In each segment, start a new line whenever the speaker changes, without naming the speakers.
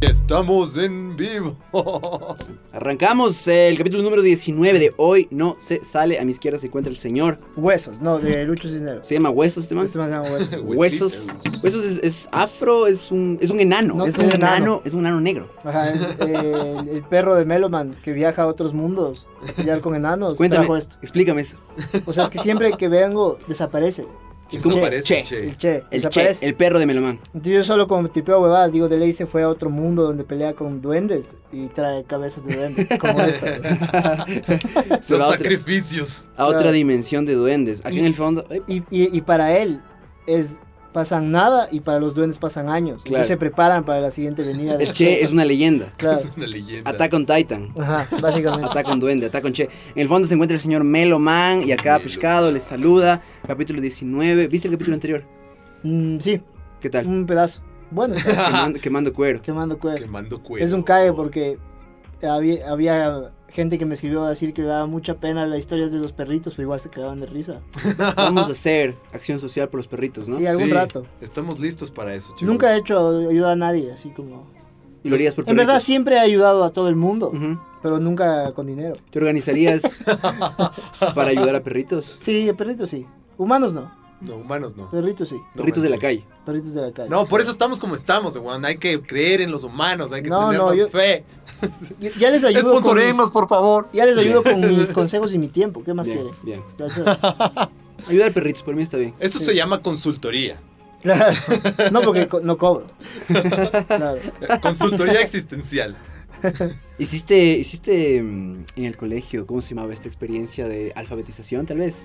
Estamos en vivo.
Arrancamos eh, el capítulo número 19 de hoy. No se sale. A mi izquierda se encuentra el señor.
Huesos, no, de Lucho Cisneros.
¿Se llama Huesos este man?
Este man se llama Huesos.
Huesos. Huesos es, es afro, es un, es un enano.
No,
es
es
un
un
enano. Pues
enano.
es un enano negro.
Ajá, es eh, el, el perro de Meloman que viaja a otros mundos a pelear con enanos.
Cuéntame,
trajo esto.
explícame eso.
O sea, es que siempre que vengo desaparece.
¿Qué
¿Cómo?
parece,
Che.
El
che?
El,
che,
che,
desaparece.
el perro de Melomán.
Entonces yo solo como tipeo huevadas, digo, de ley se fue a otro mundo donde pelea con duendes y trae cabezas de duendes, como esta. güey.
Se
Los
va a otra,
sacrificios.
a otra
Claro.
dimensión de duendes. Aquí en el fondo. ay,
Y, y- y para él es pasan nada y para los duendes pasan años.
Claro.
Y se preparan para la siguiente venida. del
El Che es una leyenda.
Claro.
Es una leyenda.
Attack on Titan.
Ajá, básicamente.
Ataca con duende, ataca con che. En el fondo se encuentra el señor Meloman y acá
Melo.
Pescado les saluda. Capítulo 19. ¿Viste el capítulo anterior?
Mm, sí,
¿Qué tal?
un pedazo. Bueno, está
Quemando, quemando cuero.
quemando cuero.
Quemando cuero.
Es un cae porque había, había gente que me escribió a decir que le daba mucha pena las historias de los perritos, pero igual se cagaban de risa.
Vamos a hacer acción social por los perritos, ¿no?
Sí, algún rato.
Estamos listos para eso, chicos.
Nunca he hecho ayuda a nadie, así como...
Y lo harías por
En
perritos.
verdad siempre he ayudado a todo el mundo,
Ujú.
pero nunca con dinero.
¿Te organizarías para ayudar a perritos?
Sí, perritos sí. Humanos no,
No, humanos no.
perritos sí,
No,
Perritos de la
mentira.
calle.
perritos de la calle.
No, por eso estamos como estamos, weón. Hay que creer en los humanos, hay que
No,
tenernos
no, yo-
fe.
Ya- Ya les ayudo con mis,
Esponsorenos, por favor.
ya les ayudo con mis consejos y mi tiempo, ¿qué más
Bien, bien.
quieren? Claro.
Ayudar a perritos, por mí está bien.
Eso se llama consultoría.
No, porque co- no cobro. Claro.
Eh, Consultoría existencial.
¿Hiciste, hiciste mm, en el colegio, cómo se llamaba esta experiencia de alfabetización, tal vez?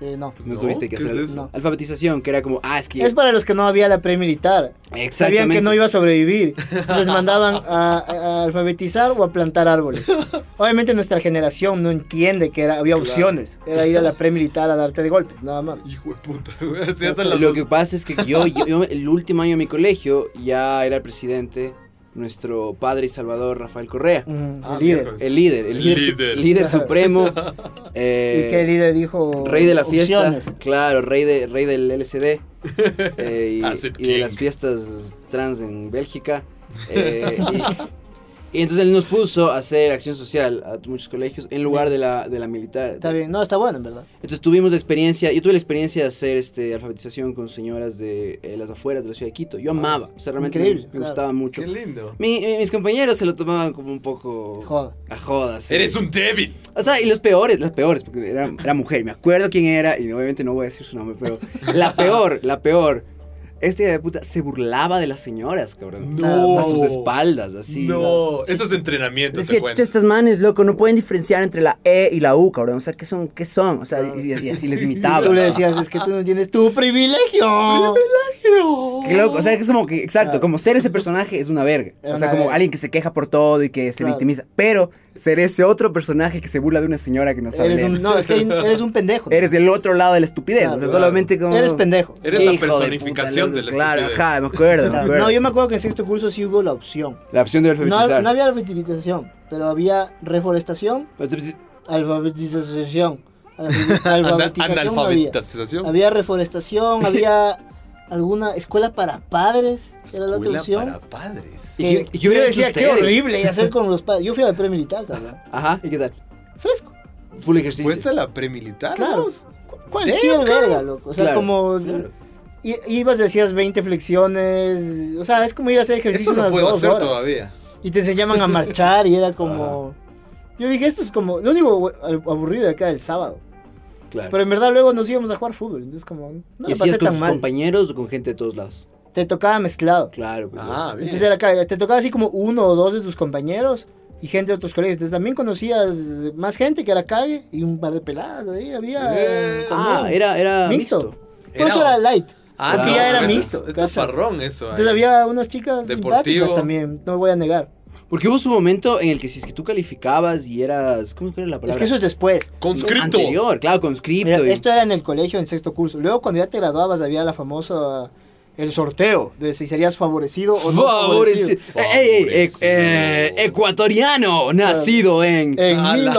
Eh, no.
No,
No,
tuviste que
¿qué es
hacer
eso?
no. alfabetización, que era como, ah, es que...
Es para los que no había la premilitar. Sabían que no iba a sobrevivir. Entonces mandaban a, a alfabetizar o a plantar árboles. Obviamente nuestra generación no entiende que era, había
Claro.
opciones. Era ir a la premilitar a darte de golpes, nada más.
Hijo de puta, güey. Así hacen las
Lo
dos.
que pasa es que yo, yo- yo el último año de mi colegio ya era el presidente, nuestro padre y salvador Rafael Correa.
Mm,
Ah,
el líder.
miércoles.
El líder, el líder, su-
Líder.
líder supremo. eh,
¿Y qué líder dijo?
Rey de la fiesta,
Opciones.
claro, rey, de, rey del LCD eh,
As it
y, y de
came.
las fiestas trans en Bélgica. eh, y, y entonces él nos puso a hacer acción social a muchos colegios en lugar de la, de la militar.
Está bien. No, está bueno, en verdad.
Entonces tuvimos la experiencia, yo tuve la experiencia de hacer este, alfabetización con señoras de eh, las afueras de la ciudad de Quito. Yo amaba, o sea, realmente me-
Ah, Increíble,
me,
claro.
gustaba mucho.
Qué lindo.
Mi- eh, mis compañeros se lo tomaban como un poco
Joda.
a jodas. eh. sí.
Eres un débil.
O sea, y los peores, las peores, porque era, era mujer, me acuerdo quién era, y obviamente no voy a decir su nombre, pero la peor, la peor. Este hija de puta se burlaba de las señoras, cabrón.
No.
A sus espaldas, así.
no, eso es entrenamiento. te cuento.
estas manes, loco, no pueden diferenciar entre la E y la U, cabrón. O sea, ¿qué son? ¿Qué son? O sea, y, y así les imitaba.
Tú le decías, es que tú no tienes tu privilegio.
Qué loco, o sea, que es como que, exacto,
Claro.
como ser ese personaje es una verga.
Es
o sea,
una
como
verga.
alguien que se queja por todo y que se
Claro.
victimiza. Pero ser ese otro personaje que se burla de una señora que no sabe
Eres
leer.
un, no, es que hay- eres un pendejo.
Eres del otro lado de la estupidez.
Claro.
o sea, solamente como.
Eres pendejo.
Eres la
Hijo de puta,
personificación
loco.
de la
Claro,
estupidez.
ajá, me acuerdo, me acuerdo.
No, yo me acuerdo que en sexto curso sí hubo la opción.
La opción de
No,
alfabetizar.
no había alfabetización, pero había reforestación
Alfabetiz-
Alfabetización.
Ana-
Alfabetización no había.
Analfabetización.
Había reforestación, había alguna escuela para padres, era la otra
Escuela
opción.
para padres.
¿Y qué- y qué hubieran hecho ustedes?
y hacer con los padres. Yo fui a la premilitar también.
Ajá, ¿y qué tal?
Fresco,
Full
Pues
ejercicio.
¿Cuesta la premilitar?
claro.
vos?
Cu- Cualquier verga, loco. O sea,
Claro,
como
claro.
i- ibas decías 20 flexiones, o sea, es como ir a hacer ejercicio
Eso no
unas
puedo
dos
hacer
horas.
todavía.
Y te enseñaban a marchar y era como Yo dije, esto es como lo único aburrido de acá era el sábado.
Claro.
Pero en verdad luego nos íbamos a jugar fútbol, entonces como no
¿Y
la
hacías con
pasé tan
tus
mal.
compañeros o con gente de todos lados?
Te tocaba mezclado.
Claro, pues,
Ah, bien.
Entonces era ca- te tocaba así como uno o dos de tus compañeros y gente de otros colegios. Entonces también conocías más gente que era calle y un par de peladas ahí había.
Eh,
también.
Ah, era, era
Mixto.
mixto.
Por eso
Era-
era light.
Ah,
Porque ya era
pues,
mixto,
Es
¿cachas?
farrón eso. eh.
Entonces
ahí.
había unas chicas
Deportivo.
simpáticas también, no voy a negar.
Porque hubo su momento en el que si es que tú calificabas y eras. ¿Cómo era la palabra?
Es que eso es después.
Conscripto.
Anterior, claro, conscripto.
Mira,
y-
esto era en el colegio en sexto curso. Luego cuando ya te graduabas había la famosa el sorteo de si serías favorecido o no
Favorecido.
favorecido.
Ey, ey, ey,
Favorecido.
eh, ecuatoriano, nacido en.
En
A la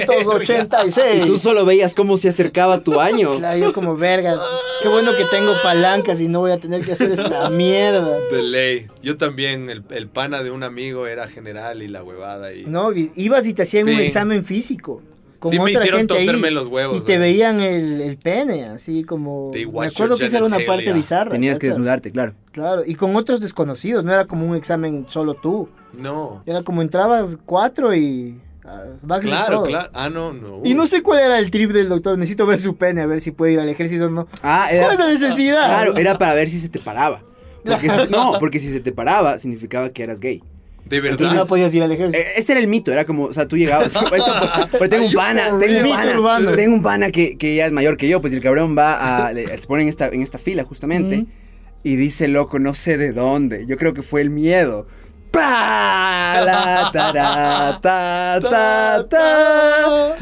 1986.
Y tú solo veías cómo se acercaba tu año.
eh. Claro, yo como verga. Qué bueno que tengo palancas y no voy a tener que hacer esta mierda.
De ley. Yo también, el, el pana de un amigo era general y la huevada. Y...
No, vi- ibas y te hacían un
Sí.
examen físico. Con
Sí me
otra
hicieron
gente ahí,
toserme los huevos, ¿eh?
Y te
¿no?
veían el, el pene, así como.
They
Me
watch
acuerdo
your
que esa era una parte
genitalia.
bizarra.
Tenías que
¿cachas?
desnudarte, claro.
Claro, y con otros desconocidos, no era como un examen solo tú.
No.
Era como entrabas cuatro y. ah, bájese
Claro,
todo.
claro. Ah, no, no.
Y no sé cuál era el trip del doctor. Necesito ver su pene, a ver si puede ir al ejército o no.
Ah, era.
¿Cuál es la necesidad?
Claro, era para ver si se te paraba. Porque si- no, porque si se te paraba, significaba que eras gay.
De
Entonces
verdad.
no pues, podías ir al ejército.
Eh, Ese era el mito, era como, o sea, tú llegabas. Por esto, por- porque tengo un pana, tengo un
Mito urbano.
pana, tengo un pana que, que ya es mayor que yo, pues y el cabrón va a. le- se pone en esta, en esta fila, justamente.
Ujú.
Y dice, loco, no sé de dónde. Yo creo que fue el miedo. Pa, la, tara, ta, ta, ta,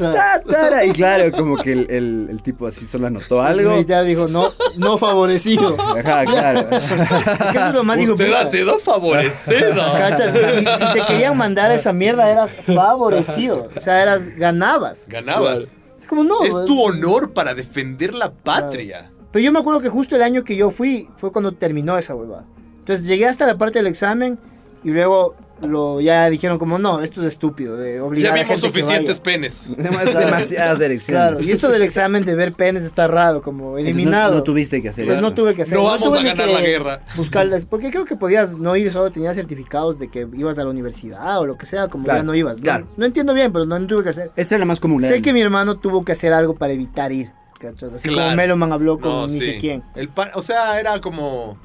ta, tara. Y claro, como que el, el- el tipo así solo anotó
El
algo.
militar dijo, no, no favorecido.
Ajá, claro.
Es que eso es lo más
Usted
hijueputa.
ha sido favorecido.
¿Cachas? Si, si te querían mandar a esa mierda, eras favorecido. O sea, eras, ganabas.
Ganabas.
Es como no.
Es tu honor para defender la patria.
Pero yo me acuerdo que justo el año que yo fui fue cuando terminó esa huevada. Entonces llegué hasta la parte del examen y luego lo ya dijeron como no, esto es estúpido de
Ya
obligar a
vimos
gente que
suficientes
vaya".
penes.
Demasi- demasiadas elecciones.
Claro, y esto del examen de ver penes está raro, como
Entonces,
eliminado.
No, no tuviste que hacer
Pues
eso.
no tuve que hacer.
No vamos
tuve
a
ni
ganar
que
la guerra.
Buscarlas, porque creo que podías no ir solo, tenías certificados de que ibas a la universidad o lo que sea, como
Claro,
ya no ibas. ¿no?
claro.
No entiendo bien, pero no, no tuve que hacer.
Esta es la más común. la
Sé
del-
que mi hermano tuvo que hacer algo para evitar ir. ¿cachas? Así como
Claro.
Meloman habló con
No,
ni
sí.
sé quién.
El pa- o sea, era como.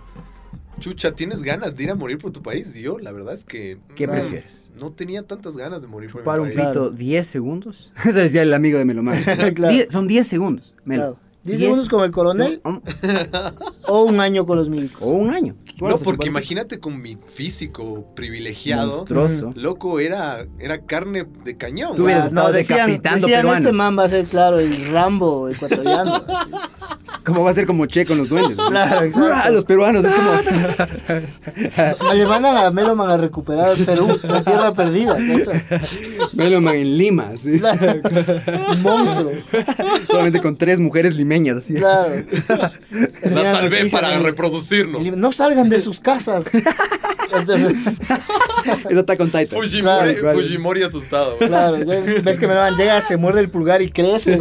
Chucha, ¿tienes ganas de ir a morir por tu país? Y yo, la verdad es que.
¿Qué
mm,
prefieres?
No tenía tantas ganas de morir
Chupar
por
un
mi
pito.
país.
grito 10 segundos. Eso decía el amigo de Melomán.
Claro.
Diez- son 10 segundos, Melo.
Claro. ¿Diez segundos con el coronel
No,
o un año con los milicos?
O un año.
No, porque imagínate con mi físico privilegiado.
Monstruoso.
Loco, era, era carne de cañón.
Tú
güey.
hubieras estado decapitando
Ah, decían,
peruanos.
este man va a ser, claro, el Rambo ecuatoriano. así.
Como va a ser como Che con los duendes. ¿no?
Claro, exacto.
Ra, Los peruanos, es como...
Le van a Meloman a recuperar Perú, la tierra perdida. ¿cachas?
Meloman en Lima, así.
Claro. Un monstruo.
Solamente con tres mujeres limeñas, así.
Claro.
La
Enseñan
salvé
noticias
para
en-
reproducirnos.
en- No salgan de sus casas. Entonces,
Eso está con Titan.
Fujimori,
Claro,
claro.
Fujimori asustado. güey.
claro, ya es- ves que me llega, se muerde el pulgar y crece.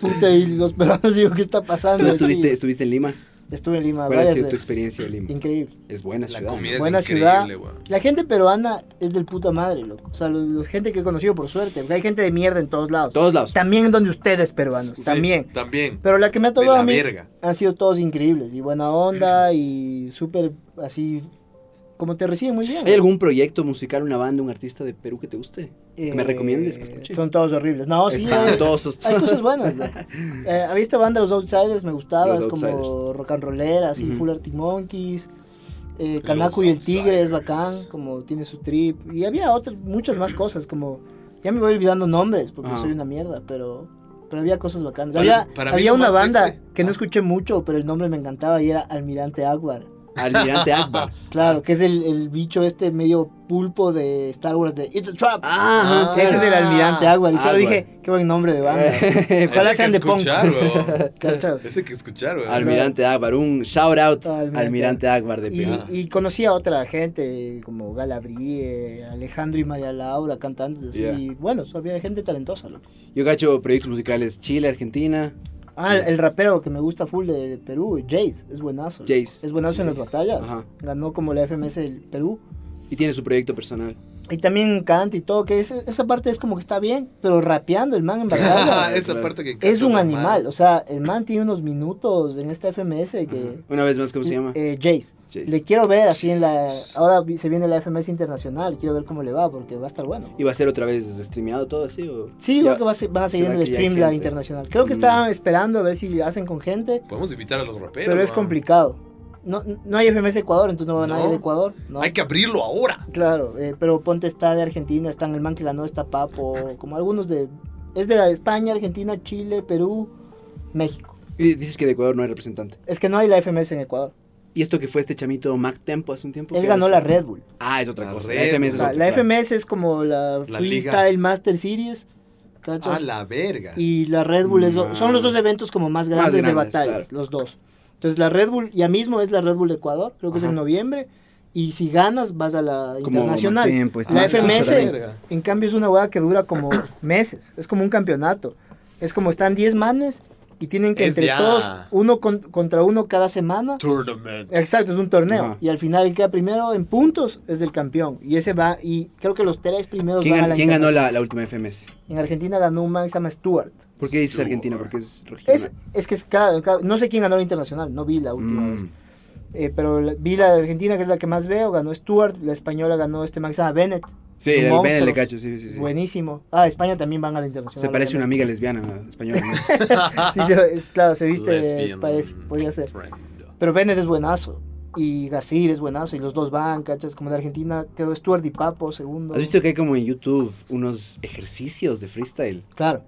Puta, y los peruanos digo, ¿qué está pasando?
Tú
aquí?"
estuviste, estuviste en Lima.
Estuve en Lima
¿Cuál ha
Ah, varias
sido tu
veces.
experiencia en Lima?
Increíble.
Es buena
La
ciudad.
comida es
Buena ciudad.
increíble, güey.
La gente peruana es del puta madre, loco. O sea, los, los gente que he conocido por suerte. porque Hay gente de mierda en todos lados.
Todos lados.
También donde ustedes, peruanos.
Sí,
También.
También.
Pero la que me ha tocado
De la
a mí
verga.
han sido todos increíbles y buena onda y súper así como te reciben muy bien.
¿Hay algún proyecto musical, una banda, un artista de Perú que te guste?
Eh,
¿Que me recomiendes que escuche?
Son todos horribles. No, Oh, sí.
Están
hay-
todos sus-
Hay cosas buenas. loco. Eh, había esta banda Los Outsiders, me gustaba,
Los
es como
Outsiders.
rock and rollera, así
Ujú.
Full Arctic Monkeys. Eh,
Los
Kanako y el Tigre es
Outsiders.
bacán, como tiene su trip. Y había otras, muchas más cosas, como ya me voy olvidando nombres porque
Ajá.
soy una mierda, pero pero había cosas bacanas.
Para-
había
para mí
había
lo
una
más
banda
sexy- ah.
que no escuché mucho, pero el nombre me encantaba y era Almirante Akbar.
Almirante Akbar.
Ah.
Claro, que es el, el bicho este medio pulpo de Star Wars de It's a Trap.
Ah,
Ese es el almirante Agua. Y solo
Aguar.
dije, qué buen nombre de banda. Ojalá
Ese
sean
que
de punk.
escuchar, güey.
¿Cachas?
Ese que escuchar, güey.
Almirante Akbar, un shout out
Almirante.
Almirante, Akbar de
Y,
Perú.
y conocí a otra gente como Galabrie, Alejandro y María Laura cantantes así.
Yeah.
Y bueno, so- había gente talentosa, loco.
Yo cacho proyectos musicales Chile, Argentina.
Ah, el, el rapero que me gusta full de Perú, Jace, es buenazo. loco.
Jace.
Es buenazo en las
Jace.
batallas.
Ajá.
Ganó como la FMS del Perú.
Y tiene su proyecto personal.
Y también canta y todo, que ese- esa parte es como que está bien, pero rapeando el man en batallas.
Ah, esa
Claro.
parte que
Es un
cantas,
animal, o sea, el man tiene unos minutos en esta FMS que...
Una vez más, ¿cómo se llama?
Eh, Jace.
Jace.
Le quiero ver así en la... Ahora vi- se viene la FMS internacional, quiero ver cómo le va porque va a estar bueno.
¿Y va a ser otra vez streameado todo así? O...
Sí,
Ya.
creo que va a se- van a seguir en
¿Será
el
que ya hay
stream la
gente?
internacional. Creo que
Mm.
estaban esperando a ver si hacen con gente,
Podemos invitar a los raperos.
pero, es
güey.
complicado. No, no hay FMS Ecuador, entonces no va nadie
No.
de Ecuador. ¿no?
Hay que abrirlo ahora.
Claro, eh, pero Ponte está de Argentina, están el man que ganó esta Papo, como algunos de... Es de España, Argentina, Chile, Perú, México.
Y dices que de Ecuador no hay representante.
Es que no hay la FMS en Ecuador.
Y esto que fue este chamito Mac Tempo hace un tiempo.
Él
que
ganó
ahora
la
sí.
Red Bull.
Ah, es otra
La
cosa.
Red
La FMS
Bull.
es
La,
otra
la
cosa.
FMS es como la,
La
Freestyle Master Series. ¿cachas?
A la verga.
Y la Red Bull es do-
Ah.
son los dos eventos como más grandes, de
grandes,
batallas, los dos. Entonces la Red Bull, ya mismo es la Red Bull de Ecuador, creo que es
Ajá.
en noviembre. Y si ganas, vas a la
Como
internacional.
Mac Tempo, este
la
Ah,
FMS,
la verga.
en cambio, es una hueá que dura como meses. Es como un campeonato. Es como están 10 manes y tienen que
Es
entre
ya.
todos, uno con- contra uno cada semana.
Tournament.
Exacto, es un torneo.
Ajá.
Y al final el que queda primero en puntos es del campeón. Y ese va, y creo que los tres primeros
¿Quién,
van a
gan-
la
quién ganó
internacional.
la, la última FMS?
En Argentina ganó un man que se llama Stuart.
¿Por qué dices
Stuart.
Argentina? Porque es regional.
Es, es que es cada- cada- no sé quién ganó la internacional, no vi la última
Mm.
vez. Eh, pero la- vi la de Argentina, que es la que más veo, ganó Stuart, la española ganó este man que se llama Bennett.
Sí,
Es
el,
un
ven el
monstruo.
de cacho, sí, sí, sí.
Buenísimo. Ah, España también van a la internacional.
Se parece a una
obviamente.
amiga lesbiana española. ¿no?
Sí, se- es- claro, se viste, eh,
Lesbian
parece, podía ser.
friend.
Pero Bennett es buenazo. Y Gasir es buenazo. Y los dos van, cachas. Como de Argentina quedó Stuart y Papo, segundo.
¿Has visto que hay como en YouTube unos ejercicios de freestyle?
Claro.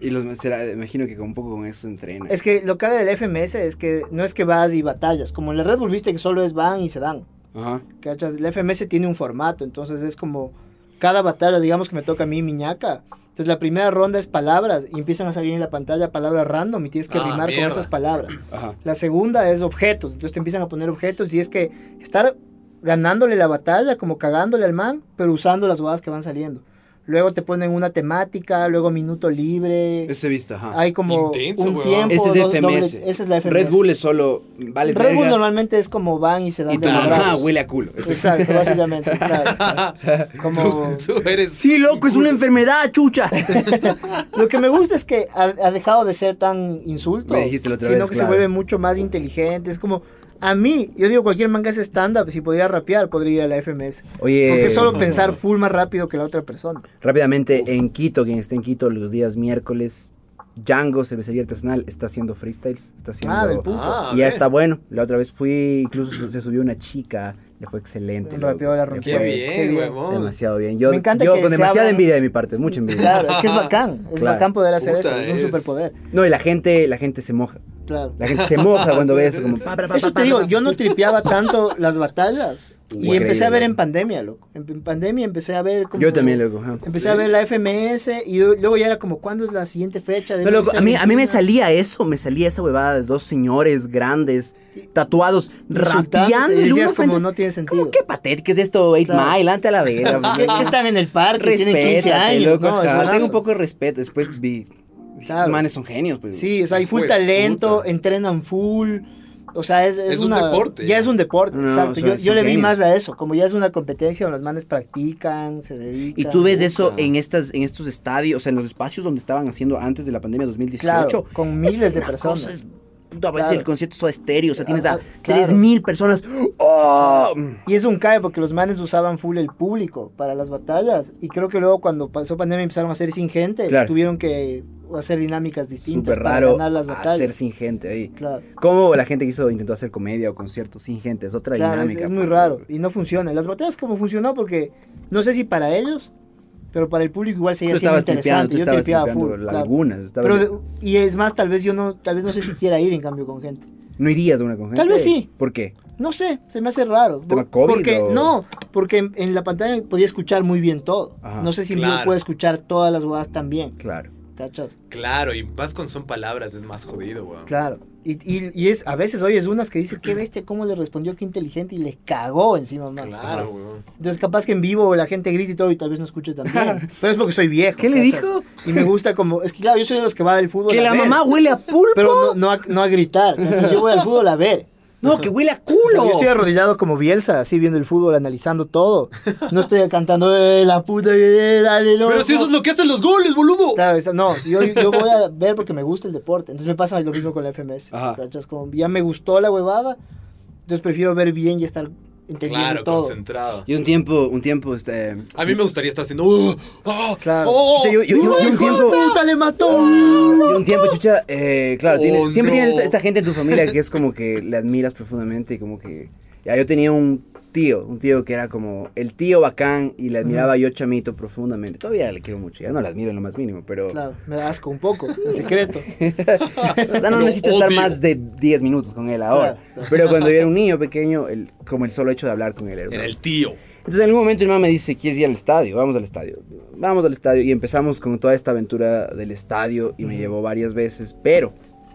Y los será- imagino que con un poco con eso entrena.
Es que lo clave del FMS es que no es que vas y batallas. Como en la Red Bull viste que solo es van y se dan.
Ajá.
¿Cachas? La FMS tiene un formato, entonces es como cada batalla, digamos que me toca a mí Miñaca. Entonces la primera ronda es palabras y empiezan a salir en la pantalla palabras random y tienes que
Ah,
rimar
mierda.
con esas palabras.
Ajá.
La segunda es objetos, entonces te empiezan a poner objetos y es que estar ganándole la batalla, como cagándole al man, pero usando las jugadas que van saliendo. Luego te ponen una temática, luego minuto libre.
Eso he visto, ajá.
hay como
Intenso,
un
weón.
tiempo.
Este es
do-
FMS.
doble- esa es la FMS.
Red Bull es solo. Vale,
Red Bull normalmente es como van y se dan
Y tu
de
mamá
madrazos.
huele a culo. Eso.
Exacto, básicamente, claro. Como...
Tú eres.
Sí, loco, es una enfermedad, chucha.
Lo que me gusta es que ha, ha dejado de ser tan insulto,
Me dijiste la otra
sino
vez,
que se
claro.
vuelve mucho más inteligente. Es como, a mí, yo digo, cualquier manga es stand-up, si podría rapear, podría ir a la FMS.
Oye.
Porque es solo pensar full más rápido que la otra persona.
Rápidamente, en Quito, quien esté en Quito los días miércoles, Django, cervecería artesanal, está haciendo freestyles. Está haciendo.
Ah, del puto.
Ah,
Y ya
ok.
está bueno. La otra vez fui, incluso su- se subió una chica, le fue excelente.
Un
loco.
rapeo la
Le
Qué
rompió.
fue
Qué
bien,
bien.
huevón.
Demasiado bien. Yo,
Me encanta
yo
que
con
se
demasiada
abran-
envidia de mi parte, mucha envidia.
Claro, es que es bacán. Es
Claro.
bacán poder hacer
Puta,
eso, es un
es-
superpoder.
No, y la gente, la gente se moja.
Claro.
La gente se moja cuando ve eso como pa, pa, pa,
Eso
pa,
te
pa,
digo,
pa.
yo no tripeaba tanto las batallas. Y
Increíble,
empecé a ver en
loco.
pandemia, loco. En, en pandemia empecé a ver como...
Yo también, loco. ajá.
Empecé a ver la FMS y yo- luego ya era como, ¿cuándo es la siguiente fecha?
No, loco, a mí, a mí me
salió
salía eso, me salía esa huevada de dos señores grandes, tatuados,
Insultándose,
rapeando
y
el uno
decías como,
frente-
no tiene
¿Cómo
sentido. Ah,
qué patético es esto, 8
Claro.
Mile, ante la verga.
¿Qué,
bro?
qué están en el parque? tienen 15
Respétate,
años.
loco,
no, es
ajá.
buenazo.
Tengo un poco de respeto, después vi,
Claro.
estos manes son genios. Pues.
Sí, o sea, hay full
Fue
talento,
puta.
entrenan full. O sea, es, es
Es un
una,
deporte.
Ya es un deporte,
No,
exacto.
o sea,
yo
es
yo
un
le vi
genio.
más a eso. Como ya es una competencia donde los manes practican, se
Y
dedican.
tú ves eso
Puta.
en estas en estos estadios, o sea, en los espacios donde estaban haciendo antes de la pandemia 2018.
Claro, con
Es
miles de
una
personas.
cosa, es- puta, parece
Claro.
el concierto Soda estéreo, o sea, tienes a
Ah, ah, claro.
3000 personas. ¡Oh!
Y es un cae porque los manes usaban full el público para las batallas. Y creo que luego cuando pasó pandemia empezaron a hacer sin gente.
Claro.
Tuvieron que hacer dinámicas distintas
Súper
para
raro
ganar las batallas.
hacer sin gente ahí.
Claro.
Como la gente que hizo intentó hacer comedia o conciertos sin gente, es otra
Claro, es-
dinámica.
es, muy
pues.
raro y no funciona. Las batallas como funcionó porque no sé si para ellos, pero para el público igual
Tú
seguía siendo
estabas tripeando,
interesante.
tú
Yo
estabas
tripeaba
tripeando
full,
la-
claro.
algunas. estabas-
Pero de- y es más, tal vez yo no, tal vez no sé si quiera ir en cambio con gente.
¿No irías de una con gente?
Tal vez sí.
¿Por qué?
No sé, se me hace raro.
¿Tema
Por-
COVID
porque
o-
no, porque en, en la pantalla podía escuchar muy bien todo.
Ajá,
no sé si yo
claro.
puedo escuchar todas las jugadas también,
Claro.
¿cachas?
Claro, y más con son palabras es más jodido, weón.
Claro. Y, y- y es a veces oyes unas que dice, qué bestia, cómo le respondió, qué inteligente y le cagó encima más.
Claro, weón.
Entonces, capaz que en vivo la gente grita y todo, y tal vez no escuches también. Pero es porque soy viejo.
¿Qué le
¿cachas?
dijo?
Y me gusta como. Es que, claro, yo soy de los que ¡uh! va al fútbol.
Que
a
la
ver,
mamá huele a pulpo.
Pero no, no, a, no a gritar. Entonces, yo voy al fútbol a ver.
No, que huele a
Yo
culo.
estoy arrodillado como Bielsa, así viendo el fútbol, analizando todo. No estoy cantando, "Eh, la puta, eh, dale, loco".
Pero si eso es lo que hacen los goles, boludo.
Claro, está- no, yo, yo voy a ver porque me gusta el deporte. Entonces me pasa lo mismo con la FMS.
Ajá.
¿cachas? Como ya me gustó la huevada, entonces prefiero ver bien y estar entendiendo
Claro,
todo.
concentrado.
Yo un tiempo, un tiempo, este...
A mí me gustaría estar haciendo. "Uh, ah,
Claro.
oh,
O sea, yo, yo- yo- yo un tiempo...
¡Puta, le mató!
yo un tiempo, chucha, eh, claro,
Oh,
tiene- siempre
no.
tienes esta, esta gente en tu familia que es como que le admiras profundamente y como que... Ya, yo tenía un tío, un tío que era como el tío bacán y le admiraba yo chamito profundamente. Todavía le quiero mucho, ya no le admiro en lo más mínimo, pero
Claro, me da asco un poco, en secreto.
O sea, Pues, no
Lo
necesito estar
odio.
más de 10 minutos con él ahora.
Claro.
Pero cuando yo era un niño pequeño, el, como el solo hecho de hablar con él era una
Era el tío.
entonces en algún momento mi mamá me dice, ¿quieres ir al estadio? Vamos al estadio. Vamos al estadio. Y empezamos con toda esta aventura del estadio y me llevó varias veces, pero,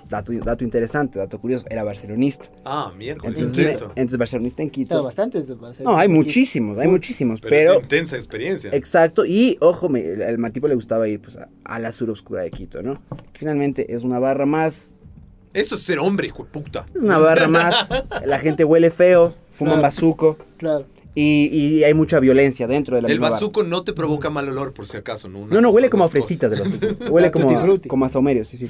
dato, dato interesante, dato curioso, era barcelonista.
Ah, miércoles.
Entonces,
Es
me-
eso.
entonces barcelonista en
Claro,
Quito.
bastante. eso va a ser
No, hay
aquí.
muchísimos, hay muchísimos,
Pero, es
eh, pero...
una intensa experiencia.
Exacto, y ojo, me- al al Matipo le gustaba ir pues, a, a la sur oscura de Quito, ¿no? Que finalmente es una barra más,
Eso es ser hombre, hijo de puta.
es una barra más, la gente huele feo, fuman
Claro.
bazuco
Claro.
y, y hay mucha violencia dentro de la
El
misma barra.
bazuco no te provoca mal olor, por si acaso. No, Una
No, no,
de
huele
las
como a
dos
fresitas eh, de
cosas.
los Huele como
Tutti
a,
frutti.
como a saumerio, sí, sí.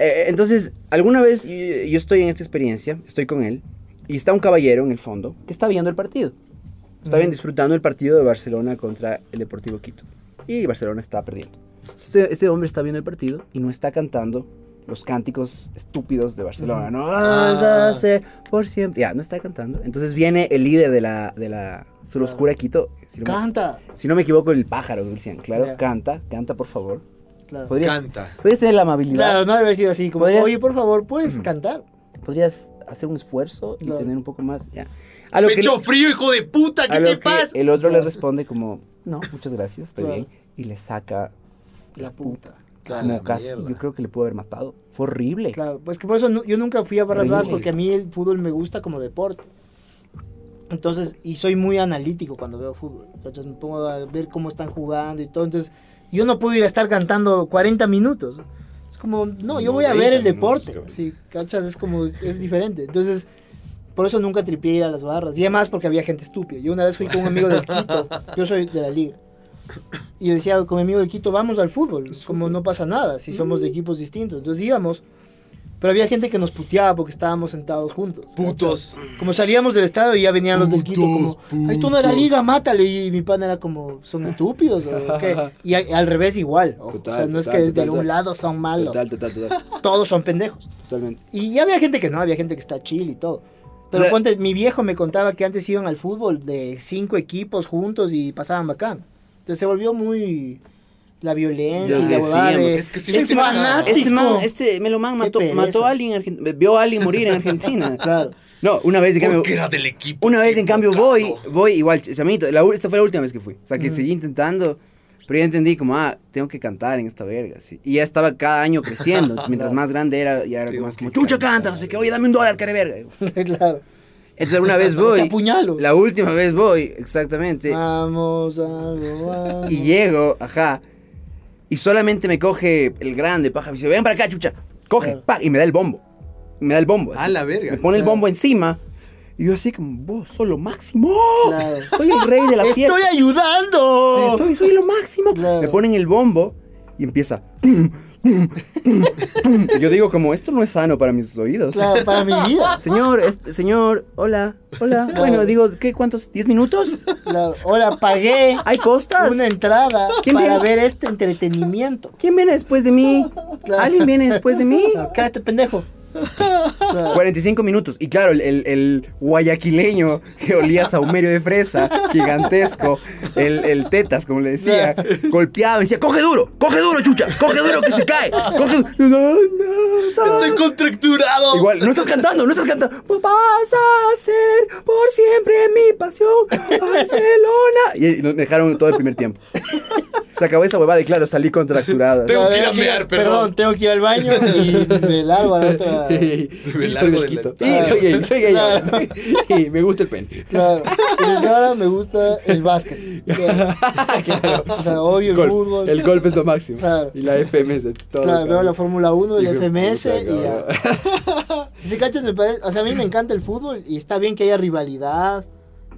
Eh, entonces, alguna vez yo, yo estoy en esta experiencia, estoy con él, y está un caballero en el fondo que está viendo el partido. Está bien disfrutando el partido de Barcelona contra el Deportivo Quito. Y Barcelona está perdiendo. Este, este hombre está viendo el partido y no está cantando los cánticos estúpidos de Barcelona. No,
Ah.
sé por siempre. Ya, no está cantando. Entonces viene el líder de la, de la suroscura Quito. si no me-
Canta.
si no me equivoco, el pájaro, Dulcian. Claro,
Ya.
canta, canta, por favor.
Claro.
Podrías,
Canta.
podrías tener la amabilidad.
Claro, no debe haber sido así. Como,
Podrías-
oye, por favor, puedes cantar.
Podrías hacer un esfuerzo y
Claro.
tener un poco más. Ya. A lo que,
Pecho frío, hijo de puta,
a
¿qué
lo
te
que eh,
pasa?
el otro le responde como, no, muchas gracias, estoy
Claro.
bien. Y le saca
La puta.
Claro,
una casa.
Ah, mierda.
ah, Yo creo que le pudo haber matado. Fue horrible.
Claro, pues que por eso nu- yo nunca fui a Barras Bravas
Horrible.
porque a mí el fútbol me gusta como deporte. Entonces, y soy muy analítico cuando veo fútbol. Entonces me pongo a ver cómo están jugando y todo. Entonces, yo no puedo ir a estar cantando 40 minutos. Es como, no, yo voy a ver
90
el
minutos,
deporte.
cabrón.
Sí, cachas, es como, es diferente. Entonces, por eso nunca tripié ir a las barras. Y además porque había gente estúpida. Yo una vez fui con un amigo del Quito. Yo soy de la liga. Y decía con mi amigo del Quito, vamos al fútbol. Como no pasa nada si somos
Mm.
de equipos distintos. Entonces íbamos. Pero había gente que nos puteaba porque estábamos sentados juntos.
Putos.
Como salíamos del estadio y ya venían los del Quito como,
Putos,
esto no era
putos.
liga, mátale. Y mi pan era como, son estúpidos. ¿o qué?". Y a- al revés igual. ojo. o sea,
Total,
no es que
total,
desde
total,
algún
total.
lado son malos.
total, total.
Todos son pendejos.
totalmente.
Y ya había gente que no, había gente que está chill y todo. Pero
O sea-
ponte, mi viejo me contaba que antes iban al fútbol de cinco equipos juntos y pasaban bacán. Entonces se volvió muy la violencia
Ya
y la
decíamos,
huevada de,
es que sí
"Este
me pasa".
fanático.
Este, man, este melomán
Qué
mató,
pereza.
mató a alguien en Argentina. Vio a alguien morir en Argentina.
Claro.
No, una vez, digamos.
Porque era del equipo.
Una vez,
qué
en cambio,
bocado.
voy, voy igual, ch- chamito, la, u- esta fue la última vez que fui. O sea, que seguí intentando, pero ya entendí como, ah, tengo que cantar en esta verga, sí. Y ya estaba cada año creciendo, entonces, mientras más grande era, ya era
Tengo
más
que
como, chucha, canta, no sé qué, oye, dame un dólar, cara de verga.
claro.
Entonces, alguna vez
Te
voy,
apuñalo.
la última vez voy, exactamente,
Ah,
Vamos a robar.
y llego, ajá, y solamente me coge el grande, paja, y dice, ven para acá, chucha, coge,
Claro.
pa, y me da el bombo, me da el bombo.
A
así.
la verga.
Me pone el
Claro.
bombo encima. Y yo así como, vos sos lo máximo.
Claro.
Soy el rey de la fiesta.
Estoy ayudando.
Sí, estoy, soy lo máximo.
Claro.
Me ponen el bombo y empieza. pum, pum, pum, pum. Y yo digo como, esto no es sano para mis oídos.
Claro, para mi vida.
Señor, este, señor, hola, hola. Bueno, digo, ¿qué? ¿Cuántos? ¿10 minutos?
Claro. Ahora pagué
¿Hay postas?
una entrada
¿Quién
para
viene?
ver este entretenimiento.
¿Quién viene después de mí?
Claro.
¿Alguien viene después de mí?
Claro, cállate, pendejo. Claro.
45 minutos. Y claro, el, el- el guayaquileño que olía a saumerio de fresa, gigantesco, el, el tetas, como le decía, golpeaba y decía, coge duro, coge duro, chucha, coge duro que se cae. Coge du-". No, no, sa-
Estoy contracturado.
Igual, no estás cantando, no estás cantando. Vas a ser por siempre mi pasión, Barcelona. Y y nos dejaron todo el primer tiempo. Se acabó esa huevada y claro, salí contracturado.
Tengo
Claro,
que ir a
tengo que ir a-
mear,
Perdón,
perdón.
tengo que ir al baño y me largo a la otra.
Y
largo
soy del
de la
Quito.
estatua.
Y soy gay, soy gay.
Claro.
Y me gusta el pene.
Claro. Y desde ahora me gusta el básquet. Claro. O sea, odio el
golf.
fútbol.
El golf es lo máximo.
Claro.
Y la FMS. es Todo
Claro, veo la Fórmula 1, el
Hijo de
FMS
puta,
y ya. Si cachas, me parece. O sea, a mí me encanta el fútbol y está bien que haya rivalidad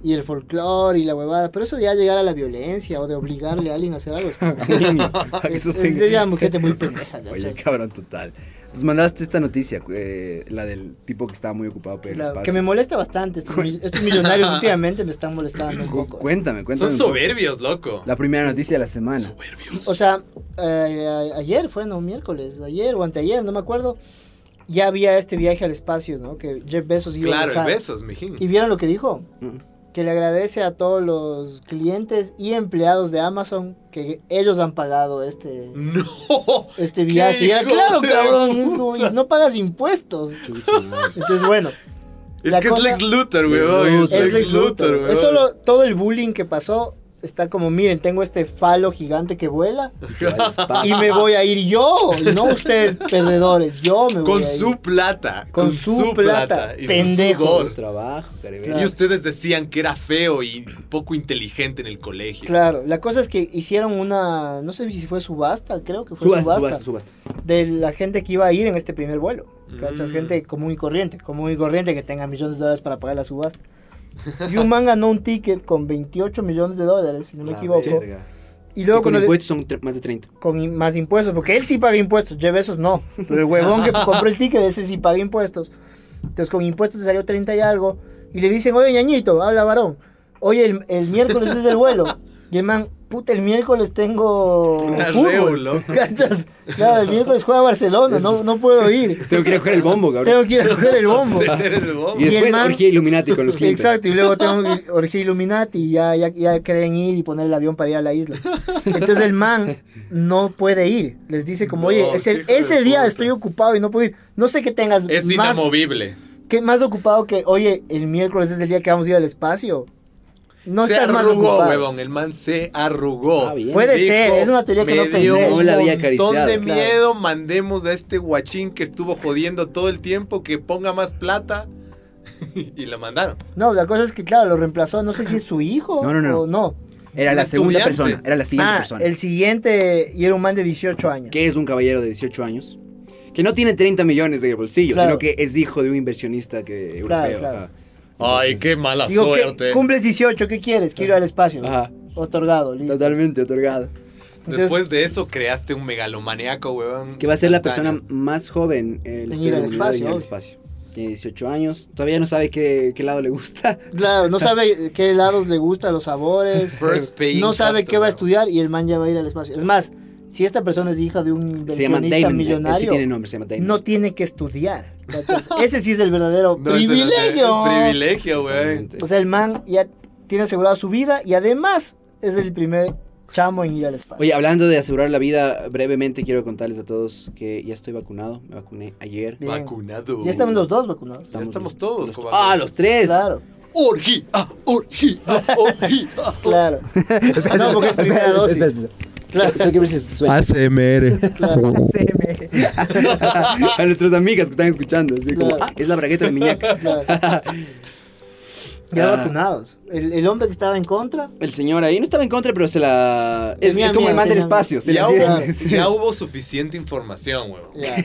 y el folclore y la huevada. Pero eso de ya llegar a la violencia o de obligarle a alguien a hacer algo. Es, como-
cabrón.
es,
Eso tengo-
es ya gente muy pendeja.
Oye,
¿cachas?
cabrón, total. Nos mandaste esta noticia, eh, la del tipo que estaba muy ocupado pero
Claro, que me molesta bastante. Estos, mi- estos millonarios últimamente me están molestando un poco.
Cuéntame, cuéntame.
Son
un poco.
soberbios, loco.
La primera noticia de la semana.
Soberbios.
O sea, eh, a- ayer fue, no, miércoles, ayer o anteayer, no me acuerdo. Ya había este viaje al espacio, ¿no? Que Jeff Bezos iba a
Claro, el
viajar.
besos, mijín.
¿Y vieron lo que dijo?
Mm.
que le agradece a todos los clientes y empleados de Amazon que ellos han pagado este,
No.
este viaje.
¡Qué
Y era,
hijo
claro,
de
cabrón,
puta!
es como, y no pagas impuestos. Entonces, bueno,
Es
La
que
cosa-
es Lex Luthor,
Lex
weón.
Luthor.
es Lex Luthor.
weón.
Es solo todo el bullying que pasó. Está como, miren, tengo este falo gigante que vuela y me voy a ir yo, no ustedes perdedores, yo me voy
Con
a ir.
su plata.
Con su plata,
y su
pendejos.
sudor.
trabajo, caribe.
Claro.
Y ustedes decían que era feo y poco inteligente en el colegio.
Claro, la cosa es que hicieron una, no sé si fue subasta, creo que fue
Subasta,
Pues subasta,
subasta, subasta.
de la gente que iba a ir en este primer vuelo. ¿Cachas?
Mm.
Gente común y corriente, común y corriente que tenga millones de dólares para pagar la subasta. Y un man ganó un ticket con 28 millones de dólares, si no me
La
equivoco.
verga.
Y
Y
luego
con
cuando le-
impuestos son tre- más de 30.
con im- más impuestos, porque él sí paga impuestos, Jeff Bezos no, pero el huevón que compró el ticket ese sí paga impuestos. Entonces con impuestos le salió 30 y algo, y le dicen, oye ñañito, habla varón, oye el, el miércoles es el vuelo, y el man, puta, el miércoles tengo
Un arreo,
fútbol,
loco.
¿cachas? Claro, el miércoles juega Barcelona, no, no puedo ir,
Tengo que ir a coger el bombo, cabrón.
tengo que ir a coger el bombo.
Tener el bobo.
Y
Y el
después
man-
orgía Illuminati con los clientes.
Exacto, y luego tengo que ir- orgía Illuminati y ya, ya, ya creen ir y poner el avión para ir a la isla. Entonces el man no puede ir. Les dice como,
No,
oye, es el-
hijo de
ese día
puta.
estoy ocupado y no puedo ir. No sé que tengas
Es
más,
inamovible.
que más ocupado que, oye, el miércoles es el día que vamos a ir al espacio. No
se
estás más
arrugó,
ocupado.
huevón. El man se arrugó.
Ah, bien.
Puede
Dijo,
ser, es una teoría que
"Me
no
dio
pensé.
No la había
montón de
acariciado,
claro.
miedo, mandemos a este guachín que estuvo jodiendo todo el tiempo, que ponga más plata. y la mandaron.
No, la cosa es que, claro, lo reemplazó. No sé si es su hijo
No, no, no.
o no.
Era
Un
la segunda
estudiante.
persona, era la siguiente
ah,
persona.
el siguiente, y era un man de 18 años.
Que es un caballero de 18 años. Que no tiene 30 millones de bolsillo,
Claro.
sino que es hijo de un inversionista que,
Claro,
europeo.
claro.
ajá.
Ay,
Entonces,
qué mala
Digo, ¿qué-
suerte.
cumples 18, ¿qué quieres? Quiero ir al espacio.
Ajá,
Otorgado, listo.
totalmente otorgado.
Entonces,
Después de eso creaste un megalomaniaco, huevón.
Que va a ser la persona
instantáneo.
más joven eh,
En
la historia
ir al
de la humanidad en
espacio,
ir al
obvio.
espacio. Tiene 18 años, todavía no sabe qué, qué lado le gusta.
Claro, no sabe qué helados le gustan, los sabores. eh,
First paying
no sabe qué va a
customer.
estudiar y el man ya va a ir al espacio. Es más, si esta persona es hija de un
Se llama Damon.
inversionista
él- Él sí
millonario,
tiene nombre, se llama Damon.
no tiene que estudiar. Entonces, ese sí es el verdadero
No, ese no-
privilegio.
Privilegio, güey.
Totalmente.
O sea, el man ya tiene asegurada su vida y además es el primer chamo en ir al espacio.
Oye, hablando de asegurar la vida, brevemente quiero contarles a todos que ya estoy vacunado. Me vacuné ayer.
Bien.
Vacunado.
ya estamos los dos vacunados.
Ya estamos todos,
los-
Cobaco.
¡Ah, los tres!
Claro,
Orgía, orgía, orgía.
claro. No, porque es primera dosis. Claro.
Solo quiero ver si se suena.
ACMR.
Claro.
a nuestras amigas que están escuchando. Así como,
Claro.
ah, es la bragueta de Miñaca.
Ya
Ah.
vacunados. El, el hombre que estaba en contra,
El señor ahí no estaba en contra, pero se la. Es,
Tenía
es como el
miedo,
man del
tenía
espacio. Se
Ya
la
hubo, ya hubo suficiente información, huevón.
ya,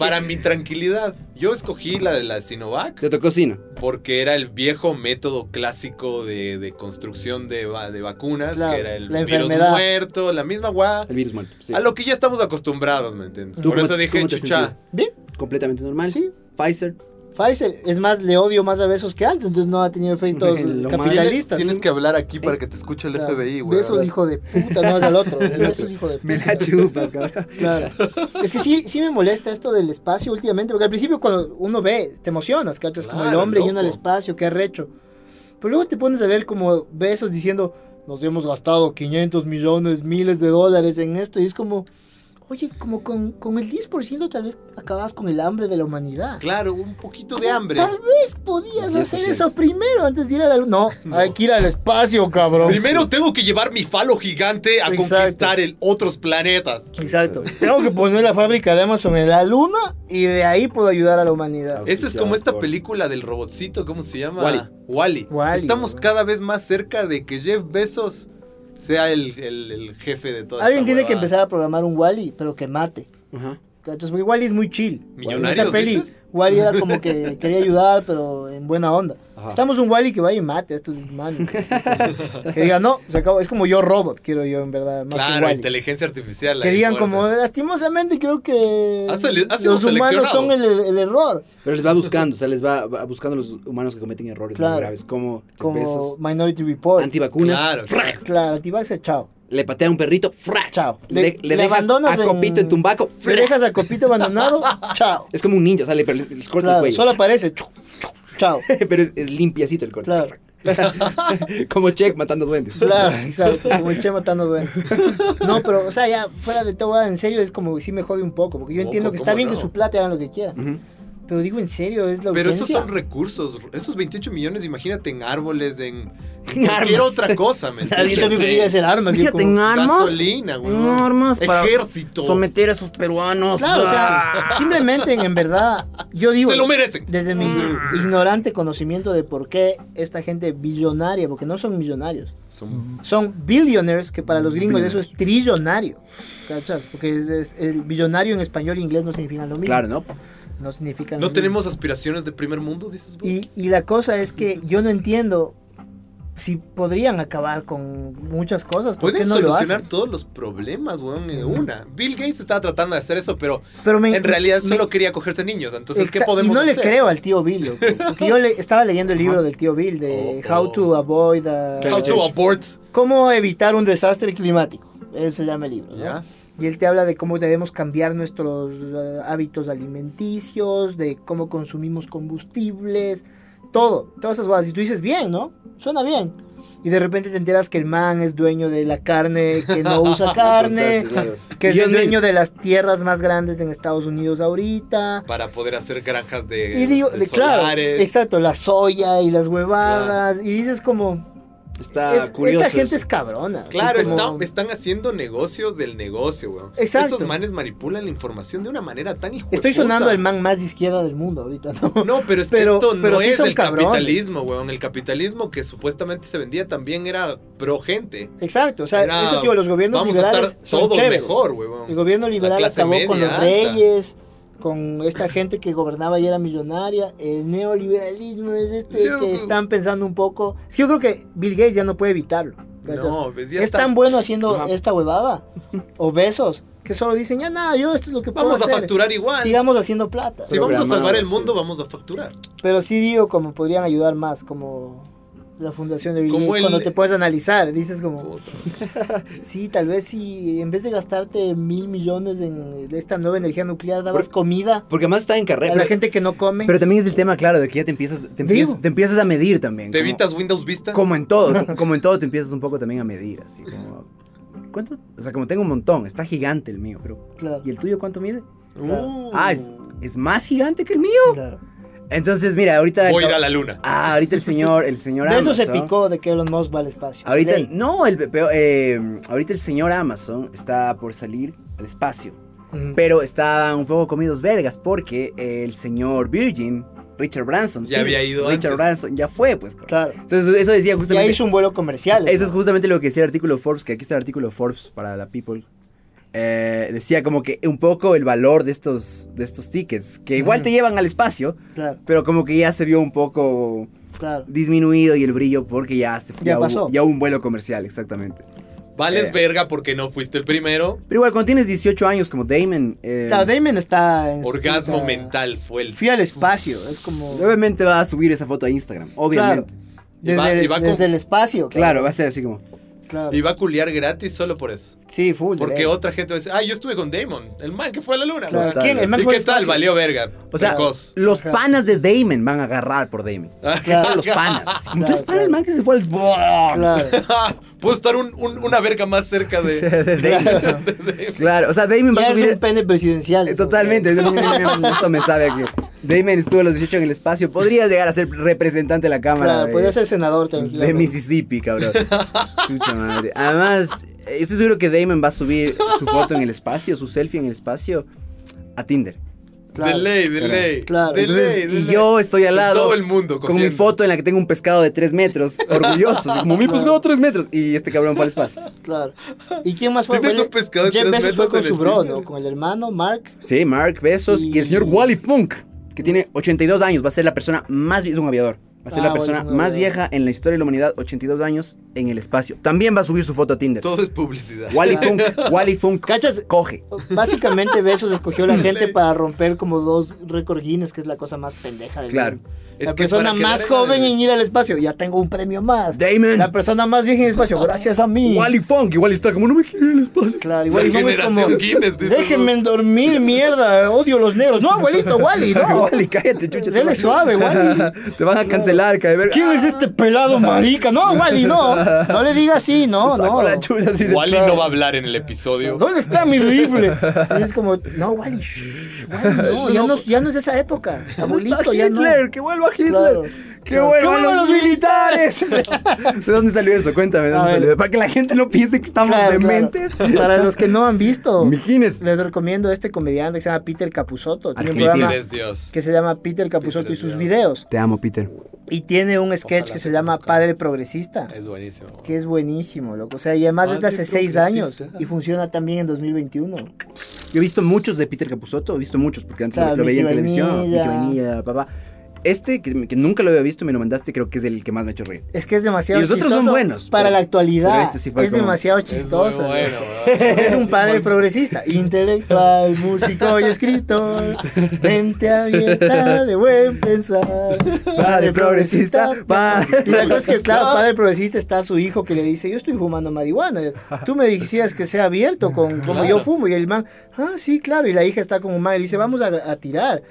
Para mi tranquilidad, yo escogí la de la Sinovac
Te tocó sino.
porque era el viejo método clásico de, de construcción de, va- de vacunas,
Claro,
que era el
la
virus
enfermedad.
muerto, la misma guá,
El virus muerto. sí.
a lo que ya estamos acostumbrados, ¿me entiendes?
¿Tú
Por
cómo
eso
te-
dije,
cómo te
chucha,
sentiste?
Bien.
Completamente normal.
Sí.
Pfizer.
Pfizer, es más, le odio más a Besos que antes, entonces no ha tenido efectos
Lo malo.
tienes,
capitalistas.
tienes que hablar aquí para que te escuche el
Claro.
FBI, güey.
Besos, hijo de puta, no es al otro. Besos, hijo de puta.
Me la chupas, cabrón.
Claro. Es que sí, sí me molesta esto del espacio últimamente, porque al principio cuando uno ve, te emocionas, ¿cachas? como el
Claro,
hombre yendo al
loco.
espacio, qué recho. Pero luego te pones a ver como besos diciendo, nos hemos gastado 500 millones, miles de dólares en esto, y es como, oye, como con, con el 10% tal vez acabas con el hambre de la humanidad.
Claro, un poquito de hambre.
Tal vez podías
Sí,
hacer
sí.
eso primero antes de ir a la luna. No, hay que ir al espacio, cabrón.
Primero tengo que llevar mi falo gigante a
Exacto.
conquistar el otros planetas.
Exacto. Tengo que poner la fábrica de Amazon en la luna y de ahí puedo ayudar a la humanidad.
Esa es como esta
por-
película del robotcito, ¿cómo se llama?
Wall-E.
Wally.
Wall-E,
Estamos
¿no?
cada vez más cerca de que Jeff Bezos sea el, el- el jefe de toda
Alguien
esta
tiene que
huevada.
empezar a programar un Wally, pero que mate.
Ajá.
¿Cachas? Porque Wally es muy chill.
¿Millonarios,
Esa peli,
dices?
Wally era como que quería ayudar, pero en buena onda.
Ajá.
Estamos un Wally que vaya y mate a estos manos. que diga, no, se acabó. Es como yo robot, quiero yo en verdad, más que un
Claro,
Wall-E.
inteligencia artificial.
Que
ahí
digan
fuerte.
como, lastimosamente creo que
Ha sali- ha sido
los humanos son el,
seleccionado.
el error.
Pero les va buscando, o sea, les va, va buscando los humanos que cometen errores
Claro.
muy graves, como,
Como
besos,
Minority Report.
antivacunas,
Claro,
¡fra!
claro.
Claro, antivaxa, chao.
le patea a un perrito, ¡fra!
Chao.
le,
Le-
le
le
deja
abandonas
a
en-
Copito en tumbaco,
Le
¡fra!
dejas al copito abandonado, chao.
es como un ninja, o sea, le, le- le corta el
Claro,
cuello,
solo aparece, chu, chu, chao.
pero es, es limpiacito el corte.
Claro.
Como Check matando duendes.
Claro, exacto, como el Che matando duendes. No, pero, o sea, ya fuera de todo, en serio, es como que sí me jode un poco, porque yo
Poco,
entiendo que está
¿cómo
bien
no?
que su plata hagan lo que quieran,
Ujú.
pero digo en serio, es la
Pero esos
urgencia.
son recursos, esos 28 millones, imagínate en árboles, en, en
En
cualquier
armas.
otra cosa, men.
Alguien también
Fíjate.
podría hacer armas. yo
Fíjate,
como-
en armas.
Gasolina, güey.
En armas para
Ejército.
someter a esos peruanos. Ah.
Claro, o sea, simplemente en, en verdad, yo digo.
Se lo merecen.
Desde mi ignorante conocimiento de por qué esta gente billonaria, porque no son millonarios,
Son-
son billionaires, que para los gringos eso es trillonario. ¿Cachas? Porque es- es- el billonario en español e inglés no significa lo mismo.
Claro, ¿no?
No significa lo
No
mismo.
tenemos aspiraciones de primer mundo, dices vos.
Y, y la cosa es que yo no entiendo si podrían acabar con muchas cosas. ¿Por qué
Pueden
no lo hacen?
solucionar todos los problemas, weón, en una. Bill Gates estaba tratando de hacer eso, pero
Pero me-
en realidad
me-
solo quería cogerse niños. Entonces, ¿qué
Exa-
podemos
y no
hacer?
le creo al tío Bill, loco, porque yo le, estaba leyendo el libro del tío Bill de
Oh, oh.
How to Avoid a-
How to abort.
Cómo evitar un desastre climático. Ese se llama el libro. ¿no?
Ya.
Y él te habla de cómo debemos cambiar nuestros eh, hábitos alimenticios, de cómo consumimos combustibles, todo, todas esas cosas. Y tú dices, bien, ¿no? Suena bien. Y de repente te enteras que el man es dueño de la carne, que no usa carne, que es el
Billonaire.
dueño de las tierras más grandes en Estados Unidos ahorita.
Para poder hacer granjas de,
Y digo,
de
de- claro,
solares.
exacto, la soya y las huevadas. Y dices como,
Está
es-
curioso.
esta gente
eso.
es cabrona. así
Ah, Claro,
como-
está- están haciendo negocio del negocio, weón.
Exacto.
Estos manes manipulan la información de una manera tan hijueputa.
Estoy sonando el man más de izquierda del mundo ahorita, ¿no?
No, pero es que
Pero-
esto no
pero sí
es
son
del
cabrones.
capitalismo, weón. El capitalismo que supuestamente se vendía también era pro gente.
Exacto, o sea,
Era,
eso tío, los gobiernos
vamos a
liberales
estar
son
todos
chéveres.
mejor, huevón.
El gobierno liberal
clase
acabó con
media,
los
alta.
reyes, con esta gente que gobernaba y era millonaria. El neoliberalismo es este
Loco.
que están pensando un poco. Es que yo creo que Bill Gates ya no puede evitarlo. ¿cachas?
No, ves, ya
es
está.
tan bueno haciendo
Ajá.
esta huevada o besos que solo dicen ya nada, yo esto es lo que puedo
Vamos a
hacer.
facturar igual.
Sigamos haciendo plata.
si vamos a salvar el
programados,
mundo, vamos a facturar.
Pero sí digo como podrían ayudar más, como la fundación de Bill
Como
Gates,
el-
cuando te puedes analizar, dices como
Puta.
Sí, tal vez si en vez de gastarte mil millones en esta nueva energía nuclear, dabas
Por-
comida
Porque además está en
a
carrera.
la
Pero,
gente que no come.
pero también es el tema, claro, de que ya te empiezas, te empiezas,
Digo.
te empiezas a medir también.
¿Te
como-
evitas Windows Vista?
Como en todo, co- como en todo te empiezas un poco también a medir, así como... ¿Cuánto? O sea, como tengo un montón, está gigante el mío, pero...
claro,
¿Y el tuyo cuánto mide?
Uh,
Ah, es, es más gigante que el mío.
claro.
Entonces, mira, ahorita...
Voy a ir a la luna.
Ah, ahorita el señor, el señor
Eso se
Amazon-
picó de que Elon Musk va al espacio.
Ahorita,
Ley.
no, el, pero, eh, ahorita el señor Amazon está por salir al espacio.
Ujú.
Pero estaban un poco comidos vergas porque el señor Virgin, Richard Branson,
Ya había ido
Richard
antes.
Branson ya fue, pues. cabrón.
Claro.
Entonces, eso decía
Ya
justamente.
hizo un vuelo comercial.
Eso es
¿no?
justamente lo que decía el artículo Forbes, que aquí está el artículo Forbes para la People. Eh, decía como que un poco el valor de estos, de estos tickets, que igual
Ujú.
te llevan al espacio,
Claro,
pero como que ya se vio un poco
claro.
disminuido y el brillo porque ya se fue.
Ya
hubo-
pasó.
ya hubo un vuelo comercial, exactamente.
Vales
Eh.
verga porque no fuiste el primero.
Pero igual, cuando tienes 18 años como Damon, eh,
Claro, Damon está en su
Orgasmo
puta-
mental fue el.
Fui al espacio, es como
obviamente va a subir esa foto a Instagram, obviamente. Claro,
Y va-
desde,
y va
desde
con-
el espacio.
va a ser así como.
claro.
Y va a culiar gratis solo por eso.
Sí, full.
Porque
eh.
otra gente va a decir, ah, yo estuve con Damon, el man que fue a la luna.
Claro,
weón".
¿quién? El man
¿Y
fue
qué
al
tal?
espacio.
Valió verga.
O sea,
precoz.
los
Ajá.
panas de Damon van a agarrar por Damon.
Claro.
Son los panas. así como,
Claro,
Entonces, para el
claro.
man que se fue al.
Claro.
Puedo estar un- un- una verga más cerca de.
De Damon. Claro, o sea, Damon va
Ya
a
es
subir.
un pene presidencial.
eh,
eso,
Totalmente, esto me sabe aquí. Damon estuvo a los 18 en el espacio. Podría llegar a ser representante de la Cámara.
Claro,
de-
podría ser senador
De
tranquilamente.
Mississippi, cabrón. Chucha madre. Además, eh, estoy seguro que Damon va a subir su foto en el espacio, su selfie en el espacio, a Tinder.
de
Claro.
ley, de
Claro.
ley.
Claro.
de
Entonces,
ley, de
y
ley.
yo estoy al lado.
Todo el mundo
Con mi
cogiendo.
foto en la que tengo un pescado de 3 metros, orgulloso. así como mi pescado de 3 metros. Y este cabrón fue al espacio.
Claro. ¿Y quién más fue?
Tienes
Fue el-
un pescado de
Jeff
tres
Bezos fue
metros
con
en
su
el
bro,
Twitter.
¿no? Con el hermano Mark.
Sí, Mark Bezos y, el señor
Y-
Wally Funk, que tiene 82 años. Va a ser la persona más. vie- Es un aviador. Va a ser
Ah,
la
Wally
persona
Funk,
más
aviador.
vieja en la historia de la humanidad, 82 años, en el espacio. También va a subir su foto a Tinder.
Todo es publicidad.
Wally Funk, Wally Funk,
¿Cachas?
coge.
Básicamente Besos escogió la gente para romper como dos récord Guinness, que es la cosa más pendeja del
Claro.
mundo.
Es
la
que
persona
para
más
quedar en la
joven
de-
en ir al espacio, ya tengo un premio más.
Damon.
La persona más vieja en el espacio, gracias a mí.
Wally Funk, igual está como no me quiero ir al espacio.
Claro, igual
La
y Fong es como,
generación Guinness, dices,
déjenme dormir, mierda, odio los negros. No, abuelito, Wally, no.
Wally, cállate, chucha. te
Dele
vas-
suave, Wally.
te van a cancelar, cae ver. Ah,
¿Quién es este pelado marica? No, Wally, no. No le diga así, no,
Sacó
no.
la chucha así de-
Wally no va a hablar en el episodio.
¿Dónde está mi rifle? Y es como, no, Wally, shh, Wally, no, ya no, ya no es de esa época.
¿Dónde está
Abuelito, ya no.
Hitler? ¡Que vuelva Hitler!
Claro.
¡Que
Claro.
vuelvan
¡Que vuelvan
los
los
militares! ¿De dónde salió eso? Cuéntame, ¿de
A
dónde
ver.
salió? Para que la gente no piense que estamos
Claro, claro.
dementes.
Para los que no han visto,
Mijines.
les recomiendo este comediante que se llama Peter Capusotto. Tiene un
Argentino.
programa
Eres Dios.
que se llama Peter Capusotto
Peter
y sus
Dios.
videos.
Te amo, Peter.
Y tiene un sketch
Ojalá
que
te
se llama
conozcan.
Padre Progresista,
Es buenísimo.
que es buenísimo, loco. O sea, y además es de
Padre
hace seis años
progresista.
y funciona también en 2021.
Yo he visto muchos de Peter Capusotto, he visto muchos, porque antes
Claro,
lo, lo veía en
Mickey
televisión.
Vainilla.
Mickey Vainilla, papá. Este, que, que nunca lo había visto, me lo mandaste, creo que es el que más me ha hecho reír.
Es que es demasiado
Y los otros
chistoso
son buenos,
para
pero-
la actualidad.
pero este sí fue
es
como-
demasiado
Es muy
chistoso. loco.
bueno, ¿verdad?
Es un padre progresista, intelectual, músico y escritor, mente abierta de buen pensar.
Padre progresista, padre-
Y la cosa es que, claro, padre progresista está su hijo que le dice, yo estoy fumando marihuana, tú me decías que sea abierto con como yo
Claro.
fumo. Y el man, ah, sí, claro, y la hija está como mal, y dice, vamos a, a tirar.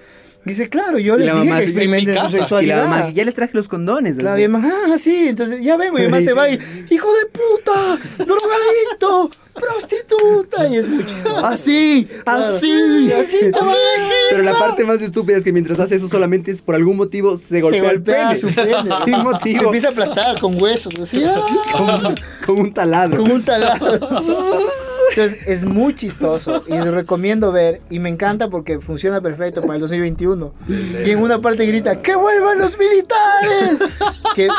Dice, claro, yo
Y
le
la
dije
mamá
que
dice, "En mi
experimenten
casa". Y la
Y
su
la
sexualidad.
mamá, ya les traje los condones.
Claro,
así.
y además, ah, sí, entonces ya vengo, y además se va y, hijo de puta, drogadicto, prostituta, y es muy chistoso.
Así,
Claro.
Ah, así,
Así te va a elegir,
Pero la
¿no?
parte más estúpida es que mientras hace eso solamente es por algún motivo se
Se
golpea,
golpea
el
su
pene.
pene.
Sin
Se
motivo.
empieza a aplastar con huesos, así, ah,
Con un taladro.
con un taladro. Entonces, es muy chistoso y lo recomiendo ver, y me encanta porque funciona perfecto para el 2021. Y en una parte grita, ¡que vuelvan los militares! Que,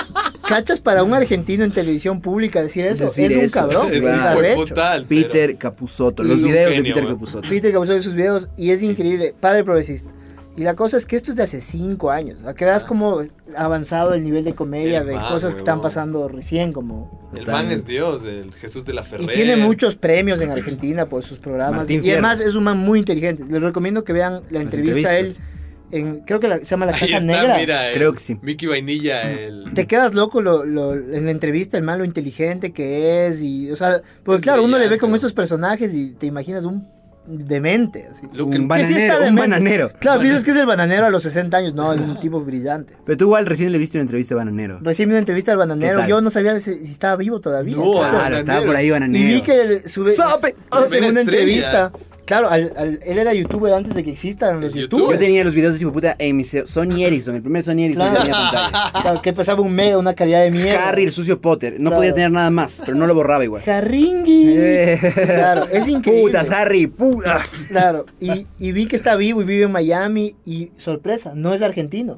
¿Cachas para un argentino en televisión pública decir eso?
Decir
es un
eso.
cabrón.
Es
Claro.
un
arrecho.
hueputal, pero-
Peter Capusotto. Los
Es un
videos de
genio,
Peter
man.
Capusotto.
Peter que de sus videos y es increíble, padre progresista. Y la cosa es que esto es de hace cinco años, a que veas cómo ha avanzado el nivel de comedia,
El
de
man,
cosas que están
huevón.
pasando recién, como...
El man es Dios, el Jesús de la
Y
Ferrer.
tiene muchos premios en Argentina por sus programas.
Martín
y además
Fierro.
es un man muy inteligente. Les recomiendo que vean la
Las
entrevista a él,
entrevistas.
en, creo que la- se llama La
Ahí
Caja
está,
Negra.
mira, el
Creo que sí.
Mickey Vainilla, el.
Te quedas loco lo- lo- en la entrevista, el man, lo inteligente que es. y O sea, porque
Es
claro, uno le ve
brillante.
con estos personajes y te imaginas un demente. Así.
Lo que-
Un
Que sí está
bananero. un
demente.
bananero.
Claro, piensas que es el bananero a los 60 años. No, es un tipo brillante.
Pero tú igual recién le viste una entrevista a Bananero.
Recibí una entrevista al
¿Qué
bananero.
tal?
Yo no sabía si, si estaba vivo todavía.
No,
¿cachas?
Claro, estaba por ahí
y
Bananero.
vi que el- sube
Sabe.
una segunda
Primera
entrevista. Claro, al- al- él era youtuber antes de que existan los
El
Yo
youtubers.
tenía los videos de ese hijo de puta en mi ce- Sony Ericsson, el primer Sony Ericsson que
Claro.
tenía pantalla.
Claro, que pesaba un mega, una calidad de mierda.
Harry, el sucio Potter. No
Claro.
podía tener nada más, pero no lo borraba igual.
Jarringui.
Eh.
Claro, es increíble.
Putas, Harry, puta.
Claro, y, y vi que está vivo y vive en Miami. Y sorpresa, no es argentino.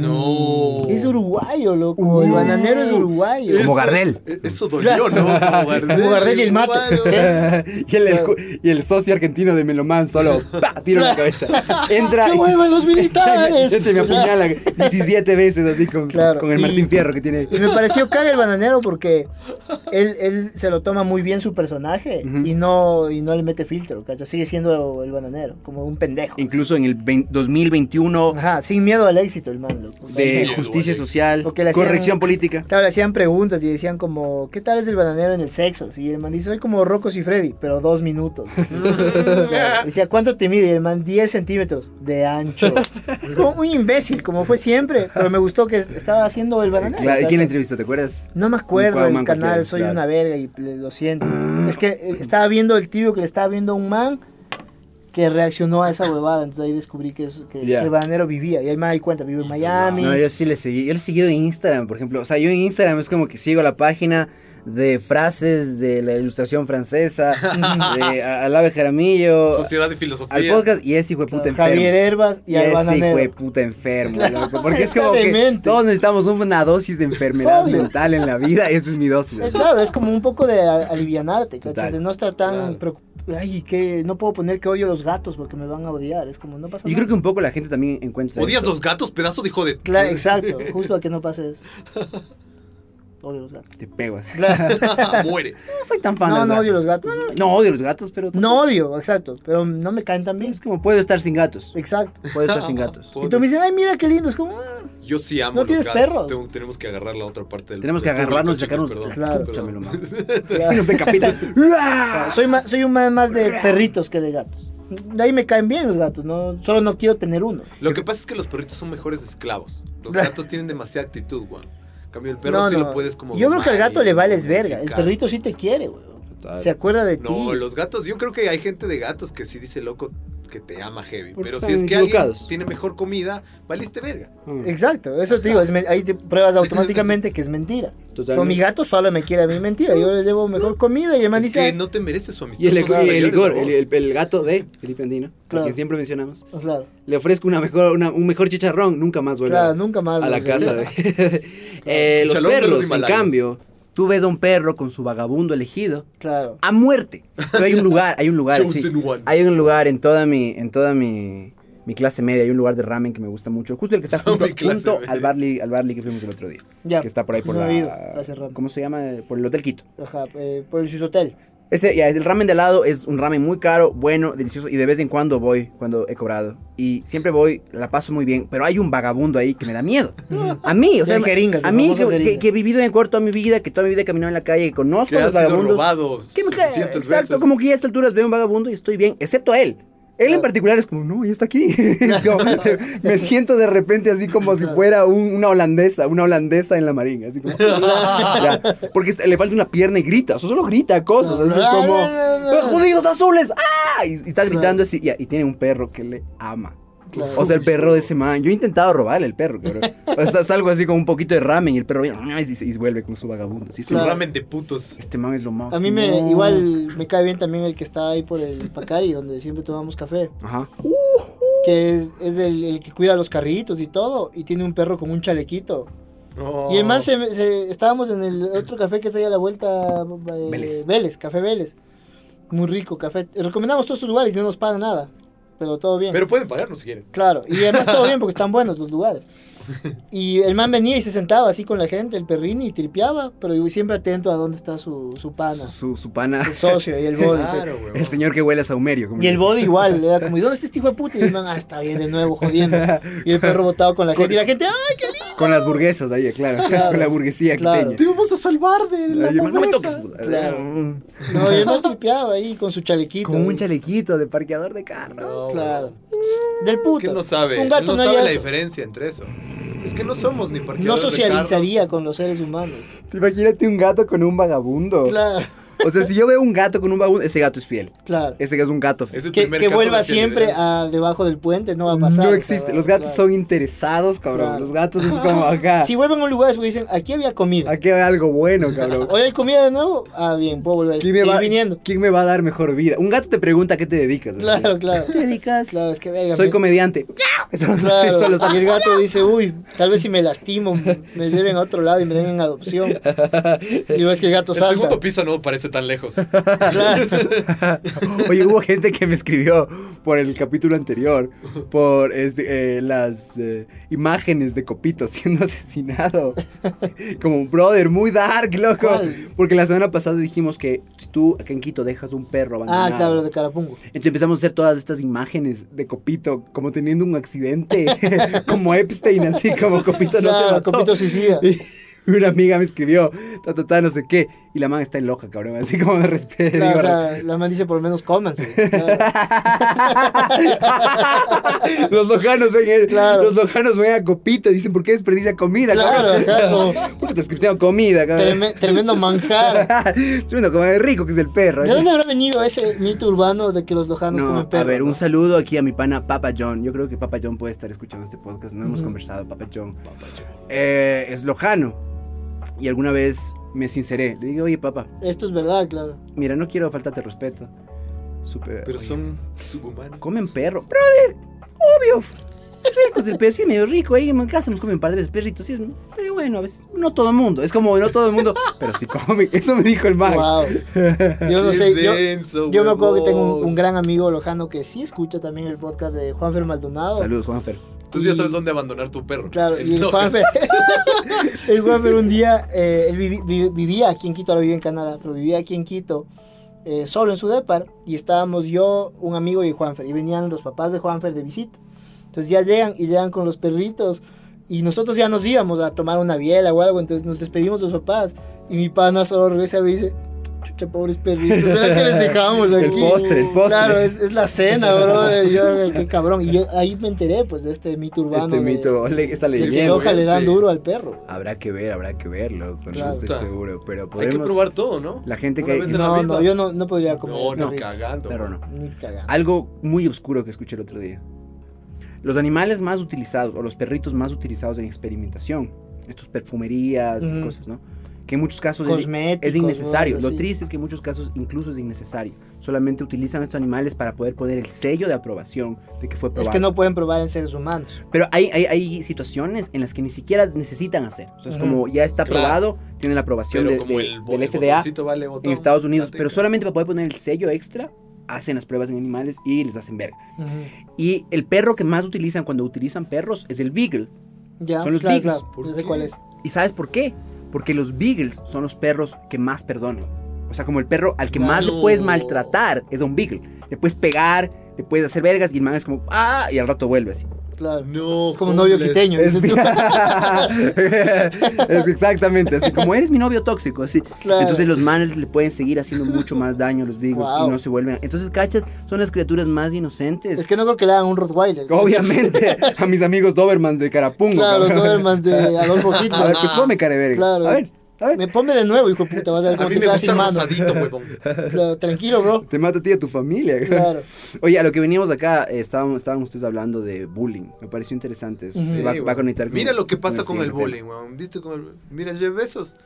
No.
Es uruguayo, loco. el
Oh. Uy.
bananero es uruguayo.
Como Gardel.
e- Eso dolió, ¿no? Como Gardel.
Como Gardel y el mate.
Bueno.
y, el, el cu- y el socio argentino de Meloman solo pa, tiro en la cabeza. Entra.
¡Que
y-
vuelvan los militares!
Entra y me apuñala 17 veces así con,
Claro.
con el Martín
Y-
Fierro que tiene. ahí.
Y me pareció caga el bananero porque él, él se lo toma muy bien su personaje
Ujú.
y no y no le mete filtro, ¿cachai? Sigue siendo el bananero, como un pendejo.
Incluso en el 20 2021
Ajá, sin miedo al éxito, el man, loco.
de
Sí,
justicia
igual.
social,
Porque le hacían-
corrección política.
Claro, le hacían preguntas y decían como, ¿qué tal es el bananero en el sexo? Y el man dice, soy como Rocco y Freddy, pero dos minutos. Claro. Decía, ¿cuánto te mide? Y el man, 10 centímetros de ancho. Es como un imbécil, como fue siempre, pero me gustó que estaba haciendo el bananero.
Claro, ¿y quién
¿cachai?
la entrevistó? ¿Te acuerdas?
No me
Un
acuerdo
man
del
cualquiera,
canal, soy
claro.
una verga y le- lo siento. Es que eh, estaba viendo el tibio que le estaba viendo a un man que reaccionó a esa huevada, entonces ahí descubrí que, es- que,
Ya.
que el bananero vivía, y ahí me di cuenta, vive en Miami.
No, yo sí le seguí. Yo le he seguido en Instagram, por ejemplo. O sea, yo en Instagram es como que sigo la página de frases de la ilustración francesa, de a- al ave Jaramillo,
Sociedad de
al
Filosofía.
podcast y ese hijo de puta
Claro,
enfermo.
Javier Herbas y,
y
al
ese hijo
bananero.
de puta enfermo, loco. Porque es
Está
como que
demente.
todos necesitamos una dosis de enfermedad
Obvio.
mental en la vida. Esa es mi dosis.
Eh, claro, es como un poco de a- alivianarte, ¿cachas?
Total.
de no estar tan
Claro.
preocup- Ay, que no puedo poner que odio a los gatos porque me van a odiar, es como no pasa
Yo
nada.
creo que un poco la gente también encuentra.
¿Odias
eso.
los gatos, pedazo de hijo de.
Cla- exacto, justo a que no pase eso. Odio los gatos.
Te pego así.
Muere.
No soy tan fan
No,
de los gatos.
no odio los gatos.
No, no, no odio los gatos, pero. tampoco-
No odio, exacto, pero no me caen tan bien.
Es como puedo estar sin gatos.
Exacto.
Puedo estar sin gatos.
Y tú me dices, ay, mira qué lindo. Es como, ah,
Yo sí amo
¿No
los
tienes
gatos.
perros?
Tengo- tenemos que agarrar la otra parte del
Tenemos que
del público,
agarrarnos y
chicos,
sacarnos.
perdón.
Claro.
Chúchame lo malo.
claro.
Y nos decapitan. ¡Ruah!
soy, ma- soy un man más de perritos que de gatos. De ahí me caen bien los gatos, ¿no? Solo no quiero tener uno.
Lo que pasa es que los perritos son mejores esclavos. Los gatos tienen demasiada actitud, weón. En cambio, el perro
No,
sí
no.
lo puedes como.
Yo creo que al
domar
gato
y
le vales verga. El
domesticar.
perrito sí te quiere, güey.
Total.
Se acuerda de
No,
ti.
los gatos, yo creo que hay gente de gatos que sí dice loco que te ama heavy.
Porque
Pero si
están
es que alguien
equivocados.
tiene mejor comida, valiste verga.
Mm,
Exacto, eso te digo, es men- ahí te pruebas automáticamente que es mentira.
Totalmente.
Con mi gato solo me quiere a mí mentira, yo le llevo mejor comida y el man
Es
dice...
que no te mereces su amistad.
Y el,
son
y el
superiores
Igor,
a vos.
el, el- el gato de Felipe Andino, a
Claro.
quien siempre mencionamos,
"Ah, Claro,
le ofrezco una mejor, una- un mejor chicharrón, nunca más vuelve
claro, nunca más.
a la
güey.
casa de... Eh, los
Chicharrón de los
perros, en
Himalayas.
cambio, tú ves a un perro con su vagabundo elegido
Claro.
a muerte. Pero hay un lugar, hay un lugar, sí.
Chosen one.
Hay un lugar en toda mi, en toda mi, mi clase media, hay un lugar de ramen que me gusta mucho, justo el que está
Toda
junto,
mi clase
junto
media.
al Barley, al Barley que fuimos el otro día.
Ya.
Que está por ahí por
No
la.
he ido a ese ramen.
¿Cómo se llama? Por el Hotel Quito.
Ajá, eh, por el Susotel.
Ese, ya, el ramen de al lado es un ramen muy caro, bueno, delicioso y de vez en cuando voy cuando he cobrado. Y siempre voy, la paso muy bien, pero hay un vagabundo ahí que me da miedo. A mí, o
El
sea,
jeringas,
a
el
mí
famoso
que,
jeringas.
que- que he vivido en cuarto toda mi vida, que toda mi vida he caminado en la calle, que conozco
que
a
ha
los
sido
vagabundos.
robado.
Que me-
suficientes
exacto,
veces.
como que ya a estas alturas veo un vagabundo y estoy bien, excepto a él. Él en particular es como, no, ya está aquí. Es como, me siento de repente así como si fuera un- una holandesa, una holandesa en la marina. Así como, ya, porque le falta una pierna y grita, o sea, solo grita cosas. Así como, "¡Eh, judíos azules, ¡ah! Y, y está gritando así, y, y tiene un perro que le ama.
Claro.
O sea, el perro de ese man. Yo he intentado robarle el perro, cabrón. O sea, salgo así con un poquito de ramen y el perro viene, y, se- y vuelve con su vagabundo. Así,
Es
su
un
Claro.
ramen de putos.
este man es lo máximo.
A mí me, igual me cae bien también el que está ahí por el Pacari, donde siempre tomamos café.
Ajá.
Que es, es el, el que cuida los carritos y todo. Y tiene un perro con un chalequito. Y el
eh,
man se, se- estábamos en el otro café que está ahí a la vuelta. eh,
Vélez.
Café Vélez. Muy rico café. Recomendamos todos estos lugares y no nos pagan nada. Pero todo bien.
Pero pueden pagarnos si quieren.
Claro. Y además todo bien porque están buenos los lugares. Y el man venía y se sentaba así con la gente, el perrini, y tripeaba. Pero siempre atento a dónde está su, su pana.
Su, su pana.
El socio y el body.
Claro, weón.
El señor que huele a saumerio. como
Y el
dice.
body igual, era como, ¿y dónde está este hijo de puta? Y el man, ah, está bien, de nuevo, jodiendo. Y el perro botado con la gente. Y la gente, ¡ay, qué lindo!
Con las burguesas ahí, claro.
Claro.
Con la burguesía
Claro.
quiteña.
vamos a salvar de
Ay, yo, no me toques.
Claro.
Mm.
No, y el man tripeaba ahí con su chalequito.
Con un
chalequito.
chalequito de parqueador de carros.
Claro. Del puto.
Que no sabe.
Un gato
él no,
no,
sabe
haría
la
eso.
diferencia entre eso. Es que no somos ni
No
parqueadores. de
socializaría con los seres humanos.
Te Imagínate un gato con un vagabundo.
Claro,
O sea, si yo veo un gato con un vagabundo, ese gato es fiel.
claro.
Ese gato es un gato
carros.
fiel.
Es el
Que,
primer
que
caso
vuelva
de
siempre
fidelidad.
a debajo del puente, no va a pasar.
no
esa
existe.
huevada,
Los gatos
claro.
son interesados, cabrón.
Claro.
Los gatos es como acá.
Si vuelven a un lugar es porque dicen, aquí había comida.
Aquí hay algo bueno, cabrón.
Hoy hay comida de nuevo. Ah, bien, puedo volver.
¿Quién me,
Sigue
va,
viniendo.
quién me va a dar mejor vida? Un gato te pregunta a qué te dedicas. así.
Claro, claro.
¿Qué te dedicas?
Claro, es que venga.
Soy
me-
comediante. Eso,
Claro,
eso lo
y
saca.
el gato dice, uy, tal vez si me lastimo, me lleven a otro lado y me den en adopción. Y ves que el gato
El
salta. Ah,
segundo piso no parece tan lejos.
Claro.
Oye, hubo gente que me escribió por el capítulo anterior, por este, eh, las eh, imágenes de Copito siendo asesinado. Como, brother, muy dark, loco.
¿Cuál?
Porque la semana pasada dijimos que si tú acá en Quito dejas un perro
Ah,
abandonado.
claro, de Carapungo.
Entonces empezamos a hacer todas estas imágenes de Copito como teniendo un accidente, como Epstein, así como Copito no se
Claro,
mató.
Copito suicida.
Y una amiga me escribió, ta, ta, ta, no sé qué, y la man está en loca, cabrón, así como de respeto. digo,
Claro, o sea, la man dice por lo menos cómanse. Claro.
los lojanos ven, eh,
Claro.
los lojanos ven a Copito y dicen, ¿por qué desperdicia comida,
Claro,
cabrón?
ajá, como
Porque te escribieron comida, cabrón.
treme- tremendo manjar.
Tremendo, como de rico que es el perro.
¿De dónde habrá venido ese mito urbano de que los lojanos
No,
comen perro?
a ver, un
no?
saludo aquí a mi pana Papa John. Yo creo que Papa John puede estar escuchando este podcast. No hemos conversado, Papa John. Eh, es lojano. Y alguna vez me sinceré. Le digo, oye, papá,
Esto es verdad, claro.
mira, no quiero faltarte respeto. Super,
Pero
oye,
son subhumanos.
Comen perro. Brother, obvio. Ricos el perro, sí, medio rico. Ahí en casa nos comen un par de veces perritos. Sí, es medio bueno a veces. No todo el mundo. Es como, no todo el mundo. Pero sí comen. Eso me dijo el man.
Wow. Yo no
Qué
sé, yo,
denso,
yo me acuerdo que tengo un,
huevón.
un gran amigo lojano que sí escucha también el podcast de Juanfer Maldonado.
Saludos, Juanfer.
Entonces ya sabes dónde abandonar tu perro.
Claro,
En
y el
Loja.
Juanfer, el Juanfer un día, eh, él vivi- vi- vivía aquí en Quito, ahora vive en Canadá, pero vivía aquí en Quito, eh, solo en su depar, y estábamos yo, un amigo y el Juanfer, y venían los papás de Juanfer de visita. Entonces ya llegan y llegan con los perritos, y nosotros ya nos íbamos a tomar una biela o algo, entonces nos despedimos de los papás, y mi pana solo regresa y me dice, chucha, pobres perritos, ¿será que les dejamos aquí?
El postre, el postre.
Claro, es, es la cena, bro, yo, qué cabrón, y yo ahí me enteré, pues, de este mito urbano.
eh.
este
de-
mito, le- esta
que
bien,
en
leyenda.
Loja-
Loja le dan
obviamente.
duro al perro.
Habrá que ver, habrá que ver, loco, no
Claro.
estoy
Está.
seguro, pero
Hay
podemos...
que probar todo, ¿no?
La gente
Una
que...
vez en la
No,
vida.
no, yo no, no podría comer.
No, no,
perrito.
cagando.
Pero no. Ah,
Ni cagando.
Algo muy oscuro que escuché el otro día. Los animales más utilizados o los perritos más utilizados en experimentación, estas perfumerías, estas
Ujú.
cosas, ¿no? Que en muchos casos es,
Cosméticos.
es innecesario.
cosas
Lo
así.
triste es que en muchos casos incluso es innecesario. Solamente utilizan estos animales para poder poner el sello de aprobación de que fue probado.
Es que no pueden probar en seres humanos.
Pero hay, hay, hay situaciones en las que ni siquiera necesitan hacer. O sea, es
Ujú.
como ya está
Claro.
aprobado, tiene la aprobación
Pero
de-
como
de-
el, bo-
del
el
FDA
botoncito vale botón,
en Estados Unidos.
date,
Pero
ca-
solamente para poder poner el sello extra, hacen las pruebas en animales y les hacen verga. Y el perro que más utilizan cuando utilizan perros es el Beagle.
Ya,
Son los
claro,
beagles.
claro,
¿Por
yo sé
qué?
cuál es.
¿Y sabes por qué? Porque los Beagles son los perros que más perdonan. O sea, como el perro al que más le
No.
puedes maltratar es a un Beagle. Le puedes pegar, le puedes hacer vergas y el man es como, ¡ah! Y al rato vuelve así.
Claro.
No.
es como novio
homeless.
quiteño.
Es,
dices tú.
Es exactamente así. Como eres mi novio tóxico, así.
Claro.
Entonces los manes le pueden seguir haciendo mucho más daño a los Beagles
Wow.
y no se vuelven. Entonces, cachas, son las criaturas más inocentes.
Es que no creo que le hagan un Rottweiler.
Obviamente, a mis amigos Dobermans de Carapungo.
Claro, los
cabrón.
Dobermans de Adolfo
A
Hitler.
ver, pues ponme cara de verga.
Claro.
A ver, a ver.
Me ponme de nuevo, hijo de puta. Vas a ver
A
cómo
mí
te
me
quedas
gusta
sin mano.
rosadito, huevón.
Claro, tranquilo, bro.
Te mato a ti y a tu familia.
Claro.
Oye, a lo que veníamos acá, eh, estábamos, estaban ustedes hablando de bullying. Me pareció interesante eso.
Ujú.
Sí,
va,
huevón.
va a conectar con-
Mira lo que pasa con el
siguiente
bullying, weón. ¿Viste con el... Mira, Jeff Bezos.
tema.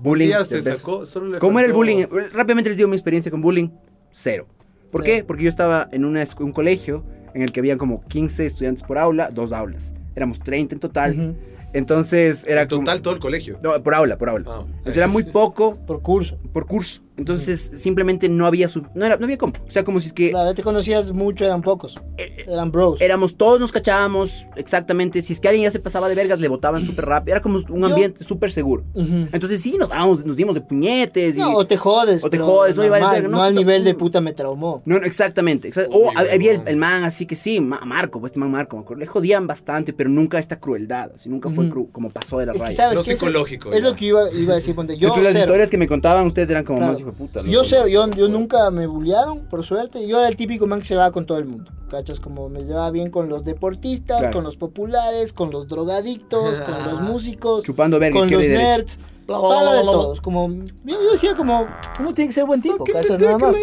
Bullying.
Ya
de
se
besos.
sacó, solo le
¿Cómo era el
faltó-
bullying? Rápidamente les digo mi experiencia con bullying. Cero. ¿Por
Cero.
qué? Porque yo estaba en una escu- un colegio en el que había como 15 estudiantes por aula, dos aulas. Éramos 30 en total.
Ujú.
Entonces era
En
como-
total todo el colegio.
No, por aula, por aula.
Ah,
Entonces era muy poco
Por curso.
por curso. Entonces simplemente no había su- no, era, no había cómo. O sea, como si es que
Claro, ya te conocías mucho, eran pocos.
Eh,
Eran bros.
éramos todos nos cachábamos exactamente. Si es que alguien ya se pasaba de vergas, le botaban súper rápido. Era como un
Yo-
ambiente súper seguro.
Ujú.
Entonces sí, nos dábamos, nos dimos de puñetes y
No, o te jodes.
O te
pero
jodes, oye, vale,
normal,
verga, no,
no, al
puta,
nivel de
mm.
puta me traumó.
No, no, exactamente. exact-
Uy,
o ha-
güey,
había el,
no.
el man así que sí, ma- Marco, pues, este man Marco, me acuerdo, le jodían bastante, pero nunca esta crueldad, así nunca fue
Ujú.
cru- como pasó de la
Es que
raya.
sabes
Lo
que ese-
psicológico,
Es
ya.
lo que iba, iba a decir, ponte. Yo
Entonces las
cero.
historias que me contaban ustedes eran como
Claro.
más hijo de puta.
yo
loco.
sé, yo, yo nunca me bullearon, por suerte. Yo era el típico man que se va con todo el mundo. ¿Cachas? Como me llevaba bien con los deportistas,
Claro.
con los populares, con los drogadictos, con los músicos,
Chupando verga,
con
izquierda
los
y derecha.
nerds. Para de todos. Como, yo, yo decía como, uno tiene que ser buen tipo, ¿cachas? Nada más.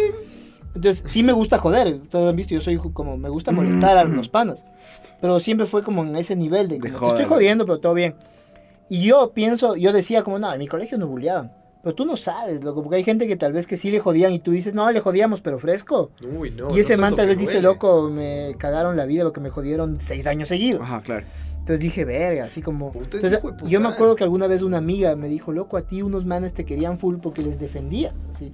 Entonces, sí me gusta joder. Ustedes han visto, yo soy ju- como, me gusta molestar a
Mm.
los panas. Pero siempre fue como en ese nivel de,
De
como, te
joder.
estoy jodiendo, pero todo bien. Y yo pienso, yo decía como, no, en mi colegio no bulleaban. Pero tú no sabes, loco, porque hay gente que tal vez que sí le jodían y tú dices, no, le jodíamos, pero fresco.
Uy, no.
y ese
no sé
man
lo
tal
que
vez dice,
duele.
loco, me cagaron la vida porque me jodieron seis años seguidos.
Ajá, claro.
Entonces dije, verga, así como...
Puta,
Entonces,
hijo de puta.
yo me acuerdo que alguna vez una amiga me dijo, loco, a ti unos manes te querían full porque les defendías, así.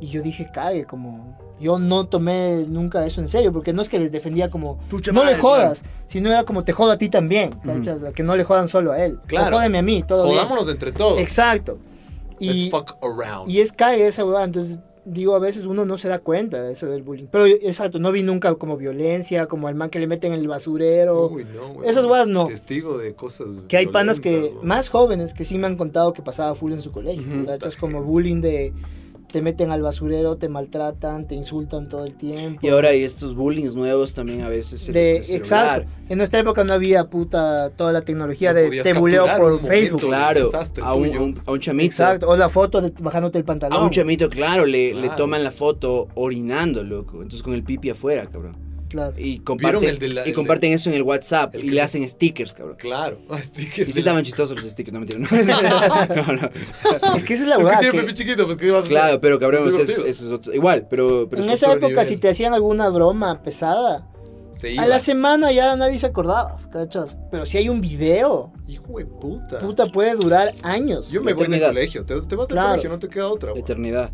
Y yo dije, cague, como... Yo no tomé nunca eso en serio, porque no es que les defendía como...
Pucha
no
madre,
le jodas, sino era como te jodo a ti también,
Ujú.
¿cachas? Que no le jodan solo a él.
Claro.
O jódeme a mí, todo bien.
Jodámonos entre todos.
Exacto.
Let's
Y,
fuck around.
y es cague esa huevada, entonces... Digo, a veces uno no se da cuenta de eso del bullying. Pero exacto, no vi nunca como violencia, como al man que le meten en el basurero.
Uy, no, güey.
esas guas no.
Testigo de cosas.
Que hay panas que,
violentas, güey.
más jóvenes, que sí me han contado que pasaba full en su colegio.
Ujú.
¿verdad? Es como bullying de te meten al basurero, te maltratan, te insultan todo el tiempo.
Y ahora hay estos bullings nuevos también a veces. se
De,
les- se
exacto. En nuestra época no había puta toda la tecnología
No
de
podías
te buleo
capturar un
por
momento.
Facebook.
Claro,
desastre
a un,
tuyo.
a un- a un chamito.
Exacto. O la foto de bajándote el
A
pantalón.
un chamito, claro, le, le
Claro.
toman la foto orinando, loco. Entonces con el pipi afuera, cabrón.
Claro.
Y comparten,
el de la-
y
el de-
comparten eso en el WhatsApp
el
y
que
le
se-
hacen stickers, cabrón.
Claro. Así que.
Y sí estaban chistosos los stickers, no mentira. No, no. Ah.
Es que esa es la
Es que
verdad.
tiene pepe chiquito, pues que vas a
Claro,
hacer?
pero cabrón,
Es
eso es,
divertido.
eso es otro- igual, pero... pero
en
eso es
esa
otro
época,
nivel.
si te hacían alguna broma pesada,
Se
a
iba.
la semana ya nadie se acordaba, ¿cachas? Pero si hay un video
Hijo de puta.
Puta, puede durar años.
Yo me voy del
eternidad.
colegio. Te, te vas del
Claro.
colegio, no te queda otra, güey.
Eternidad.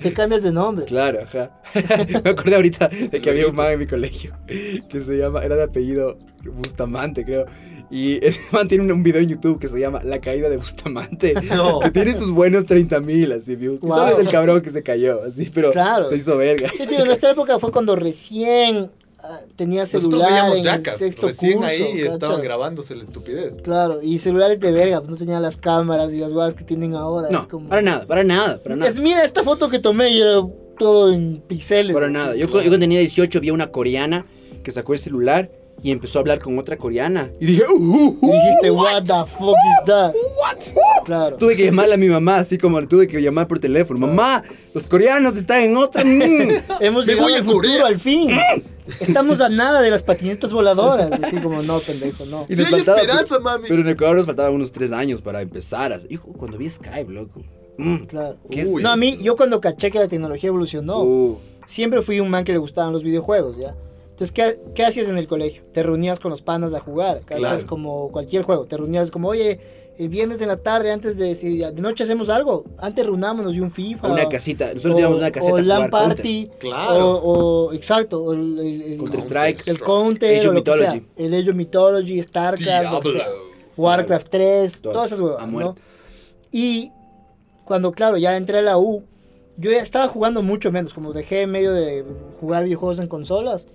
Te cambias de nombre.
Claro, ajá. Me acordé ahorita de que había un man en mi colegio que se llama, era de apellido Bustamante, creo. Y ese man tiene un- un video en YouTube que se llama La caída de Bustamante.
No.
Que tiene sus buenos 30 mil, así, views. Y solo
Wow.
es el cabrón que se cayó, así, pero
Claro.
se hizo verga.
Sí, tío, en nuestra época fue cuando recién ah, tenía
Nosotros
celular
veíamos
en el
yacas.
sexto
Recién
curso.
ahí estaban
¿cachas?
grabándose la estupidez.
Claro, y celulares de verga, pues no tenían las cámaras y las guadas que tienen ahora.
No,
es como-
para nada, para nada, para nada.
Es, mira esta foto que tomé y era todo en píxeles.
Para
así.
nada. Yo, cu- yo cuando tenía 18 vi a una coreana que sacó el celular y empezó a hablar con otra coreana. Y dije, "Uh, uh,
Y
uh,
dijiste, what the fuck is that? Claro.
Tuve que llamarle a mi mamá, así como le tuve que llamar por teléfono.
Ah.
Mamá, los coreanos están en otra. mm".
Hemos
Me
llegado
voy a
al futuro,
Corea.
al fin. Estamos a nada de las patinetas voladoras. Así como, no, pendejo, no.
Y
Sí
nos
hay
faltaba-
esperanza, mami.
Pero en Ecuador nos faltaban unos tres años para empezar. así. Hijo, cuando vi Skype, loco. mm,
Claro.
¿Qué es
Uy, no, a mí, yo cuando caché que la tecnología evolucionó,
uh,
siempre fui un man que le gustaban los videojuegos, ¿ya? Entonces, ¿qué, qué hacías en el colegio? Te reunías con los panas a jugar, ¿cachas?
Claro.
Como cualquier juego. Te reunías como, oye, el viernes en la tarde, antes de, si de noche hacemos algo, antes reunámonos y un FIFA.
una
o-
casita. Nosotros llevamos una caseta.
Ah. o
a jugar
LAN
Counter.
Party.
Claro.
O, o- exacto, o el, el- el-
Counter Strike.
Oh, el Counter,
Age of
o lo que sea,
Mythology.
el Age of Mythology, StarCraft, lo que sea,
Diablo.
Warcraft 3,
Todo.
todas esas
A
huevas, ¿no?
muerte.
Y cuando, claro, ya entré a la U, yo ya estaba jugando mucho menos, como dejé medio de jugar videojuegos en consolas,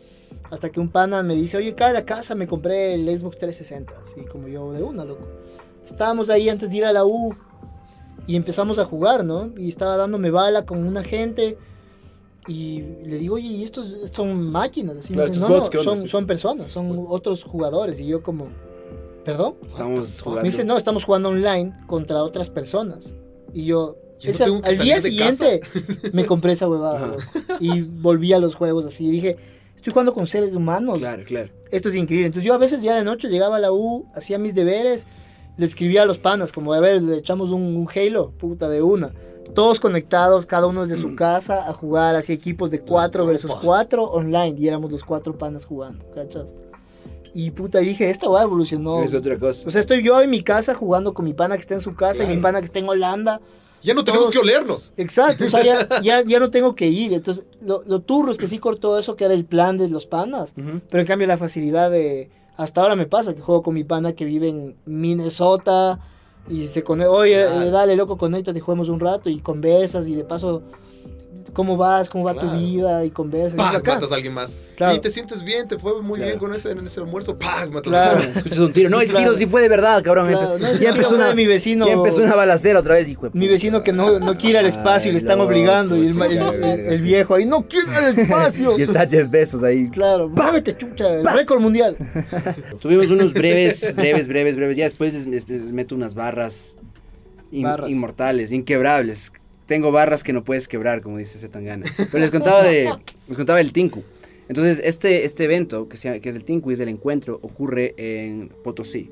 hasta que un pana me dice, oye, cara a la casa me compré el Xbox 360, así como yo de una, loco. Estábamos ahí antes de ir a la U y empezamos a jugar, ¿no? Y estaba dándome bala con una gente y le digo, oye, ¿y estos son máquinas? Así me
Claro,
dice,
estos
no,
bots, ¿qué
no,
onda?
son,
Sí.
son personas, son otros jugadores. Y yo como, ¿perdón?
Estábamos jugando.
Ah, Me dice, no, estamos jugando online contra otras personas. Y yo,
Yo no
esa-
tengo que
al
salir
día
de
siguiente me compré esa huevada.
Ajá.
loco. Y volví a los juegos así. Y dije, estoy jugando con seres humanos.
Claro, claro.
Esto es increíble. Entonces yo a veces ya de noche llegaba a la U, hacía mis deberes, le escribía a los panas, como, a ver, le echamos un, un Halo, puta de una. Todos conectados, cada uno desde
Mm.
su casa, a jugar así equipos de 4 versus
tropa.
4 online. Y éramos los cuatro panas jugando, ¿cachas? Y puta, dije, esta weá evolucionó.
Es otra cosa.
O sea, estoy yo en mi casa jugando con mi pana que está en su casa y
Claro.
mi pana que está en Holanda.
Ya no tenemos
Todos-
que olernos.
Exacto, o sea, ya, ya, ya no tengo que ir. Entonces, lo, lo turro es que sí cortó eso que era el plan de los panas.
Ujú.
Pero en cambio la facilidad de... Hasta ahora me pasa que juego con mi pana que vive en Minnesota y se conecta... Oye,
Claro.
eh, dale, loco, conéctate, juguemos un rato y conversas y de paso... ¿Cómo vas? ¿Cómo va
Claro.
tu vida? Y conversas. y es
Pac,
bacán.
matas a alguien más.
Claro.
Y te sientes bien, te fue muy
Claro.
bien con ese, en ese almuerzo. Pac, matas a
Claro.
alguien
Escuchas un tiro. No, ese
Claro.
tiro sí fue de verdad, cabrón.
Claro, no, ese
ya,
tiro
empezó
fue
una,
de mi vecino.
ya empezó una balacera otra vez, hijo. de
Mi
puta.
vecino que no, no quiere el espacio y le
Ay,
están
loco,
obligando. Y el, ma-
este
el-
caga verga,
el
sí.
viejo ahí, no quiere el espacio.
Y está Jeff Bezos ahí.
Claro, muévete, chucha, el récord mundial.
Tuvimos unos breves, breves, breves, breves. Ya después les, les- les meto unas barras, in-
Barras.
inmortales, inquebrables. Tengo barras que no puedes quebrar, como dice Zetangana. Pero les contaba de, les contaba del Tinku. Entonces, este, este evento, que, sea, que es el Tinku, es el encuentro, ocurre en Potosí,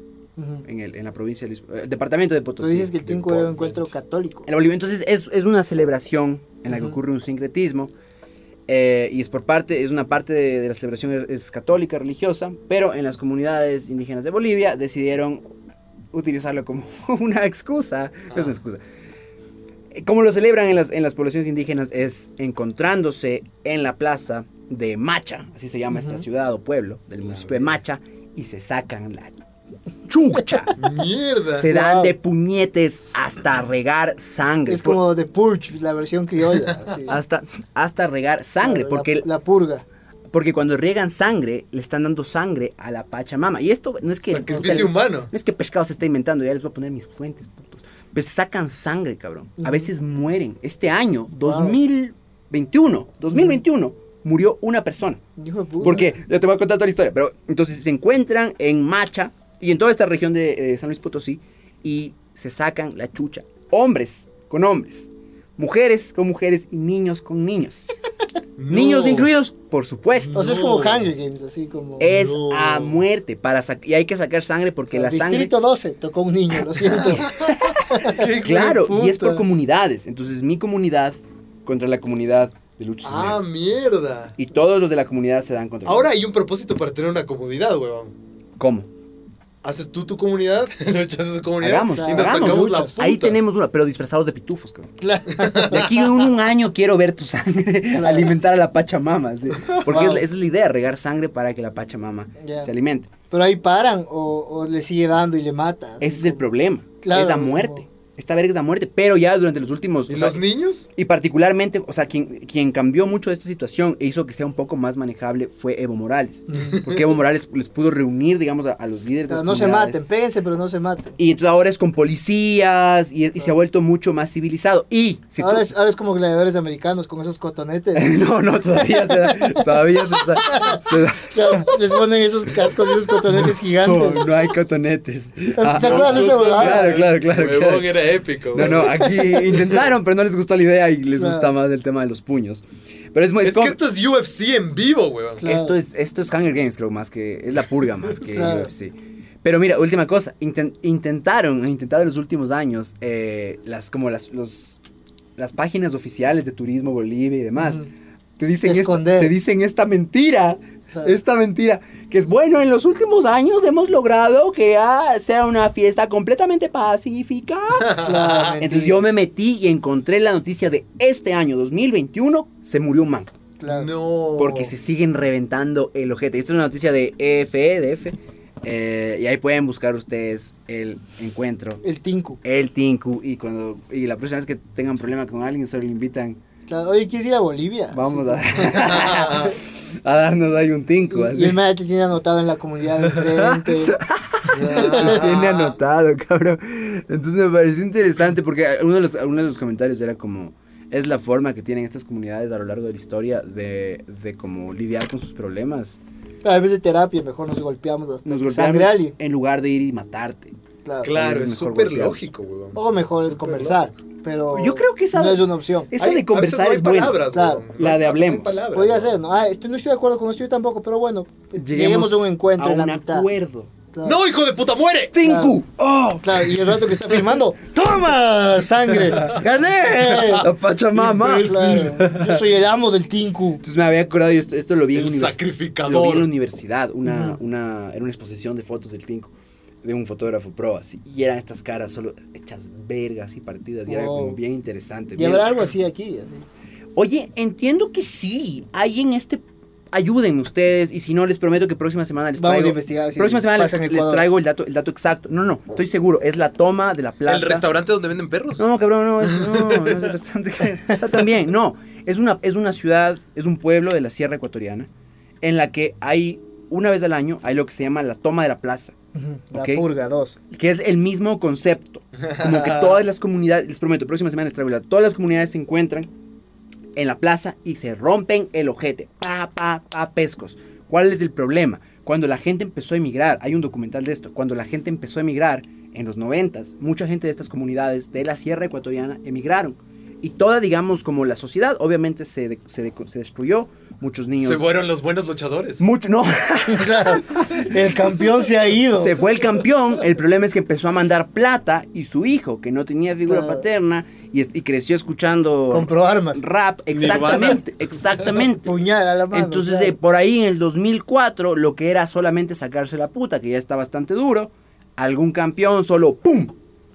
en, el, en la provincia de Luis, eh, departamento de
Tú
Potosí.
dices que el Tinko era un encuentro católico.
El Bolivia. Entonces es, es una celebración en la que
Ujú.
ocurre un sincretismo. eh, y es por parte, es una parte de, de la celebración es, es católica, religiosa, pero en las comunidades indígenas de Bolivia decidieron utilizarlo como una excusa. No es
Ah.
una excusa. Eh, Como lo celebran en las, en las poblaciones indígenas es encontrándose en la plaza de Macha, así se llama esta
Ujú.
ciudad o pueblo del municipio de Macha, y se sacan la chucha.
más. Mierda.
Se dan
Wow.
de puñetes hasta regar sangre.
Es como The Purge, la versión criolla. así.
Por- hasta, hasta regar sangre.
Claro,
porque,
La, la purga.
porque cuando riegan sangre, le están dando sangre a la Pachamama. Y esto no es que.
Sacrificio humano.
No es que pescado se está inventando, ya les voy a poner mis fuentes, putos. Pues sacan sangre, cabrón. A
Ujú.
veces mueren. Este año,
Wow.
2021, 2021, murió una persona.
Hijo de puta.
Porque, ya te voy a contar toda la historia, pero entonces se encuentran en Macha y en toda esta región de eh, San Luis Potosí y se sacan la chucha. Hombres con hombres, mujeres con mujeres y niños con niños. Niños
No.
incluidos, por supuesto.
O sea, es como
No.
Hunger Games, así como...
Es
No.
a muerte para sac- y hay que sacar sangre porque la sangre
Distrito 12, tocó un niño, lo siento.
Qué hijo
claro
de
y es por
puta.
comunidades. Entonces mi comunidad contra la comunidad de luchas
Ah, mierda.
y todos los de la comunidad se dan contra.
Ahora hay un propósito para tener una comodidad, huevón.
cómo
haces tú tu comunidad, luchas a su comunidad.
Hagamos,
y nos
hagamos
sacamos la
luchas.
puta.
Ahí tenemos una, pero disfrazados de pitufos, cabrón.
Claro.
De aquí en un año quiero ver tu sangre alimentar a la Pachamama, sí. Porque
Wow.
es, la- esa es la idea, regar sangre para que la Pachamama
Ya.
se alimente.
Pero ahí paran o, o le sigue dando y le mata. así
Ese es el
como-
problema,
Claro,
es la
es
muerte.
como-
Esta verga es la muerte, pero ya durante los últimos...
¿Y
o sea,
los niños?
y particularmente, o sea, quien, quien cambió mucho esta situación e hizo que sea un poco más manejable fue Evo Morales. Porque Evo Morales les pudo reunir, digamos, a, a los líderes de
Claro,
las
Mm. no se
comunidades.
maten, péguense, pero no se maten.
Y entonces ahora es con policías y, y se ha vuelto mucho más civilizado. Y si tú-
ahora, es, ahora es como gladiadores americanos con esos cotonetes.
no, no, todavía se da- todavía se, sa- se da-
Claro, les ponen esos cascos, esos cotonetes gigantes.
no, no hay cotonetes. Ah,
¿Se acuerdan de esa
Claro,
volada?
claro, claro,
Huevón,
claro.
era épico.
No, no, aquí intentaron, pero no les gustó la idea y les
Claro.
gusta más el tema de los puños. Pero es muy...
Es
como-
que esto es UFC en vivo, weón.
Claro.
Esto es, esto es Hunger Games, creo, más que. Es la purga más que
Claro.
UFC. Pero mira, última cosa. inten- intentaron, han intentado en los últimos años, eh, las, como las, los, las páginas oficiales de Turismo Bolivia y demás.
Ujú.
Te dicen, es-
Esconder.
te dicen esta mentira.
Claro.
Esta mentira. Que es bueno, en los últimos años hemos logrado que ah, sea una fiesta completamente pacífica.
Ah, Claro,
Entonces yo me metí y encontré la noticia de este año, 2021, se murió un man.
Claro.
No.
Oh.
Porque se siguen reventando el ojete. Esta es una noticia de EFE, de EFE. eh, y ahí pueden buscar ustedes el encuentro,
El tinku.
el Tinku. Y cuando y la próxima vez que tengan problema con alguien, solo le invitan.
Claro, Oye, ¿quieres ir a Bolivia?
Vamos a, a darnos ahí un Tinku.
Y, y
Así.
el madre te tiene anotado en la comunidad de enfrente.
Lo tiene anotado, cabrón. Entonces me pareció interesante porque uno de los, uno de los comentarios era como. Es la forma que tienen estas comunidades a lo largo de la historia de, de como lidiar con sus problemas.
A veces terapia, mejor nos golpeamos hasta
Nos
que sangre
golpean
alguien.
en lugar de ir y matarte.
Claro.
Claro,
Es
es
mejor
súper
golpear.
lógico, weón.
O mejor es
Súper
conversar.
lógico.
Pero
Yo creo que esa-
no es una opción.
Esa
Hay-
de conversar
a
es
veces no hay
buena.
palabras,
Claro.
weón. No hay-
La de
no hay
hablemos.
palabras,
Podría
weón.
ser, ¿no? Ah, estoy, no estoy de acuerdo con esto yo tampoco, pero bueno, lleguemos, a un encuentro
a
en la
un
mitad.
acuerdo.
Claro.
¡No, hijo de puta, muere!
Tinku. Oh.
Claro, y el rato que está firmando, ¡toma! ¡Sangre! ¡Gané!
La Pachamama.
Claro, yo soy el amo del Tinku.
Entonces me había acordado, y esto, esto lo vi en
El
univers-
sacrificador.
Lo vi en la universidad, una, una, era una exposición de fotos del Tinku, de un fotógrafo pro, así. Y eran estas caras solo hechas vergas y partidas, y era
Wow.
como bien interesante.
Y
bien-
habrá algo así aquí. Así.
Oye, entiendo que sí, hay en este... Ayuden ustedes, y si no, les prometo que próxima semana les
Vamos
traigo...
a investigar. si
próxima semana les,
pasa en
les
Ecuador.
traigo el dato, el dato exacto. No, no, estoy seguro, es la toma de la plaza.
El restaurante donde venden perros.
No, cabrón, no, es, no, no es el restaurante que- Está tan bien, no. Es una, es una ciudad, es un pueblo de la Sierra Ecuatoriana en la que hay, una vez al año, hay lo que se llama la toma de la plaza,
Ujú, La
Ok.
purga 2.
que es el mismo concepto. Como que todas las comunidades, les prometo, próxima semana les traigo la- todas las comunidades se encuentran en la plaza y se rompen el ojete. Pa, pa, pa, pescos. ¿Cuál es el problema? Cuando la gente empezó a emigrar, hay un documental de esto, cuando la gente empezó a emigrar en los 90, mucha gente de estas comunidades de la Sierra Ecuatoriana emigraron. Y toda, digamos, como la sociedad, obviamente se, de- se, de- se destruyó. Muchos niños...
Se fueron los buenos luchadores.
mucho, no,
Claro, el campeón se ha ido.
Se fue el campeón, el problema es que empezó a mandar plata y su hijo, que no tenía figura
Claro.
paterna y, es- y creció escuchando
Compró armas.
rap, exactamente, exactamente.
Puñal a la mano.
Entonces,
claro.
eh, por ahí en el 2004, lo que era solamente sacarse la puta, que ya está bastante duro, algún campeón solo ¡pum!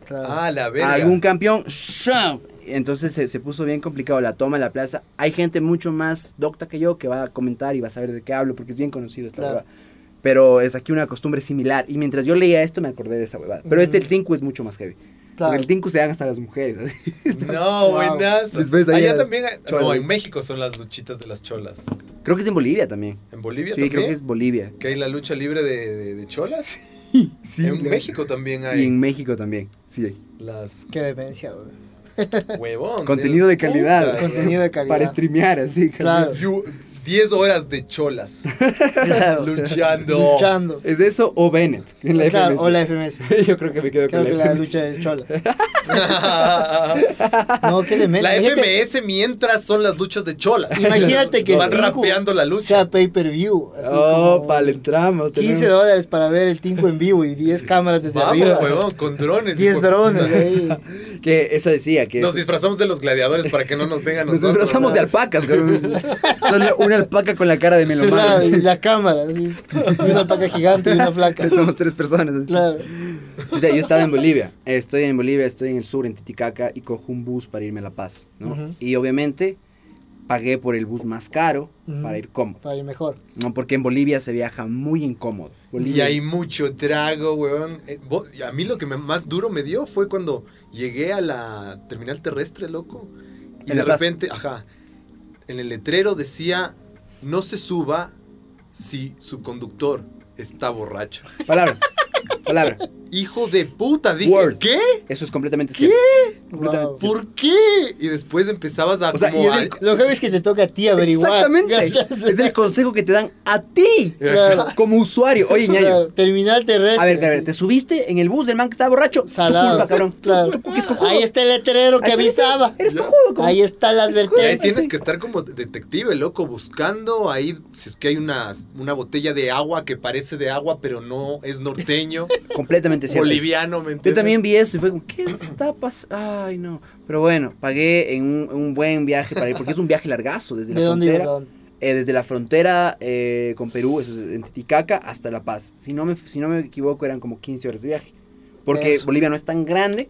Claro.
Ah, la verga.
Algún campeón ¡shum! Entonces se, se puso bien complicado la toma en la plaza. Hay gente mucho más docta que yo que va a comentar y va a saber de qué hablo porque es bien conocido esta
Claro.
huevada. Pero es aquí una costumbre similar. Y mientras yo leía esto me acordé de esa huevada. Pero este
Ujú.
el Tinku es mucho más heavy.
Mm. Claro.
Porque el Tinku se dan hasta las mujeres.
No,
Wow.
buenas.
Después ahí
Allá
a-
también. hay- No,
cholas.
en México son las luchitas de las cholas.
Creo que es en Bolivia también.
En Bolivia
sí,
también.
creo que es Bolivia.
Que hay la lucha libre de, de- de cholas.
Sí,
en
claro.
México también hay
Y en México también. Sí.
las
Qué demencia, güey.
huevón.
Contenido de calidad.
Puta,
Contenido de calidad.
Para streamear, así.
Claro,
you- 10 horas de cholas.
claro.
luchando.
Luchando.
¿Es eso o Bennett? en la
claro,
FMS.
o la FMS.
Yo creo que me quedo
Creo
con
que
la
la
FMS.
lucha de cholas.
la
No, qué demencia. Imagínate-
FMS mientras son las luchas de cholas.
Imagínate que el
Van
Tinku
rapeando la lucha.
sea pay per view. así
Oh,
como
para le entramos.
15
tenemos-
dólares para ver el Tinku en vivo y 10 cámaras desde
Vamos,
arriba.
huevón, Pues, con drones.
10
hijo de
drones
puta.
ahí.
Que eso decía, que
Nos
eso-
disfrazamos de los gladiadores para que no nos den a
nos
nosotros.
disfrazamos de
¿verdad?
alpacas, cabrón. Solo un
una alpaca con la cara de melomano.
Claro, y la cámara. así. Y una paca gigante y una flaca.
Somos tres personas.
Claro.
O sea, yo estaba en Bolivia, eh, estoy en Bolivia, estoy en el sur, en Titicaca, y cojo un bus para irme a La Paz, ¿no?
Ujú.
Y obviamente pagué por el bus más caro
Ujú.
para ir cómodo,
Para ir mejor.
¿no? Porque en Bolivia se viaja muy incómodo.
Y
Bolivia
hay mucho trago, weón. Eh, vo- y A mí lo que me- más duro me dio fue cuando llegué a la terminal terrestre, loco. Y
En
de
La Paz.
repente, ajá, en el letrero decía, no se suba si su conductor está borracho.
Palabra, palabra.
Hijo de puta, dije,
Word.
¿qué?
Eso es completamente
¿Qué?
cierto.
Wow.
Completamente cierto.
¿Por qué? Y después empezabas a...
O sea, y
como
es
a-
el-
Lo que es que te toca a ti averiguar.
Exactamente.
¿Cachas?
Es el consejo que te dan a ti
Claro.
como usuario. Oye, ñaño.
Claro, Terminal terrestre.
A ver, a ver,
así.
te subiste en el bus del man que estaba borracho. Tu
Salado.
culpa, cabrón.
Claro.
Tu culpa, que es cojudo.
Ahí está el letrero que
Ahí está,
avisaba.
Eres cojudo, como-
Ahí está la
Y ahí
advertencia.
tienes
sí.
que estar como detective, loco, buscando ahí si es que hay una, una botella de agua que parece de agua, pero no es norteño,
Completamente cierto.
boliviano, ¿me
Yo
entiendes?
también vi eso y fue como, ¿qué está pasando? Ay, no. Pero bueno, pagué en un, un buen viaje para ir, porque es un viaje largazo desde la
¿De dónde ibas a
frontera.
dónde?
eh, desde la frontera eh, con Perú, eso es en Titicaca, hasta La Paz. Si no me, si no me equivoco, eran como 15 horas de viaje. Porque
Eso.
Bolivia no es tan grande,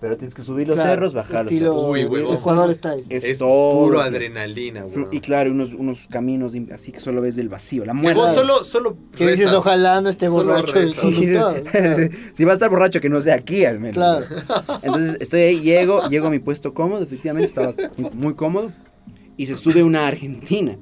pero tienes que subir los
Claro,
cerros, bajar
estilo
los cerros.
Uy, huevón.
Ecuador está ahí.
Es,
Es
todo
puro
lo que-
adrenalina,
fru-
weón.
Y claro, unos, unos caminos im- así que solo ves del vacío, la
Que
muerte.
vos solo, solo
Que dices,
rezas.
ojalá no esté
Solo
borracho el
rezas.
Y dices,
conductor. Claro.
si va a estar borracho, que no sea aquí al menos.
Claro.
Entonces estoy ahí, llego, llego a mi puesto cómodo, efectivamente estaba muy- muy cómodo, y se sube una argentina.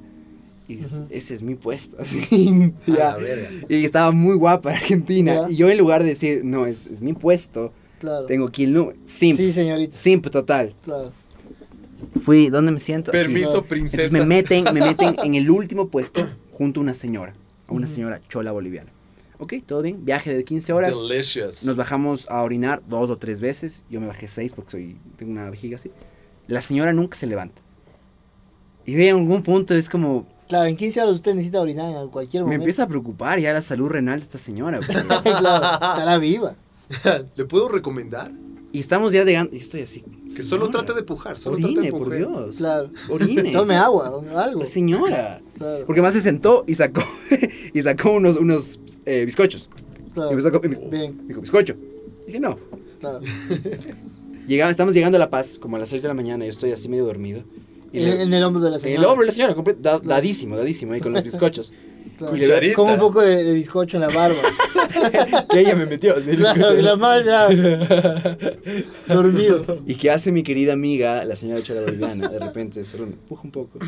Y dices,
Ujú.
ese es mi puesto. así,
A
ya.
la verga.
Y estaba muy guapa Argentina.
Ya.
Y yo en lugar de decir, no, es, es mi puesto,
claro.
tengo que ir, no, simp,
Sí, señorita.
simp total.
Claro.
Fui, ¿dónde me siento? Aquí.
Permiso,
Entonces
princesa.
me meten, me meten en el último puesto junto a una señora, a una
Ujú.
señora chola boliviana. Ok, todo bien, viaje de 15 horas.
Delicious.
Nos bajamos a orinar dos o tres veces. Yo me bajé seis porque soy, tengo una vejiga así. La señora nunca se levanta. Y yo en algún punto es como,
Claro, en 15 horas usted necesita orinar en cualquier
me
momento.
empieza a preocupar ya la salud renal de esta señora. pues.
claro, estará viva.
¿Le puedo recomendar?
y estamos ya llegando, y estoy así.
Que solo
señora,
trate de pujar, solo trate de
Orine, por
pujar.
Dios.
Claro.
Orine.
Tome agua o algo.
La señora.
Claro,
Porque más se sentó y sacó, y sacó unos, unos eh, bizcochos.
claro.
Y empezó a comer.
Bien,
Dijo, bizcocho. Dije, no.
claro.
Llegaba- estamos llegando a La Paz como a las 6 de la mañana. Yo estoy así medio dormido. Y
En,
le-
en el hombro de la
En
señora.
el hombro de la señora, comple- da- dadísimo, dadísimo ahí con los bizcochos.
Claro.
Y le veo-
Como un poco de, de bizcocho en la barba.
y ella me metió. así, el
claro,
bizcocho.
y la madre ya- dormido.
Y qué hace mi querida amiga, la señora Chola Boliviana, de repente solo me empuja un poco.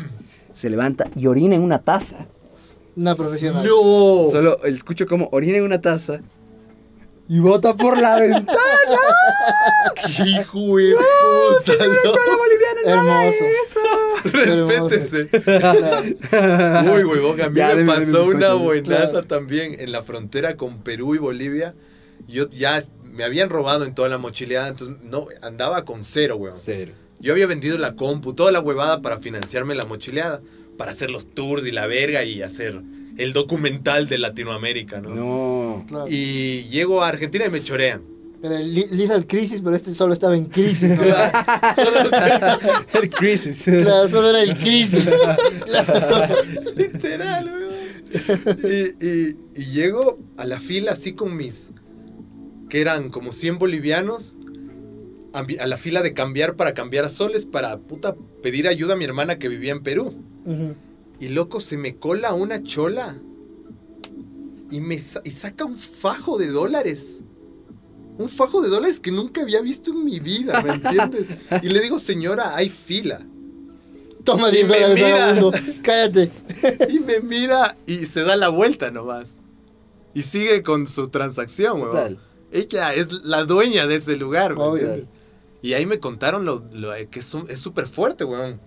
Se levanta y orina en una taza.
Una profesional. Oh.
¡No!
Solo escucho como orina en una taza y bota por la ventana.
¡Qué ¡Hijo de puta! no!
Hermoso.
¡Respétese!
Claro.
Uy, huevón, a mí
Ya,
me
deme, deme
pasó
mis
una
coches.
buenaza
Claro.
también en la frontera con Perú y Bolivia. Yo ya es- me habían robado en toda la mochileada, entonces no andaba con cero, weón.
Cero.
Yo había vendido la compu, toda la huevada para financiarme la mochileada, para hacer los tours y la verga y hacer el documental de Latinoamérica, ¿no?
No.
Claro.
Y llego a Argentina y me chorean.
Era el li- Little Crisis, pero este solo estaba en crisis. ¿no?
Solo-
El crisis.
Claro, solo era el crisis.
Literal, weón. Y, y- y llego a la fila así con mis. que eran como 100 bolivianos. A, mi- a la fila de cambiar para cambiar a soles para puta pedir ayuda a mi hermana que vivía en Perú.
Ujú.
Y loco, se me cola una chola. Y me sa- y saca un fajo de dólares. Un fajo de dólares que nunca había visto en mi vida, ¿me entiendes? Y le digo, señora, hay fila.
Toma
Y
10
me
dólares
mira.
vagabundo. Cállate.
Y me mira y se da la vuelta nomás. Y sigue con su transacción,
Total.
weón. Ella es la dueña de ese lugar, ¿me
Obvio.
entiendes? Y ahí me contaron lo, lo- eh, que es un- es súper fuerte, weón.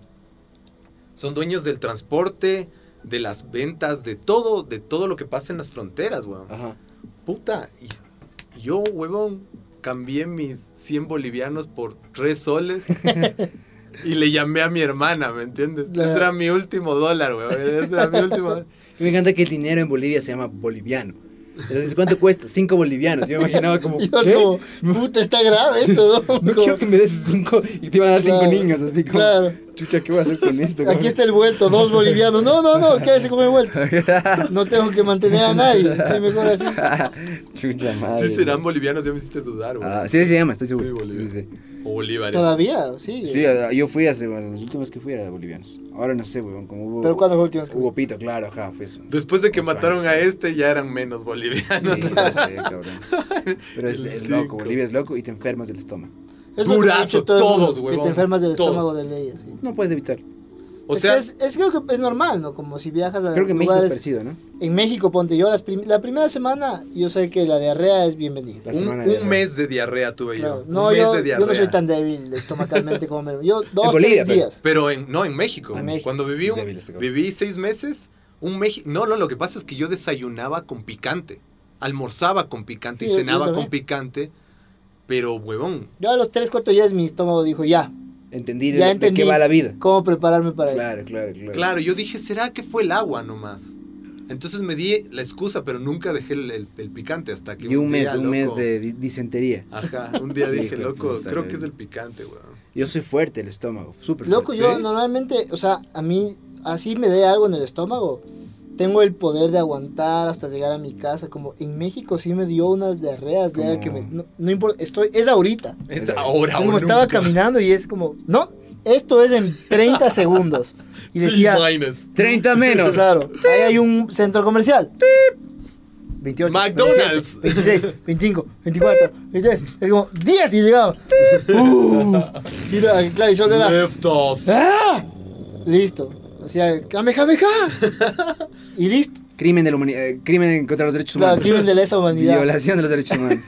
Son dueños del transporte, de las ventas, de todo, de todo lo que pasa en las fronteras, weón.
Ajá.
Puta, y yo, huevón, cambié mis 100 bolivianos por 3 soles y le llamé a mi hermana, ¿me entiendes?
Claro.
Ese era mi último dólar, huevón. Ese era mi último dólar.
Y Me encanta que el dinero en Bolivia se llama boliviano. Entonces, ¿cuánto cuesta? Cinco bolivianos. Yo me imaginaba como.
Y vas
¿qué?
como, puta, está grave esto, ¿no?
No
Como-
quiero que me des cinco y te iban a dar cinco
Claro,
niños, así como.
Claro.
Chucha, ¿qué voy a hacer con esto?
Aquí está el vuelto, dos bolivianos. No, no, no, quédese con el vuelto. No tengo que mantener a nadie, estoy mejor así.
Chucha madre.
Sí serán bolivianos, ya me hiciste dudar, güey.
Ah, sí, se llama, estoy seguro.
Sí, Bolivia.
Sí, sí.
O bolívares.
Todavía, sí. eh.
Sí, ah, yo fui hace, bueno, las últimas que fui era de bolivianos. Ahora no sé, weón, como hubo...
Pero ¿cuándo fue la última vez que
Hubo pito, claro, ajá, fue eso.
Después de que mataron a este, ya eran menos
Sí,
bolivianos.
no sé, cabrón. Pero es,
El
es loco,
cinco.
Bolivia es loco y te enfermas del estómago.
Es lo que me ha
Durazo,
dicho todo el mundo,
todos,
Que
huevón,
te enfermas del
todos.
estómago de ley, así.
No puedes evitar.
O
Es
sea,
que es, es- creo que es normal, ¿no? Como si viajas a
Creo que en México es
Ah, lugares...
parecido, ¿no?
en México, ponte yo, las prim- la primera semana, yo sé que la diarrea es bienvenida.
La
un,
semana
un
de-
mes de diarrea tuve
Claro,
yo.
No,
un mes
yo,
de
yo
diarrea.
no soy tan débil estomacalmente como me... Yo dos,
Bolivia,
tres
pero-
días.
Pero en, no, en México.
En México.
Cuando viví,
Es
un-
débil este cabrón.
viví seis meses, un México... No, no, lo que pasa es que yo desayunaba con picante. Almorzaba con picante
Sí,
y
yo- yo
cenaba con
también.
picante. Pero, huevón,
Yo a los 3, 4 días mi estómago dijo, ya,
Entendí de,
Ya
de
entendí.
qué va la vida.
¿cómo prepararme para esto?
Claro, claro, claro.
Claro, yo dije, ¿será que fue el agua nomás? Entonces me di la excusa, pero nunca dejé el, el- el picante hasta que
Y un mes,
día,
un mes
loco,
de di- disentería.
Ajá, un día
Sí,
dije,
hijo de
loco,
puta,
creo
güey.
que es el picante, weón.
Yo soy fuerte el estómago, súper
Loco,
fuerte.
yo
¿Sí?
normalmente, o sea, a mí, así me dé algo en el estómago, tengo el poder de aguantar hasta llegar a mi casa. Como en México sí me dio unas diarreas, de
Como-
que me- no, no importa, estoy, es ahorita.
Es
Era-
ahora,
como
o
estaba
nunca.
caminando y es como, no, esto es en 30 segundos. Y
Sí,
decía,
minus.
30 menos.
claro, ahí hay un centro comercial. 28,
McDonald's.
26, 25, 24, 23, es como 10 y llegaba. Uh, y la- claro, y yo era,
Left off.
¡Ah! Listo. O sea, jame, jame, ja. Y listo.
Crimen de la humanidad, eh, crimen contra los derechos
Claro,
humanos.
crimen de lesa humanidad.
Violación de los derechos humanos.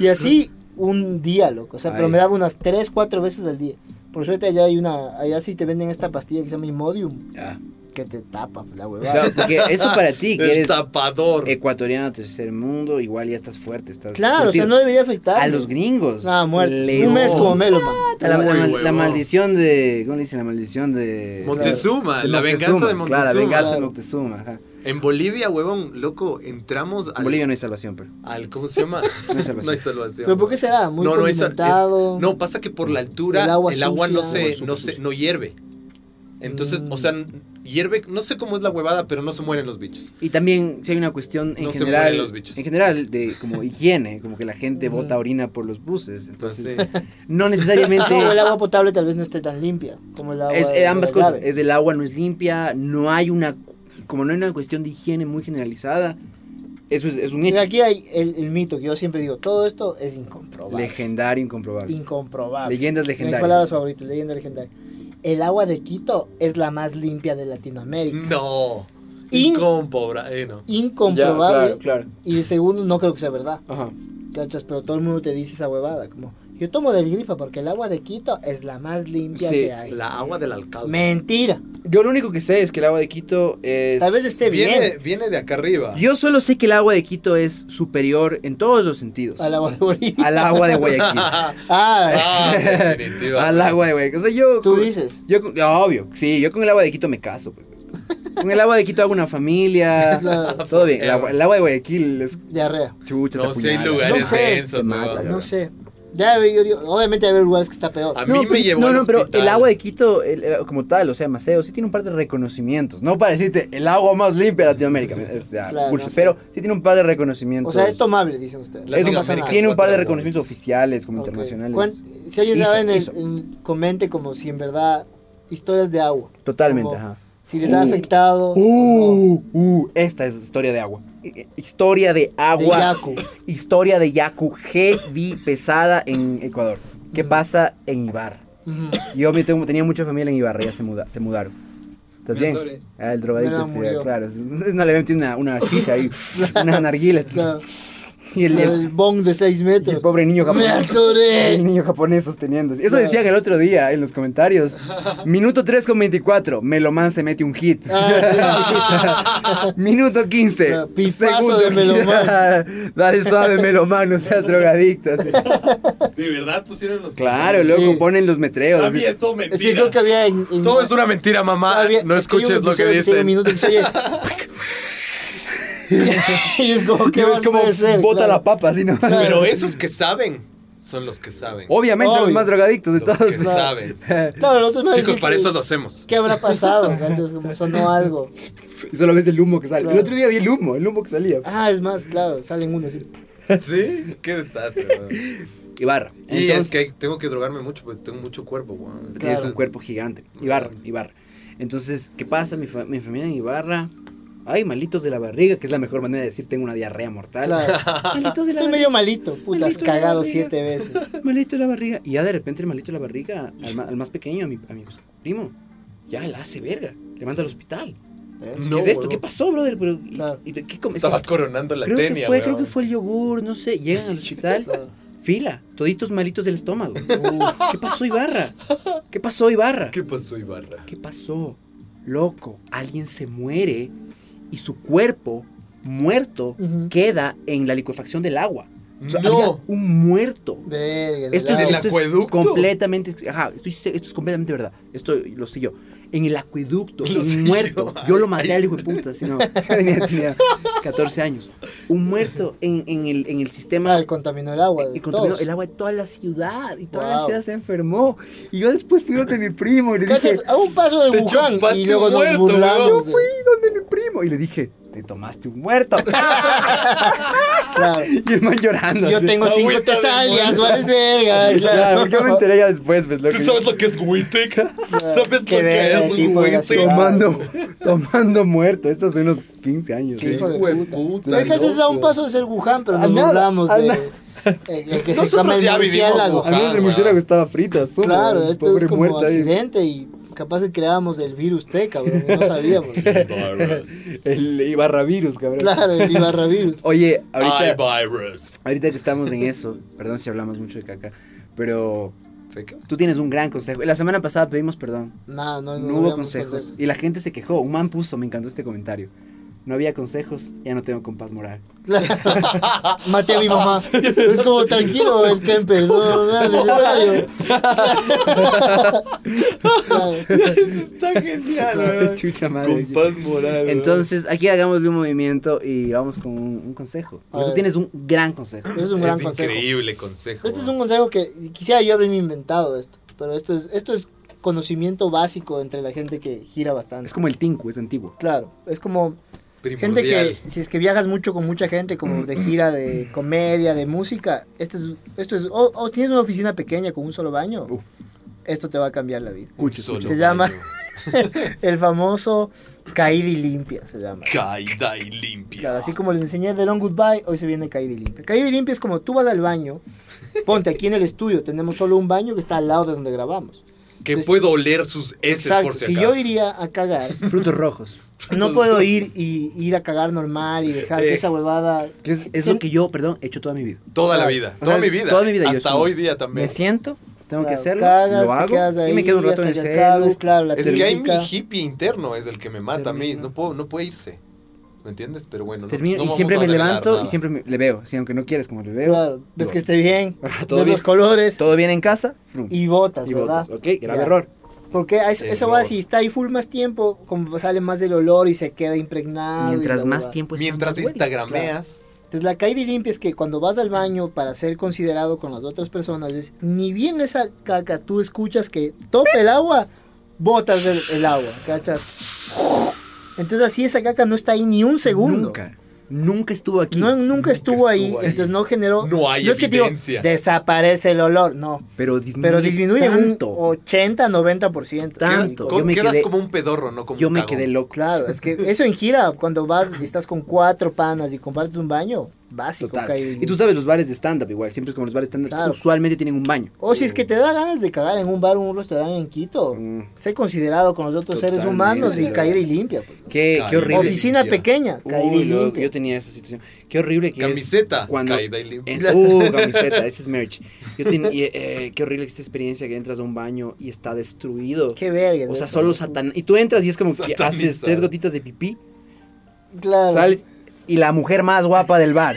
Y así un día, loco. O sea, pero
Ay.
me daba unas 3, 4 veces al día. Por suerte allá hay una, allá sí te venden esta pastilla que se llama Imodium,
Ah.
que te tapa la huevada.
Claro, porque eso para ti, que
El
eres
tapador.
ecuatoriano, tercer mundo, igual ya estás fuerte, estás
Claro, o sea,
curtido.
no debería afectar.
A los gringos.
Eh,
Ah, muerto.
les-
Un mes como Melo, man.
La, la-
Uy,
la mal-
huevón.
la maldición de. ¿Cómo le dicen? La maldición de.
Montezuma,
de
la venganza de Montezuma.
Claro, la venganza de
Claro.
Montezuma. ajá.
En Bolivia, huevón, loco, entramos
En
al,
Bolivia no hay salvación, pero.
al- ¿cómo se llama?
No hay salvación.
No hay salvación.
Pero ¿por qué será? Muy
no, no, es- es-
condimentado.
no, pasa que por la altura
El
el
agua
agua,
sucia.
no se,
Agua
no
súper
se,
sucia.
no hierve. Entonces,
Mm.
o sea, hierve, no sé cómo es la huevada, pero no se mueren los bichos.
Y también si hay una cuestión en
No se
general.
mueren los bichos.
En general, de como higiene, como que la gente
Ujú.
bota orina por los buses. Entonces,
Entonces,
no necesariamente.
No, el agua potable tal vez no esté tan limpia como el agua.
es,
de-
eh, ambas
de
cosas.
llave.
Es el agua no es limpia, no hay una. Como no hay una cuestión de higiene muy generalizada, eso es, es un
Y
hecho
aquí hay el, el mito que yo siempre digo, todo esto es incomprobable.
legendario incomprobable.
incomprobable.
Leyendas
Mis
legendarias.
palabras favoritas, leyenda legendaria. El agua de Quito es la más limpia de Latinoamérica.
no.
In-
Incompobra, eh, no.
Incomprobable.
Ya, claro, claro.
Y segundo, no creo que sea verdad.
Ajá.
¿Cachas? Pero todo el mundo te dice esa huevada. Como, yo tomo del grifa porque el agua de Quito es la más limpia
Sí,
que hay.
La agua del alcalde.
Mentira.
Yo lo único que sé es que el agua de Quito es.
Tal vez esté bien.
viene, viene de acá arriba.
Yo solo sé que el agua de Quito es superior en todos los sentidos.
Al agua de Bolivia.
al agua de Guayaquil.
Ah,
Ah, definitivo.
al agua de Guayaquil. O sea,
ah,
yo.
tú
pues.
con-
dices.
Yo, con- obvio, sí, yo con el agua de Quito me caso. pues. Con el agua de Quito hago una familia.
Claro.
Todo bien. El agua, el agua de Guayaquil es
Diarrea.
chucha.
No
te
sé, hay
apuñala.
lugares
No sé,
densos,
te mata,
huevón.
No sé. Ya, yo digo, obviamente hay lugares que está peor.
A mí
No,
me
pues,
llevó
no,
al
no, pero
hospital.
el agua de Quito, el- el- como tal, o sea, Maceo, sí tiene un par de reconocimientos. No para decirte el agua más limpia de Latinoamérica, o sea,
Claro,
bullshit,
no sé.
pero sí tiene un par de reconocimientos.
O sea, es tomable, dicen ustedes.
La
Es un-
Liga América.
tiene un par de
Cuatro
reconocimientos oficiales como
Ah, Ok.
internacionales.
Cuan- Si alguien
Hizo,
sabe, en el-
hizo.
en- comente como si en verdad historias de agua.
Totalmente,
Como-
ajá.
Si les ha afectado. o no.
Uh, uh, esta es historia de agua. Eh, Historia de
De
agua.
Yaku.
historia de Yaku heavy pesada en Ecuador. ¿Qué
Mm.
pasa en Ibarra?
Ujú.
Yo me tengo- tenía mucha familia en Ibarra, ya se, muda, se mudaron. ¿Estás
Me
bien?
adoré.
Ah, el drogadicto
Mira,
este,
murió.
claro. Es, es una, le tiene una, una shisha ahí, una narguila. este,
Claro,
y, el,
el,
el-
bong de 6
y el
metros.
pobre niño
Me
japonés. El
atoré.
niño japonés sosteniendo. Eso
Claro.
decían el otro día en los comentarios. Minuto 3 con 24, Meloman se mete un hit.
Ah,
Minuto 15.
Claro, pipazo
segundo
de
hit.
Meloman.
Dale suave, Meloman, no seas drogadicto. así.
De verdad pusieron los.
Claro,
loco.
loco,
Sí. Ah,
ponen los metreos.
A mí
así.
es todo
sí. sí,
mentira.
creo que había en. en-
Todo es una mentira, mamá.
había-
Ah, no
es que hay un
escuches lo que
episodio tiene
dicen.
un minuto que se oye. y es como, ¿qué
Que
más
ves como
puede ser?
bota
Claro.
la papa, así no.
Pero esos que saben son los que saben.
Obviamente son los
Obvio.
más drogadictos de
Los
todos.
que saben.
Claro, los demás
Chicos,
dicen
para
que-
eso lo hacemos.
¿Qué habrá pasado? Entonces, como sonó algo.
Y solo ves el humo que sale.
Claro.
El otro día vi el humo, el humo que salía.
Ah, es más, claro, salen uno así.
¿Sí? Qué desastre, weón.
Ibarra.
Y
Entonces,
es que tengo que drogarme mucho porque tengo mucho cuerpo, weón.
tienes
Claro.
un cuerpo gigante. Ibarra, Ibarra. Entonces, ¿qué pasa? Mi, fa- mi familia en Ibarra. Ay, malitos de la barriga, que es la mejor manera de decir tengo una diarrea mortal.
Claro.
Malitos de la
Estoy
barriga.
medio malito, puta, has
Malito,
cagado
malito.
siete veces.
Malito de la barriga. Y ya de repente el malito de la barriga, al, ma- al más pequeño, a mi, a mi primo, ya la hace verga. Le manda al hospital.
¿Eh?
No,
¿Qué es esto?
huevón.
¿Qué pasó, brother? Pero, y-
Claro.
y- ¿qué com- es
Estaba
que-
coronando la
creo
tenia,
que fue,
weón.
creo que fue el yogur, no sé. Llegan al hospital,
Claro.
fila, toditos malitos del estómago. ¿Qué pasó, Ibarra? ¿Qué pasó, Ibarra?
¿Qué pasó, Ibarra?
¿Qué pasó? Loco, alguien se muere y su cuerpo muerto
Ujú.
queda en la liquefacción del agua. O sea, había
no.
un muerto.
Verga, el
Esto es,
¿En el
helado.
esto es
acueducto?
completamente, ajá, estoy se- esto es completamente verdad. Esto lo sé yo. En el acueducto,
Lo sé
un muerto.
yo.
Yo, lo maté al hijo de puta, si no, tenía, tenía 14 años. Un muerto en, en el, en el sistema
Ah, contaminó el agua.
pues,
y
de
contaminó
todos.
el agua de toda la ciudad y toda la
Wow.
ciudad se enfermó. Y yo después fui donde mi primo y le dije,
Cachas, a un paso de
Te
Wuhan
chupaste
y luego
un
nos
muerto,
burlamos.
weón.
de-
"Fui donde mi primo y le dije, te tomaste un muerto.
Claro.
y el man llorando.
Yo
así.
tengo cinco
Agüita de
tesalias,
muerto.
vales verga.
Claro,
Claro.
porque yo me enteré ya después, pues, loco.
¿Tú sabes lo que es Wittek? ¿Sabes
Qué
lo que
verga,
es
tipo de la
Wittek?
ciudad.
Tomando, tomando muerto. Estos son unos 15 años. ¿eh?
Qué
¿sí?
hijo de
Güey,
puta.
puta,
Pero cachas,
loco.
a un paso de ser Wuhan, pero
A
nos
nada,
burlamos
a
de.
nada.
el- el que se
Nosotros
llama el
ya vivimos
murciélago.
Wuhan.
Al menos
Ah,
el murciélago estaba frito, asumo.
Claro,
el
esto es como
ahí.
accidente y capaz que creábamos el virus T, cabrón, que no sabíamos.
Virus.
El Ibarra virus, cabrón.
claro, el Ibarra virus.
Oye,
Ay,
ahorita,
virus.
ahorita que estamos en eso, perdón si hablamos mucho de caca, pero
Feca.
tú tienes un gran consejo. La semana pasada pedimos perdón.
No, no,
No,
no, no
hubo
habíamos
consejos.
consejos.
Y la gente se quejó. Un man puso, me encantó este comentario. No había consejos, ya no tengo compás moral.
Claro. Maté a mi mamá. Es como tranquilo el Kemper, no, no era necesario. Claro.
Está genial, weón.
Chucha madre.
Compás moral.
Entonces, aquí hagamos un movimiento y vamos con un, un consejo. Porque
A
tú
ver. Eh.
tienes un gran consejo.
Es un
weón.
gran
es
consejo.
increíble consejo.
Este es un
weón.
consejo que quisiera yo haberme inventado esto, pero esto es, esto es conocimiento básico entre la gente que gira bastante.
Es como el tinku, es antiguo.
Claro, es como gente
Primordial.
que si es que viajas mucho con mucha gente, como de gira, de comedia, de música, este es, esto es, o, o tienes una oficina pequeña con un solo baño,
Uf.
esto te va a cambiar la vida.
Un
Escucha,
solo
escucha.
Se llama-
baño.
El famoso caída y limpia se llama.
Caída y limpia.
Claro, así como les enseñé de Long Goodbye, hoy se viene caída y limpia. Caída y limpia es como tú vas al baño, ponte aquí en el estudio, tenemos solo un baño que está al lado de donde grabamos.
que
Entonces-
puedo oler sus heces
Exacto,
por si
si
acaso.
yo iría a cagar,
Frutos rojos.
no puedo ir y ir a cagar normal y dejar que
Eh,
esa huevada...
Que es, es lo que yo, perdón, he hecho toda mi vida.
Toda la
Claro.
vida.
O
Toda
sea,
mi vida.
toda mi vida yo
Hasta
estoy-
hoy día también.
Me siento, tengo que
Claro,
hacerlo,
cagas,
lo
te quedas
hago y
ahí
me quedo un rato en el
hasta que acabes,
celu.
claro, la
Es que ahí mi
técnica.
hippie interno es el que me mata a mí.
Termino.
No, puedo, no puede irse. ¿Me entiendes? Pero bueno. no-
Termino
no
y
vamos
siempre
a
me
revelar
levanto
nada.
y siempre me- le veo. Si aunque no quieres, como le veo.
Claro, ves que esté bien,
Todo
ves
bien.
los colores
Todo bien en casa, frum,
y botas,
y
¿verdad?
botas. Ok, grave
Ya.
error.
Porque a eso,
Sí,
eso va,
luego.
si está ahí full más tiempo, como sale más del olor y se queda impregnado. Ah, y
Mientras
la
más
huevada.
tiempo está,
Mientras
más bueno.
instagrameas.
Entonces la caída y limpia es que cuando vas al baño para ser considerado con las otras personas, es, ni bien esa caca tú escuchas que tope el agua, botas el, el agua, ¿cachas? Entonces así esa caca no está ahí ni un segundo.
Nunca, nunca estuvo aquí.
No, nunca, estuvo, ahí,
estuvo ahí.
entonces no generó...
No hay
es que digo,
evidencia.
desaparece el olor, no.
pero disminuye,
Pero disminuye
tanto.
un 80-90%.
Tanto.
Co-
Yo me
quedas
quedé-
como un pedorro, no como
Yo
un
me
cagón.
quedé loco.
Claro, es que eso en gira, cuando vas y estás con cuatro panas y compartes un baño, básico.
Total.
caída
Y
limpia.
tú sabes, los bares de stand-up igual, siempre es como los bares de stand-up,
Claro.
usualmente tienen un baño.
O si es que te da ganas de cagar en un bar o un restaurante en Quito,
Mm.
sé considerado con los otros seres
Totalmente,
humanos y
claro.
caída y limpia. pues.
Qué, qué
Caída.
horrible.
Oficina
limpia.
pequeña, caída
Uy,
y
loco,
limpia.
yo tenía esa situación. Qué horrible que
Camiseta.
es. Cuando,
Caída y limpia.
en- uh, camiseta, ese es merch. Yo ten- y, eh, qué horrible esta experiencia que entras a un baño y está destruido.
Qué verga. es
O sea,
eso.
solo Satán. Y tú entras y es como que
Satanizado.
haces tres gotitas de pipí,
Claro.
sales y la mujer más guapa del bar.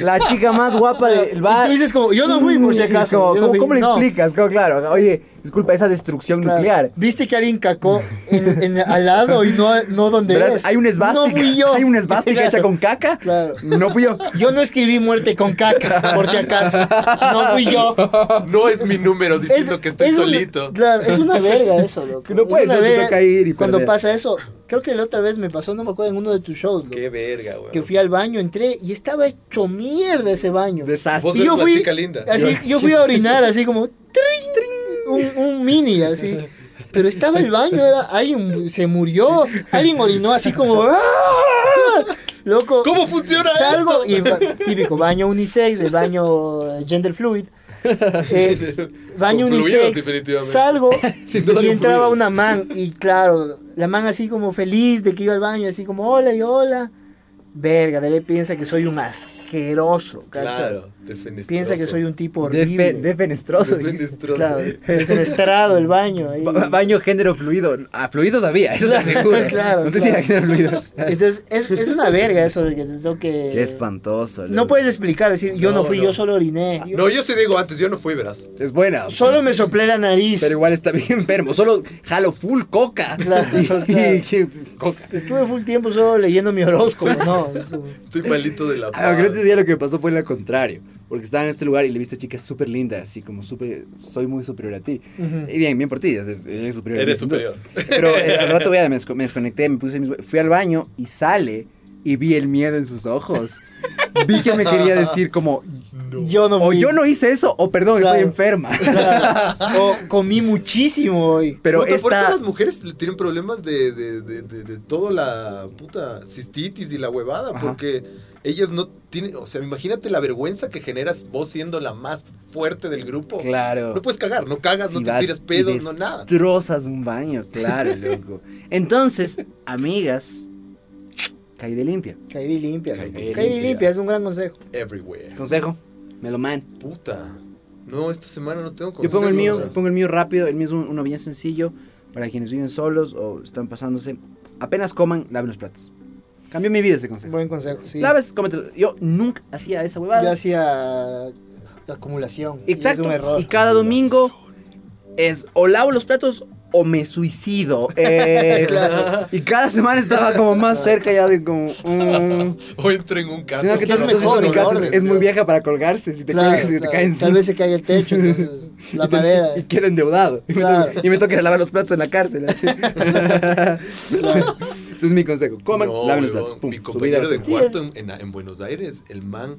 la chica más guapa del bar.
Y tú dices como, yo no fui, por si
Y dices
acaso,
como,
yo no
¿cómo-
fui.
¿Cómo le
No.
explicas? Como, claro, oye, disculpa, esa destrucción
Claro.
nuclear.
Viste que alguien cacó en, en- al lado y no, no donde
Verás,
es.
Hay una esvástica.
No fui yo.
Hay una esvástica
Claro,
hecha con caca.
Claro.
No fui yo.
Yo no escribí muerte con caca, por si acaso. No fui yo.
No es mi número diciendo que estoy
es una-
solito.
claro, es una verga eso, loco.
Que no
Es
puede
una
ser, te
verga.
toca ir y
Cuando
perder.
pasa eso, creo que la otra vez me pasó, no me acuerdo, en uno de tus shows, loco.
Qué verga, güey.
Que fui al baño, entré y estaba hecho mierda ese baño.
Vos
Desastre.
Y
eres
yo
la
fui-
chica linda.
Así, yo fui a orinar, así como trin, trin, un, un mini, así. Pero estaba el baño, era, alguien se murió, alguien orinó así como. ¡ah! Loco.
¿Cómo funciona
Salgo y ba- típico baño unisex, el baño eh, gender fluid. eh, baño
Con fluidos,
unisex.
definitivamente.
Salgo
Sin duda
y
con
entraba
fluidos.
una man y claro, la man así como feliz de que iba al baño, así como hola y hola. Verga, de ley piensa que soy un asqueroso, ¿cachas?
Claro, defenestroso.
Piensa que soy un tipo horrible.
Defe- defenestroso. dijiste.
Defenestroso.
claro, defenestrado el baño. ahí.
Ba- Baño género fluido.
A fluidos había, eso te aseguro.
Claro,
no sé si
claro.
era género fluido.
Entonces, es, es una verga eso de que te toque.
Qué espantoso.
Eh, No
loco.
puedes explicar, decir, yo no,
No,
fui,
no.
yo solo oriné.
No, yo sí digo antes, yo no fui, verás.
Es buena.
Solo me soplé la nariz.
Pero igual está bien enfermo. Solo jalo full coca.
Claro,
Y-
claro.
y- coca.
Estuve full tiempo solo leyendo mi horóscopo, no. es como-
Estoy malito de la
Ah,
paz.
creo que ese día lo que me pasó fue lo contrario. Porque estaba en este lugar y le viste a chica súper linda, así como súper, soy muy superior a ti.
Ujú.
Y bien, bien por ti, eres, eres superior. a mí,
Eres
sin duda.
superior.
Pero eh, al rato ya me, desco- me desconecté, me puse mis hue- fui al baño y sale y vi el miedo en sus ojos. vi que me quería decir como,
Yo no
o
fui.
yo no hice eso, o perdón,
Claro.
estoy enferma.
Claro. O comí muchísimo hoy.
Pero
Puta, Por eso
esta...
las mujeres le tienen problemas de, de, de, de- de toda la puta cistitis y la huevada,
Ajá.
porque ellas no tienen, o sea, imagínate la vergüenza que generas vos siendo la más fuerte del grupo.
Claro.
No puedes cagar, no cagas,
Si
no te
vas
tiras
y
pedos, no nada.
Destrozas un baño, claro, loco. Entonces, amigas, caí de limpia.
Caí de limpia.
Caí
loco.
de
Caí de
limpia.
limpia, es un gran consejo.
Everywhere.
Consejo, meloman.
Puta. No, esta semana no tengo
Yo pongo el mío,
consejos.
pongo el mío rápido, el mío es un- uno bien sencillo para quienes viven solos o están pasándose. Apenas coman, laven los platos. Cambió mi vida ese consejo.
Buen consejo, sí.
Laves, cómetelo. Yo nunca hacía esa huevada.
Yo hacía acumulación. y
Exacto.
Es un error.
Y cada domingo es o lavo los platos o me suicido. Eh,
Claro.
Y cada semana estaba como más cerca ya de como. mm.
O entro en un caso.
Sino
Es
que
que es
todo- todo
mejor,
esto en mi casa
orden,
es, es muy vieja para colgarse. Si te
Claro,
colgas, si te
claro.
caes.
Tal vez se caiga el techo, entonces, la
y te-
madera.
Y queda endeudado. Y me
Claro.
toca- Y me toca ir a lavar los platos en la cárcel. así.
claro.
Entonces, mi consejo: coman,
No,
laven los
huevón,
platos. Pum,
mi
su
compañero
vida va a
de
ser-
Sí,
cuarto en, en- en Buenos Aires, el man.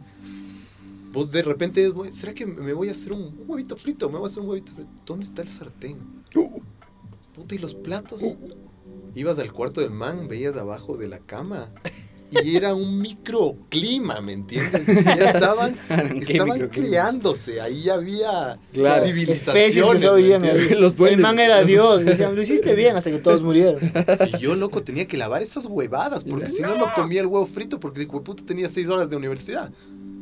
Vos de repente, güey, ¿será que me voy a hacer un huevito frito? Me voy a hacer un huevito frito. ¿Dónde está el sartén? Puta, ¿y los platos? Ibas al cuarto del man, veías abajo de la cama. Y era un microclima, ¿me entiendes? Ya estaban,
¿Qué
estaban
microclima?
creándose. Ahí había
Claro.
civilizaciones.
Especies que solo
¿me
vivían
entiendes?
ahí.
Los duendes.
El man era Dios. Decían, lo hiciste bien hasta que todos murieron.
Y yo, loco, tenía que lavar esas huevadas, porque si no, no comía el huevo frito, porque el puta tenía seis horas de universidad.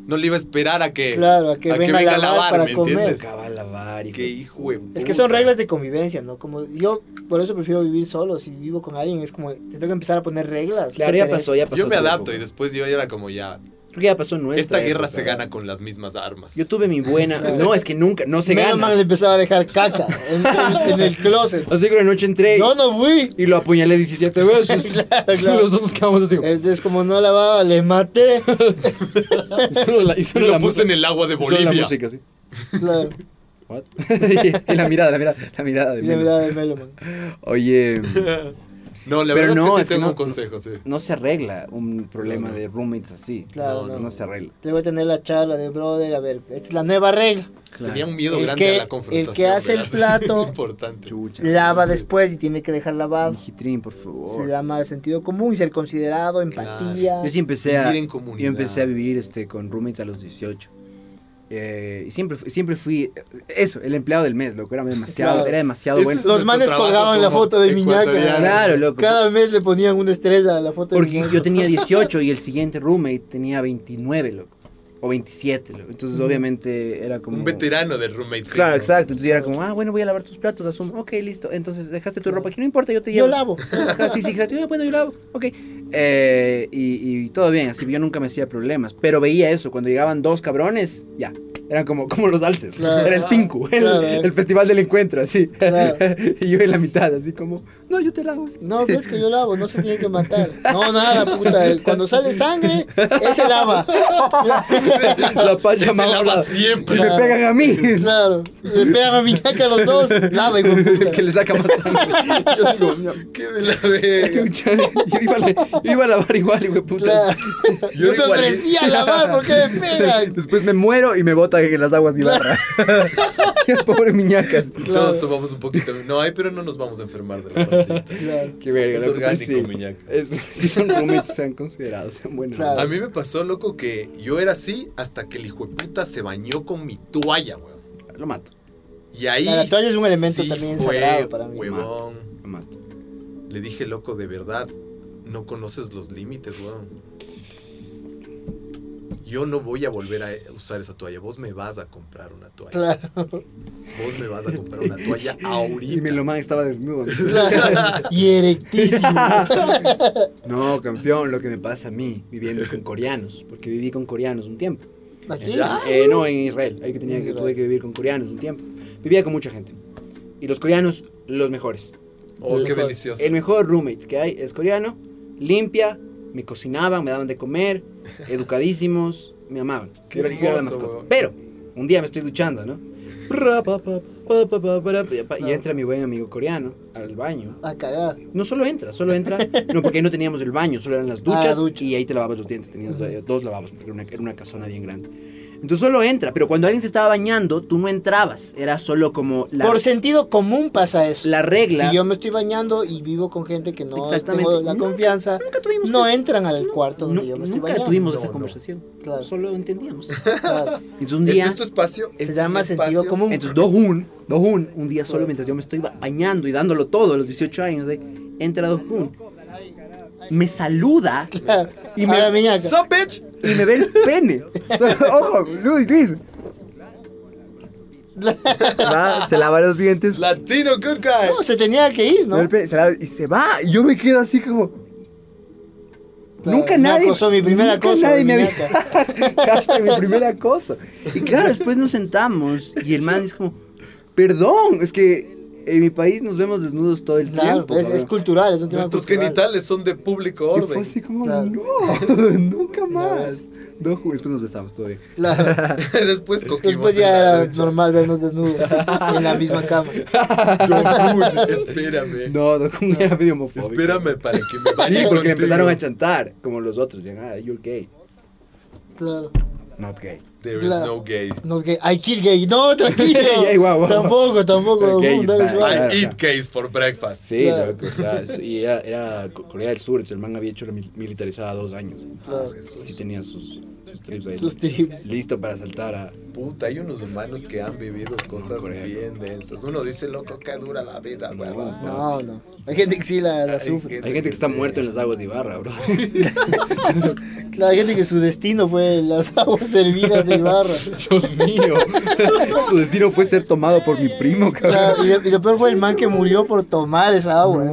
No le iba a esperar a que...
Claro, a que
A que
venga a
venga a
lavar
lavar,
para
¿me
comer.
entiendes?
Acaba de lavar y-
que hijo de
Es que son
puta.
reglas de convivencia, ¿no? Como yo, por eso prefiero vivir solo. Si vivo con alguien, es como, te tengo que empezar a poner reglas.
Claro,
¿Qué
ya
tenés?
pasó, ya pasó.
Yo me
tu
adapto
época.
y después yo era como ya...
Creo que ya pasó nuestra.
Esta guerra
época.
se gana con las mismas armas.
Yo tuve mi buena. No, es que nunca, no se
Menos mal le
gana.
empezaba a dejar caca en, en- en el closet.
Así que una noche entré
Yo no fui.
y lo apuñalé 17 veces.
Claro, claro. Eh.
Y los dos nos quedamos así.
Es, es como no lavaba, le maté.
Y solo la, y
Y
solo
lo
la
puse
música-
en el agua de
y solo la
Bolivia.
música, así.
Claro.
What? y, la mirada, la mirada, la mirada. de
Y la
Melo.
mirada de Meloman.
Oye,
No, la
Pero
verdad
no,
es que
es
sí
que
tengo
no-
un consejo, sí.
no se arregla un problema
No, no.
de roommates así.
Claro,
no,
no.
no se arregla.
Te voy a tener la charla de brother. A ver, esta es la nueva regla.
Tenía un miedo
El
grande
que-
a la confrontación.
el que hace el
¿verdad?
plato-
Importante.
Chucha.
Lava después y tiene que dejar lavado.
Mijitrín, por favor.
Se llama sentido común y ser considerado, empatía.
Yo sí empecé a,
Vivir en
yo
comunidad.
empecé a vivir este, con roommates a los 18. Eh, y siempre, fu- siempre fui, eso, el empleado del mes, loco, era demasiado,
Claro.
era demasiado
Ese
bueno.
es
Los
nuestro
manes
trabajo
colgaban la
como
foto de Miñaca.
ecuatoriano.
Claro, loco.
Cada mes le ponían una estrella a la foto de
Porque
Miñaca.
yo tenía 18 y el siguiente roommate tenía 29, loco. O 27, loco. Entonces, obviamente, era como...
Un veterano del roommate.
Claro,
¿no?
exacto. Entonces yo era como, ah, bueno, voy a lavar tus platos, asumo. Ok, listo. Entonces dejaste tu ropa aquí, no importa, yo te
Yo
llevo.
lavo.
Ajá, sí, sí, exacto. "Ah, Bueno, yo lavo. Ok. Eh, y, y todo bien, así yo nunca me hacía problemas. Pero veía eso, cuando llegaban dos cabrones, ya. Eran como, como los alces.
Claro.
Era el Tinku, el,
Claro.
el festival del encuentro, así.
Claro.
y yo en la mitad, así como, no, yo te la hago.
No, ves que yo lavo, no se tiene que matar. No, nada, puta. Cuando sale sangre, ese lava.
la pacha
Se lava
mamá. Y
siempre.
me pegan a mí.
Claro. Le pegan a mi caca los dos. Lava, hijo de
el
puta.
que le saca más sangre. Yo así como, "No,
Qué de la verga.
chucha". yo, iba a, la- yo iba a lavar igual, hijo de puta.
Claro.
Yo
Yo, me
igual.
ofrecí a lavar, ¿por qué me pegan?
Después me muero y me botan en las aguas de Ibarra. Pobre miñacas.
Todos tomamos un poquito. No hay, pero no nos vamos a enfermar de la pancita.
Claro.
Qué verga,
Es
loco,
pues
pero
orgánico, miñaca.
es- sí son roommates, se han considerado, sean buenos.
Claro.
A mí me pasó, loco, que yo era así hasta que el hijo de puta se bañó con mi toalla, weón.
Lo mato,
Y ahí.
La toalla es un elemento también
fue,
sagrado para mí.
Huevón.
lo mato.
Le dije, loco, de verdad, no conoces los límites, weón. Yo no voy a volver a usar esa toalla. Vos me vas a comprar una toalla.
Claro.
Vos me vas a comprar una toalla ahorita.
Y Melomán estaba desnudo.
claro. Y erectísimo.
No, campeón, lo que me pasa a mí viviendo con coreanos, porque viví con coreanos un tiempo.
Aquí.
Ya.
Eh, no, en Israel, ahí que tenía
En
que,
Israel.
tuve que vivir con coreanos un tiempo. Vivía con mucha gente. Y los coreanos, los mejores.
Oh, qué
Mejor.
delicioso.
El mejor roommate que hay es coreano, limpia, me cocinaban, me daban de comer, educadísimos, me amaban.
Qué
yo, era- yo era la
hermoso,
mascota.
weón.
Pero, un día me estoy duchando, ¿no? Pra, pa, pa, pa, pa, pa, para, pa, pa, Y
Claro.
entra mi buen amigo coreano al baño.
A cagar.
No solo entra, solo entra. No, porque ahí no teníamos el baño, solo eran las duchas
Ah, ducha.
y ahí te lavabas los dientes. Tenías
Ujú.
do- dos lavabos, porque era una, era una casona bien grande. Entonces solo entra, pero cuando alguien se estaba bañando, tú no entrabas. Era solo como la,
Por sentido común pasa eso.
la regla.
Si yo me estoy bañando y vivo con gente que no
Exactamente.
tengo la
Nunca-
confianza,
tuvimos
no entran al cuarto donde
Nu-
yo me estoy
nunca
bañando.
tuvimos
No,
esa
no.
conversación.
Claro,
Solo entendíamos.
claro.
Entonces un
Este
día.
es tu espacio. este
Se
es
llama
mi
sentido
espacio.
común.
Entonces Dohun, Dohun, un día solo
Claro.
mientras yo me estoy ba- bañando y dándolo todo a los 18 años, de, entra Dohun, me saluda
Claro.
y me,
Ahora, miñaca.
Sup, bitch?
y me ve el pene. O sea, ojo, Luis, Luis. Va, se lava los dientes.
Latino good guy.
No, se tenía que ir,
me ve
¿no?
el pene, se lava- y se va. Y yo me quedo así como.
Claro,
nunca
me
nadie.
acosó, mi primer
nunca
acoso,
nadie me había-
miñaca.
Hashtag mi primer acoso. Y claro, después nos sentamos y el man es como, perdón, es que en mi país nos vemos desnudos todo el
Claro,
tiempo.
pues, es, es
cabrón".
cultural, es un tema
Nuestros
cultural.
genitales son de público
Y fue
orden.
así como,
Claro.
no, nunca más.
ves.
No, ju- después nos besamos, todo bien.
Claro.
Después cogimos.
Después
en la
ya era
ducha.
normal vernos desnudos en la misma cama.
Dohun, espérame.
No, Dokun era medio homofóbico.
Espérame para que me
Sí,
bañe
porque le
contigo.
empezaron a chantar, como los otros. Decían, ah, you're gay,
Claro.
not gay.
There is
Claro.
no gay.
No, que I kill gay. No, tranquilo.
Ey, guau, guau.
Tampoco, tampoco.
Gay
Gay
is
dale
I
bad.
suave.
Claro,
eat
claro.
gays for breakfast.
Sí,
Claro.
loco, o sea, es- y era, era Co- Corea del Sur, entonces el man había hecho la mil- militarizada dos años.
Claro.
Sí tenía sus, sus trips ahí.
Sus tips.
Listo para saltar a...
Puta, hay unos humanos que han vivido cosas
Corea.
bien densas. Uno dice, loco, qué dura la vida,
No,
huevón.
No, no. Hay gente que sí la, la
Hay
sufre.
Hay gente que está muerto en las aguas de Ibarra, bro.
Claro, hay gente que su destino fue las aguas hervidas de Ibarra.
Dios mío. Su destino fue ser tomado por mi primo, cabrón.
Claro, y, lo, y lo peor fue el man que murió por tomar esa agua.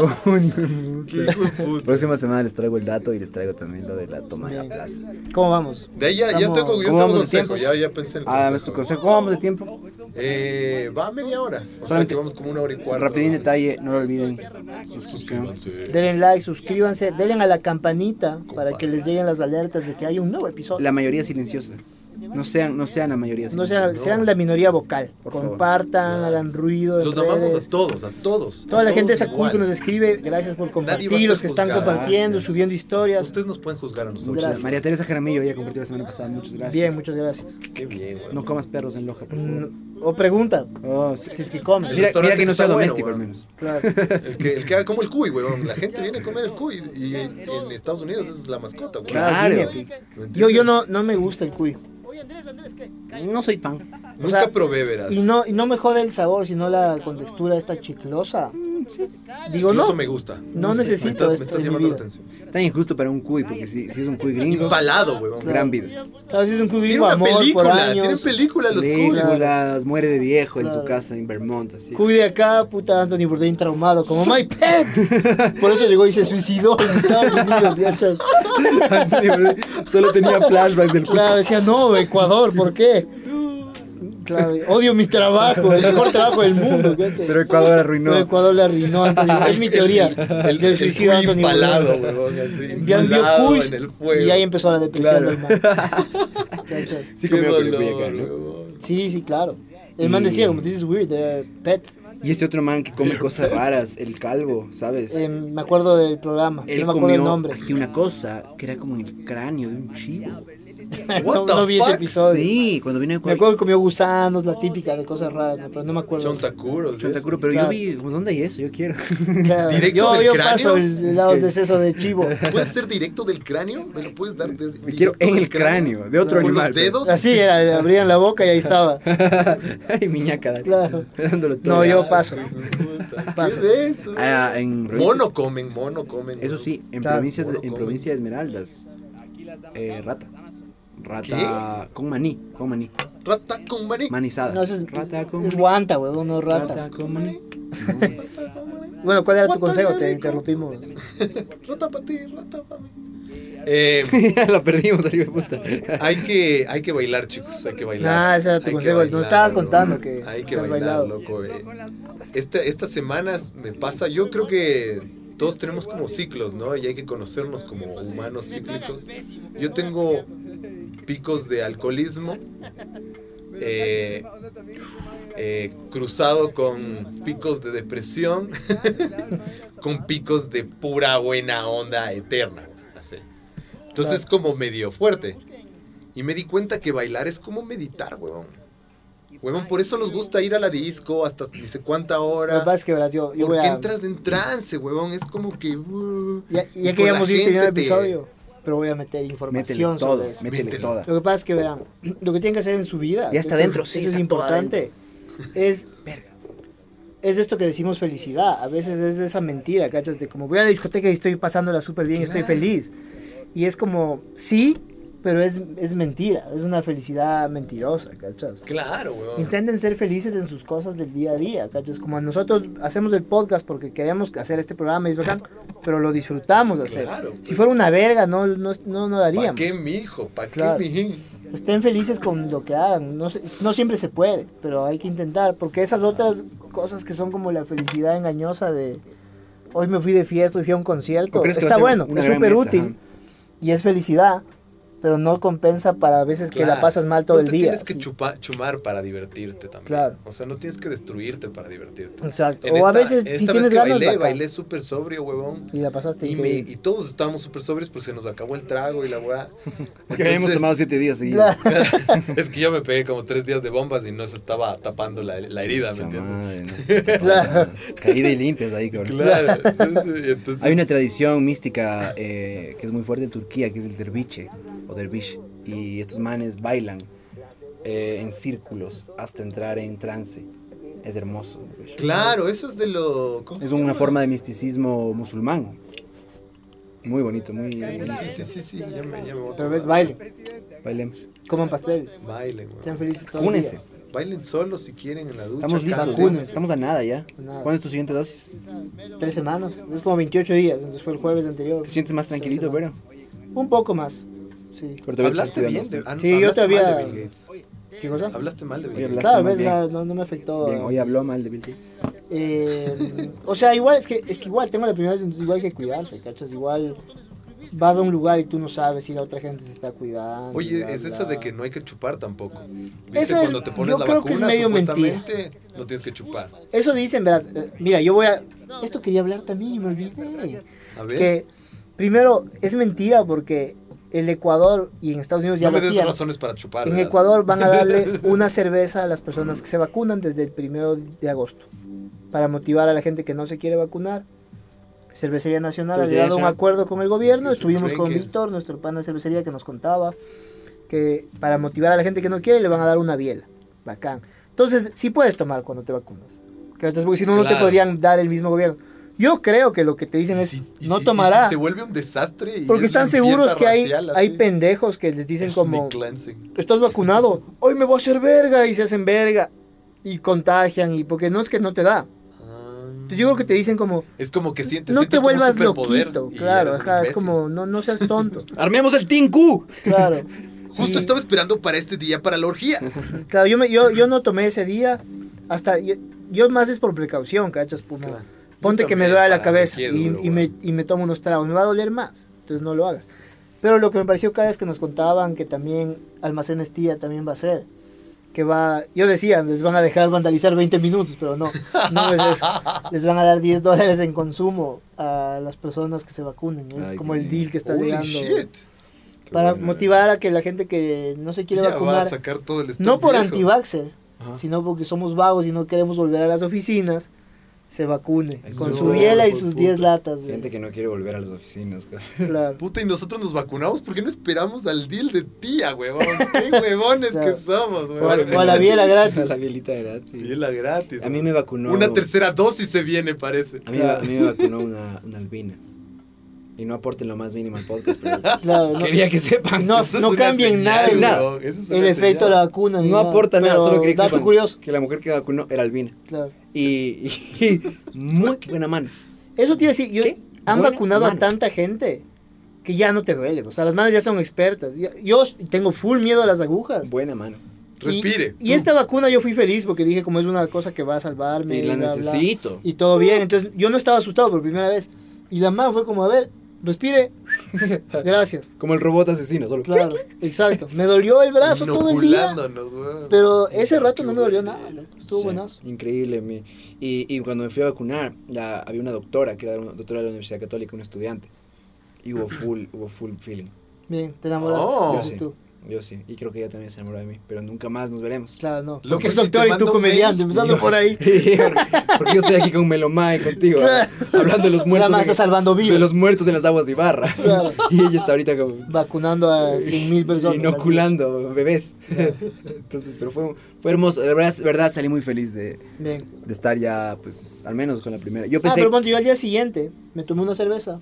cabrón.
Qué hijo de puta.
Próxima semana les traigo el dato y les traigo también lo de la toma de la plaza.
¿Cómo vamos?
De ahí ya, ya
Estamos-
tengo, yo
¿Cómo
tengo
vamos de
consejo,
tiempos?
ya, ya pensé en el
Ah, nuestro
consejo.
consejo. ¿Cómo vamos de tiempo?
Eh, va a media hora. O sea
Solamente-
que vamos como una hora y cuarto.
Rapidín detalle, no lo olviden. Suscripción.
Suscríbanse.
Denle like, suscríbanse, denle a la campanita para que les lleguen las alertas de que hay un nuevo episodio.
La mayoría silenciosa. No sean, no sean la mayoría
No
silenciosa.
sean, sean la minoría vocal.
Por favor.
Compartan,
Claro.
hagan ruido. en
Los amamos
redes.
a todos, a todos. a
Toda la gente de
todos
esa cool que nos
igual.
escribe, gracias por compartir.
va a ser
Los que están
juzgada.
compartiendo,
Gracias.
subiendo historias.
Ustedes nos pueden juzgar a nosotros.
Muchas
Gracias.
María Teresa Jaramillo, ella compartió la semana pasada. Muchas gracias.
Bien, muchas gracias.
Qué bien, güey.
No comas perros en Loja, por favor.
Mm, O pregunta,
Oh, sí.
si es que comen.
El
Mira,
restaurante
mira que no
está
sea
bueno,
doméstico,
weón.
al menos.
Claro.
El que, el que haga como el cuy, weón. La gente viene a comer el cuy. Y en, en Estados Unidos es la mascota, weón.
Claro.
Claro.
¿Me
Yo, yo
entiendes?
no, no me gusta el cuy.
No soy fan.
Nunca
sea,
probé, verás.
Y no, y no me jode el sabor, sino la contextura esta chiclosa. Digo,
Incluso
no,
me gusta.
no necesito
me
esto
estás, me estás
en mi
llamando la
vida.
atención.
Tan injusto para un cuy, porque si, si es un cuy gringo,
Impalado, weón.
gran vida.
Claro, si es
Tiene
un cubismo
una
amor por
película, tiene
años.
película los Cool.
Películas, muere de viejo en su
Claro.
casa en Vermont, así.
Cuide acá, puta Anthony Bourdain traumado, como My Pet. Por eso llegó y se suicidó en Estados Unidos, gachas.
Solo tenía flashbacks del cuy.
Claro, decía, no, Ecuador, ¿por qué? Claro, odio mi trabajo, el mejor trabajo del mundo, gachas.
Pero Ecuador arruinó.
Pero Ecuador le arruinó a Anthony Bourdain. Es mi teoría
El,
del
el
suicidio de
culo
Anthony
impalado,
Bourdain.
weón. Así,
Ya vio
impalado
Kush
en el fuego.
y ahí empezó la depresión
Claro.
del man. Gachas.
Sí
Qué
comió con el cuy
dolor,
acá, ¿no?
weón.
Sí, sí, claro. El man
Y-
decía, como, this is weird, eh, they're pets.
Y ese otro man que come cosas raras, el calvo, ¿sabes?
Eh, me acuerdo del programa,
Él
no me acuerdo el
comió
nombre.
aquí una cosa que era como el cráneo de un chivo.
no,
What the
no vi ese
fuck?
episodio.
Sí, cuando vino de
Me
Ecuador.
acuerdo que comió gusanos, la típica de cosas raras, ¿no? pero no me acuerdo.
Chontacuro.
Chontacuro, pero
Claro.
yo vi, como, ¿dónde hay eso? Yo quiero.
Claro.
¿Directo
Yo,
del
yo
cráneo?
paso el lado de seso de chivo.
¿Puedes ser directo del cráneo? ¿Me lo puedes dar? de-
Me quiero
directo
en
del
el cráneo, de otro
¿Con
animal.
los dedos?
Así era, le abrían la boca y ahí estaba.
Ay, miñaca. dale.
Claro.
Dándolo todo.
No, yo paso.
¿Qué
Paso.
de eso?
Ah, en provincias-
Mono comen, mono comen.
Eso sí, en,
Claro.
provincias de, en
Morocco.
provincia de Esmeraldas. Eh, rata. Rata con maní, con maní.
weón. Rata con maní.
Manizada.
No, eso es,
rata con
es guanta, huevón, no
Rata,
rata.
con maní.
Bueno, ¿cuál era tu
Guanta
consejo? Te
de-
interrumpimos.
Rata para ti, rata para mí. Eh,
Ya la perdimos, ahí de puta.
hay, que, hay que bailar, chicos. Hay que bailar.
Ah, ese era tu
Hay que
consejo, nos
bailar,
estabas
loco.
contando que
Hay que
has
bailar,
bailado.
loco. eh. Esta- estas semanas me pasa. Yo creo que todos tenemos como ciclos, ¿no? Y hay que conocernos como humanos cíclicos. Yo tengo picos de alcoholismo. eh, eh, cruzado con picos de depresión, con picos de pura buena onda eterna. así. Entonces como medio fuerte. Y me di cuenta que bailar es como meditar, huevón. Huevón, por eso nos gusta ir a la disco hasta ni sé cuánta
Lo que
hora.
pasa es que verás, yo, yo voy
Porque
a...
entras en trance, huevón. Es como que... uh,
Ya,
y
ya
con la
queríamos ir
gente
terminando el
te-
episodio, pero voy a meter
Métele
información
todo,
sobre esto.
métele
Métele.
toda.
Lo que pasa es que verán, lo que tienen que hacer en su vida.
Ya está
esto es-
dentro, sí,
esto es
está todo
importante. Es es esto que decimos felicidad. A veces es esa mentira, ¿cachas? De como voy a la discoteca y estoy pasándola súper bien, estoy feliz. Y es como, sí, pero es, es mentira. Es una felicidad mentirosa, ¿cachas?
Claro, huevón.
Intenten ser felices en sus cosas del día a día, ¿cachas? Como nosotros hacemos el podcast porque queremos hacer este programa y es bacán, pero lo disfrutamos de hacer.
Claro,
si fuera una verga, no, no, no, no
¿Para
daríamos.
qué, mijo? ¿Para
Claro.
qué, mijín?
Estén felices con lo que hagan. No, se- no siempre se puede, pero hay que intentar. Porque esas otras cosas que son como la felicidad engañosa de hoy me fui de fiesta, hoy fui a un concierto.
¿O crees que va
Está
a ser
bueno,
una
es
gran
súper
meta?
útil y es felicidad, pero no compensa para veces que la
Claro.
pasas mal todo
No
el
te
día.
Tienes que
sí.
chupa- chumar para divertirte también.
Claro.
O sea, no tienes que destruirte para divertirte.
Exacto.
En
O a
esta-
veces,
esta
si
vez
tienes
que
ganas,
bailé,
bacán.
bailé súper sobrio, huevón.
y la pasaste
Y, me-
increíble.
y todos estábamos súper sobrios porque se nos acabó el trago y la weá.
Porque habíamos
Entonces,
tomado siete días seguidos.
Claro.
es que yo me pegué como tres días de bombas y no se estaba tapando la, la herida, ¿me
Pucha
entiendes?
madre, no sé, puta, Caída y limpias ahí, cabrón.
Claro. sí, sí, entonces-
Hay una tradición mística eh, que es muy fuerte en Turquía, que es el derviche o dervish. Y estos manes bailan eh, en círculos hasta entrar en trance. Es hermoso. el dervish.
Claro, eso es de lo. ¿cómo
Es
se
una
llama?
forma de misticismo musulmán. Muy bonito, muy
Sí, sí, sí, sí, ya me, ya me voy a
Pero ves,
acordar.
bailen,
Bailemos.
coman pastel,
Bailen, weón.
sean felices todo el día.
Únense.
Bailen solos si quieren en la ducha.
Estamos listos.
canten.
¿eh? Estamos a nada ya.
Nada.
¿Cuándo es tu siguiente dosis?
Tres semanas, es como 28 días, entonces fue el jueves anterior.
¿Te sientes más tranquilito, pero?
Un poco más, sí.
Pero todavía te estás
Hablaste bien de,
cuidando.
ah, no,
Sí, yo
hablaste
todavía-
mal de Bill Gates.
¿Qué cosa?
Hablaste mal de Bill
Oye,
Gates.
hablaste
Claro,
muy
ves,
bien.
la- no, no me afectó.
Bien, hoy habló mal de Bill Gates.
Eh, o sea, igual es que es que igual tengo la primera vez, entonces igual hay que cuidarse, ¿cachas? Igual vas a un lugar y tú no sabes si la otra gente se está cuidando. bla,
Oye, es esa
bla.
de que no hay que chupar tampoco. ¿Viste?
Esa es-
Cuando te pones
yo
la
creo que es
vacuna,
medio mentira.
supuestamente, no tienes que chupar.
Eso dicen, verás. eh, mira, yo voy a. Esto quería hablar también y me olvidé.
A ver,
Que primero es mentira porque el Ecuador y en Estados Unidos pues, ya
no me
lo
des
hacían.
razones para chupar.
En
¿verdad?
Ecuador van a darle una cerveza a las personas que se vacunan desde el primero de agosto. Para motivar a la gente que no se quiere vacunar. Cervecería Nacional ha
Cervecería
llegado a un
Nacional.
acuerdo con el gobierno.
Que se
Estuvimos con
entreguen.
Víctor, nuestro pan de cervecería, que nos contaba que para motivar a la gente que no quiere le van a dar una biela. Bacán. Entonces, sí puedes tomar cuando te vacunas. ¿cachas? Porque si no, no te
Claro.
podrían dar el mismo gobierno. Yo creo que lo que te dicen es,
si- y
no
si- y
tomará.
si se vuelve un desastre. y
porque
es la
están seguros
limpieza
que hay,
racial,
hay
así.
pendejos que les dicen
Ethnic
como,
cleansing.
estás vacunado, hoy me voy a hacer verga y se hacen verga y contagian y porque no es que no te da.
Ah.
Yo creo que te dicen como,
Es como que sientes.
no
sientes
te
como un
vuelvas
superpoder
loquito,
y
claro,
eres un
ajá, es
imbécil.
como, no, no seas tonto,
¡Armemos el Tinku!
claro.
Justo
Y-
estaba esperando para este día, para la orgía.
Claro, yo, me, yo, yo no tomé ese día, hasta, yo, yo más es por precaución, ¿cachas? Pues Como,
Claro.
Ponte
Yo
que me
también,
duele la
para
cabeza
qué
y,
duro,
y me,
güey.
y me tomo unos tragos, me va a doler más, entonces no lo hagas. Pero lo que me pareció cada vez que nos contaban que también Almacenes Tía también va a ser, que va, yo decía, les van a dejar vandalizar 20 minutos, pero no, no es eso. Les van a dar 10 dólares en consumo a las personas que se vacunen, es
Ay,
como
qué
el
bien.
deal que está
Holy
llegando.
shit. eh.
Qué
Para
bueno,
motivar a que la gente que no se quiere
Ya va a
vacunar,
sacar todo el stock
no por
viejo.
antivaxer,
Ajá.
sino porque somos vagos y no queremos volver a las oficinas, se vacune
Ay,
con
no,
su biela y
hijo de
sus
puta.
10 latas. de-
Gente que no quiere volver a las oficinas. cara.
Claro.
Puta, y nosotros nos vacunamos porque no esperamos al deal de tía, huevón. Qué huevones
Claro.
que somos,
O a,
huevón.
o a la biela gratis.
La bielita gratis.
Biela gratis.
A mí
huevón.
me vacunó.
Una tercera dosis se viene, parece.
A mí, a mí me vacunó una, una albina. Y no aporten lo más mínimo al podcast, pero
Claro, no,
quería que sepan.
No,
Eso es
no
una
cambien nada,
señal,
nada.
huevón. Eso es
el
una
efecto de
señal.
la vacuna. ni
No aporta nada,
pero
solo quería que
Dato
sepan
curioso.
que la mujer que vacunó era albina.
Claro.
Y, y- muy buena mano.
Eso te iba a decir, yo-
¿Qué?
han
Buena
vacunado
mano.
a tanta gente que ya no te duele. O sea, las manos ya son expertas. Ya- Yo, tengo full miedo a las agujas.
Buena mano.
Respire.
Y, y esta vacuna yo fui feliz porque dije como es una cosa que va a salvarme.
Y la
bla, bla,
necesito.
y todo bien. Entonces yo no estaba asustado por primera vez. Y la mano fue como, a ver, respire. Gracias.
Como el robot asesino, solo.
Claro, exacto. Me dolió el brazo todo el día.
Inoculándonos, huevón.
Pero ese rato no me dolió nada, ¿no? estuvo
Sí,
buenazo.
Increíble. mi- Y, y cuando me fui a vacunar, la- había una doctora, que era una doctora de la Universidad Católica, una estudiante. Y hubo full, hubo full feeling.
Bien, te enamoraste.
Oh.
Yo sí,
Sí.
tú.
Yo sí. Y creo que ella también se enamoró de mí. Pero nunca más nos veremos.
Claro, no.
Lo
Porque
que
es
sí te
doctor y tú
mando
comediante,
mail.
empezando por ahí.
Porque yo estoy aquí con Melomai contigo.
Claro.
Hablando de los
La
muertos.
más está
en-
salvando
de
vidas.
los muertos en las aguas de Ibarra.
Claro.
Y ella está ahorita como
Vacunando a 100 Ah, mil personas.
inoculando bebés. Entonces, pero fue, fue hermoso. De verdad, de verdad salí muy feliz de,
Bien.
de estar ya, pues, al menos con la primera. Yo
Pues
Ah,
pensé
pero ponte, yo al día siguiente me tomé una cerveza.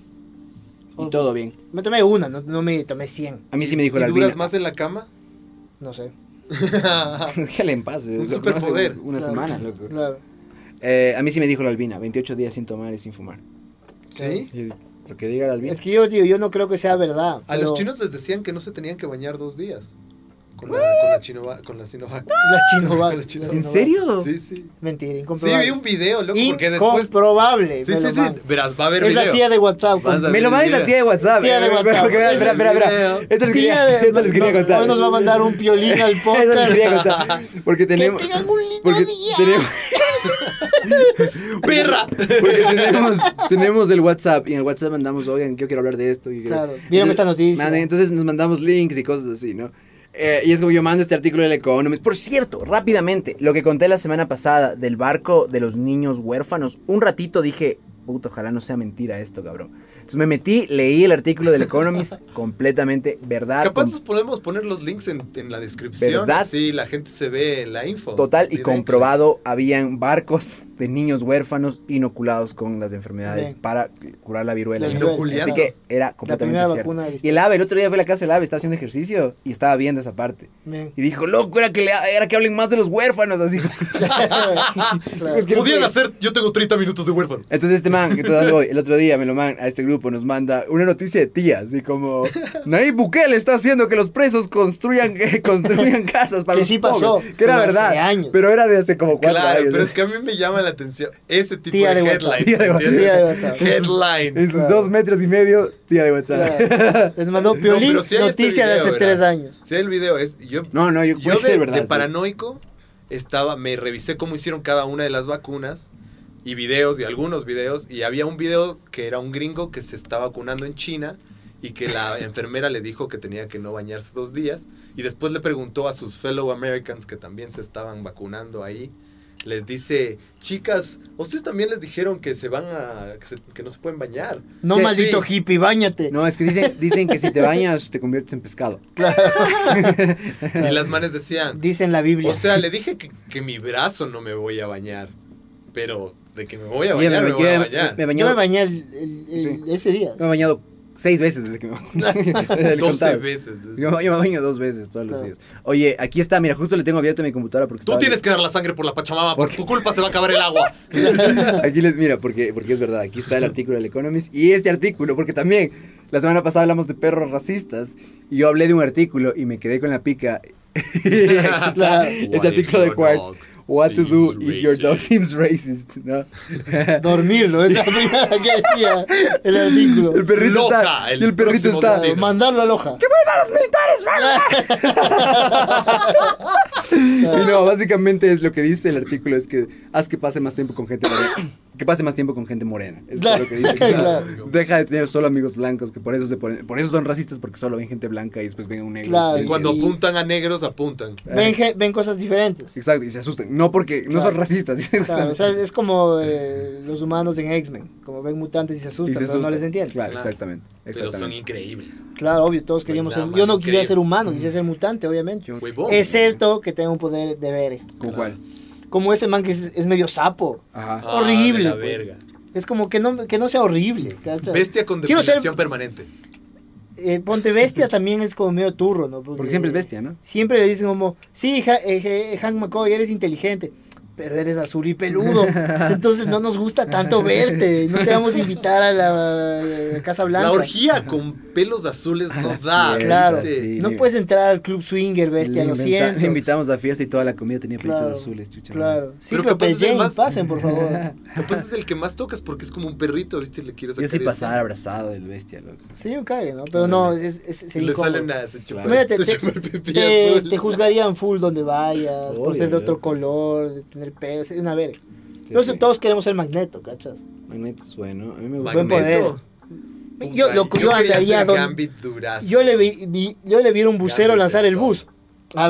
y todo bien.
Me tomé una, no, no me tomé 100,
A mí sí me
¿Y
dijo la
duras
albina.
más en la cama?
no sé.
Déjale en paz.
Un
lo que no hace
superpoder.
Una
Claro.
semana, loco.
Claro.
Eh, a mí sí me dijo la albina. 28 días sin tomar y sin fumar.
¿Sí?
Y lo que diga la albina.
Es que yo, tío, yo no creo que sea verdad.
A los
pero
chinos les decían que no se tenían que bañar dos días. Con la, con la, chinova- con la Sinovac.
Las chinos van.
Con los chinos.
las
¿En
chinos
serio?
Sí, sí.
van. Mentira,
Sí,
incomprobable.
vi un video, loco, porque después...
Incomprobable.
Sí,
me
sí,
lo
sí.
mando.
Verás, va a haber
Es
video.
la tía de WhatsApp.
Vas a-
con-
Me lo manda la tía de WhatsApp.
Tía de
eh,
WhatsApp.
porque, espera, espera, espera, espera.
Es el
Esto les
Tía
quería,
de-
esto les quería
nos-
contar.
Hoy nos va a mandar un piolín
Eso
al
les
podcast.
quería contar. Porque tenemos.
Que tengan un lindo
porque
día.
tenemos,
¡Perra!
porque tenemos, tenemos el WhatsApp y en el WhatsApp mandamos, oigan, yo quiero hablar de esto. yo quiero-".
Claro, vieron esta noticia.
manden, entonces nos mandamos links y cosas así, ¿no? Eh, y es como yo mando este artículo del Economist. Por cierto, rápidamente, lo que conté la semana pasada del barco de los niños huérfanos, un ratito dije, puta, ojalá no sea mentira esto, cabrón. Entonces me metí, leí el artículo del Economist, completamente verdad.
Capaz
com-
nos podemos poner los links en, en la descripción.
¿Verdad?
Sí, la gente se ve en la info.
Total y
Directo.
comprobado, habían barcos de niños huérfanos inoculados con las enfermedades
Bien.
para curar la viruela.
La
¿no?
viruela.
Así que era
La
completamente
primera
cierto.
vacuna.
Y el ave, el otro día fue a la casa del ave, estaba haciendo ejercicio y estaba viendo esa parte.
Bien.
Y dijo, loco, era que, le- era que hablen más de los huérfanos, así.
Claro.
Es que-
Podrían hacer... Yo tengo 30 minutos de huérfano.
Entonces este man, que todavía voy, el otro día me lo man a este grupo, nos manda una noticia de tía, así como, Nayib Bukele está haciendo que los presos construyan, construyan casas para
Que
los
sí pasó,
pobres", Que era
pero hace
verdad,
años.
pero era de hace como cuatro
Claro,
años.
pero
¿no?
es que a mí me llama la atención ese tipo
Tía
de,
de WhatsApp.
headlines.
Tía de
¿entiendes?
Tía de WhatsApp.
En
Headlines.
sus
Claro.
dos metros y medio, tía de WhatsApp.
Claro. Les mandó Piolín
pero sí hay este
noticia de hace
video,
tres
¿verdad?
años.
Sí, el video es... Yo,
No, no, yo,
yo
puede
de,
ser verdad.
de
sí.
paranoico estaba... Me revisé cómo hicieron cada una de las vacunas y videos y algunos videos. Y había un video que era un gringo que se está vacunando en China y que la enfermera le dijo que tenía que no bañarse dos días. Y después le preguntó a sus fellow Americans que también se estaban vacunando ahí. Les dice, chicas, ¿a ustedes también les dijeron que se van a... que, se- que no se pueden bañar.
No,
Sí,
maldito
sí.
hippie, bañate.
No, es que dicen, dicen que si te bañas te conviertes en pescado.
Y las manes decían,
Dice en la Biblia.
O sea, le dije que, que mi brazo no me voy a bañar. pero de que me voy a
Yo
bañar, me, voy a
yo
bañar.
me
Yo
bañé-
me bañé el- el- el- ese día.
me he bañado seis veces desde que me desde
12
el contado.
veces.
Yo, me- yo me baño dos veces todos los
Claro.
días. Oye, aquí está, mira, justo le tengo abierto mi computadora porque
Tú
estaba-
tienes que dar la sangre por la Pachamama, por
Porque-
tu culpa se va a acabar el agua.
Aquí les mira, porque, porque es verdad, aquí está el artículo del Economist y este artículo, porque también la semana pasada hablamos de perros racistas y yo hablé de un artículo y me quedé con la pica. Aquí está
Claro.
ese artículo de Quartz. What to do if your dog seems racist, ¿no?
Dormirlo, es la primera que hacía el artículo.
El perrito
Loca,
está.
el
y el perrito
próximo
está.
destino.
Mandarlo a Loja.
Y no, básicamente es lo que dice el artículo es que haz que pase más tiempo con gente morena. Que pase más tiempo con gente morena. Es
Claro,
lo que dice.
claro.
Deja de tener solo amigos blancos, que por eso se ponen- por eso son racistas porque solo ven gente blanca y después ven a un negro.
Claro.
se-
Y cuando
Y-
apuntan a negros, apuntan.
Ven, ge- ven cosas diferentes.
Exacto, y se asustan. No porque no son
Claro.
racistas. dicen
Claro,
justamente.
o sea, es como eh, los humanos en X-Men, como ven mutantes y se asustan,
Y se
pero no
asustan.
les entienden. Claro.
Claro, Pues
Claro.
exactamente.
Pero son
exactamente.
increíbles.
obvio, todos queríamos
nada
ser.
más
Yo no quisiera
increíble.
ser humano, quisiera ser mutante, obviamente.
Yo-
Huevón.
Excepto que tenga un poder de ver.
¿Con cuál?
Como ese man que es, es medio sapo.
Ajá.
Ah,
horrible,
de la
pues.
verga.
Es como que no, que no sea horrible. ¿cachas?
Bestia con
Quiero ser-
depilación permanente.
Eh, ponte bestia también es como medio turro, ¿no?
Porque siempre es bestia, ¿no?
Siempre le dicen como, sí, Ja- eh, eh, Hank McCoy, eres inteligente, pero eres azul y peludo. Entonces no nos gusta tanto verte. No te vamos a invitar a la eh, Casa Blanca.
La orgía con pelos azules no da.
Claro.
¿viste?
Sí.
No puedes entrar al club swinger, bestia,
le,
lo
inventa-
siento.
le invitamos a fiesta y toda la comida tenía pelitos
Claro,
azules, chucha.
Claro. Sí,
Pero
pero
capaz
pues,
es el
Jane,
más-
pasen, por favor.
Capaz es el que más tocas porque es como un perrito, ¿viste? Le quieres
Yo sí
acariciar.
pasar abrazado del bestia, loco.
Sí, un cague, ¿no? Pero no, es, es,
Y
sería
Le
incómodo.
salen a se chupa-
Mira, te-
se
te-
chupa el pipí
Te,
azul.
te juzgarían full donde vayas, por
Obvio,
ser de otro
loco.
color, de tener pelo, es una verga.
Sí,
Entonces
sí.
todos queremos ser magneto, ¿cachas?
Magneto es bueno. A mí me gusta.
Buen
Magneto.
Yo, lo yo
quería
andaría
ser
donde-
Gambit Durazo.
Yo le vi, vi- yo le vi a un bucero
Gambit
lanzar
de
el
todo.
bus. A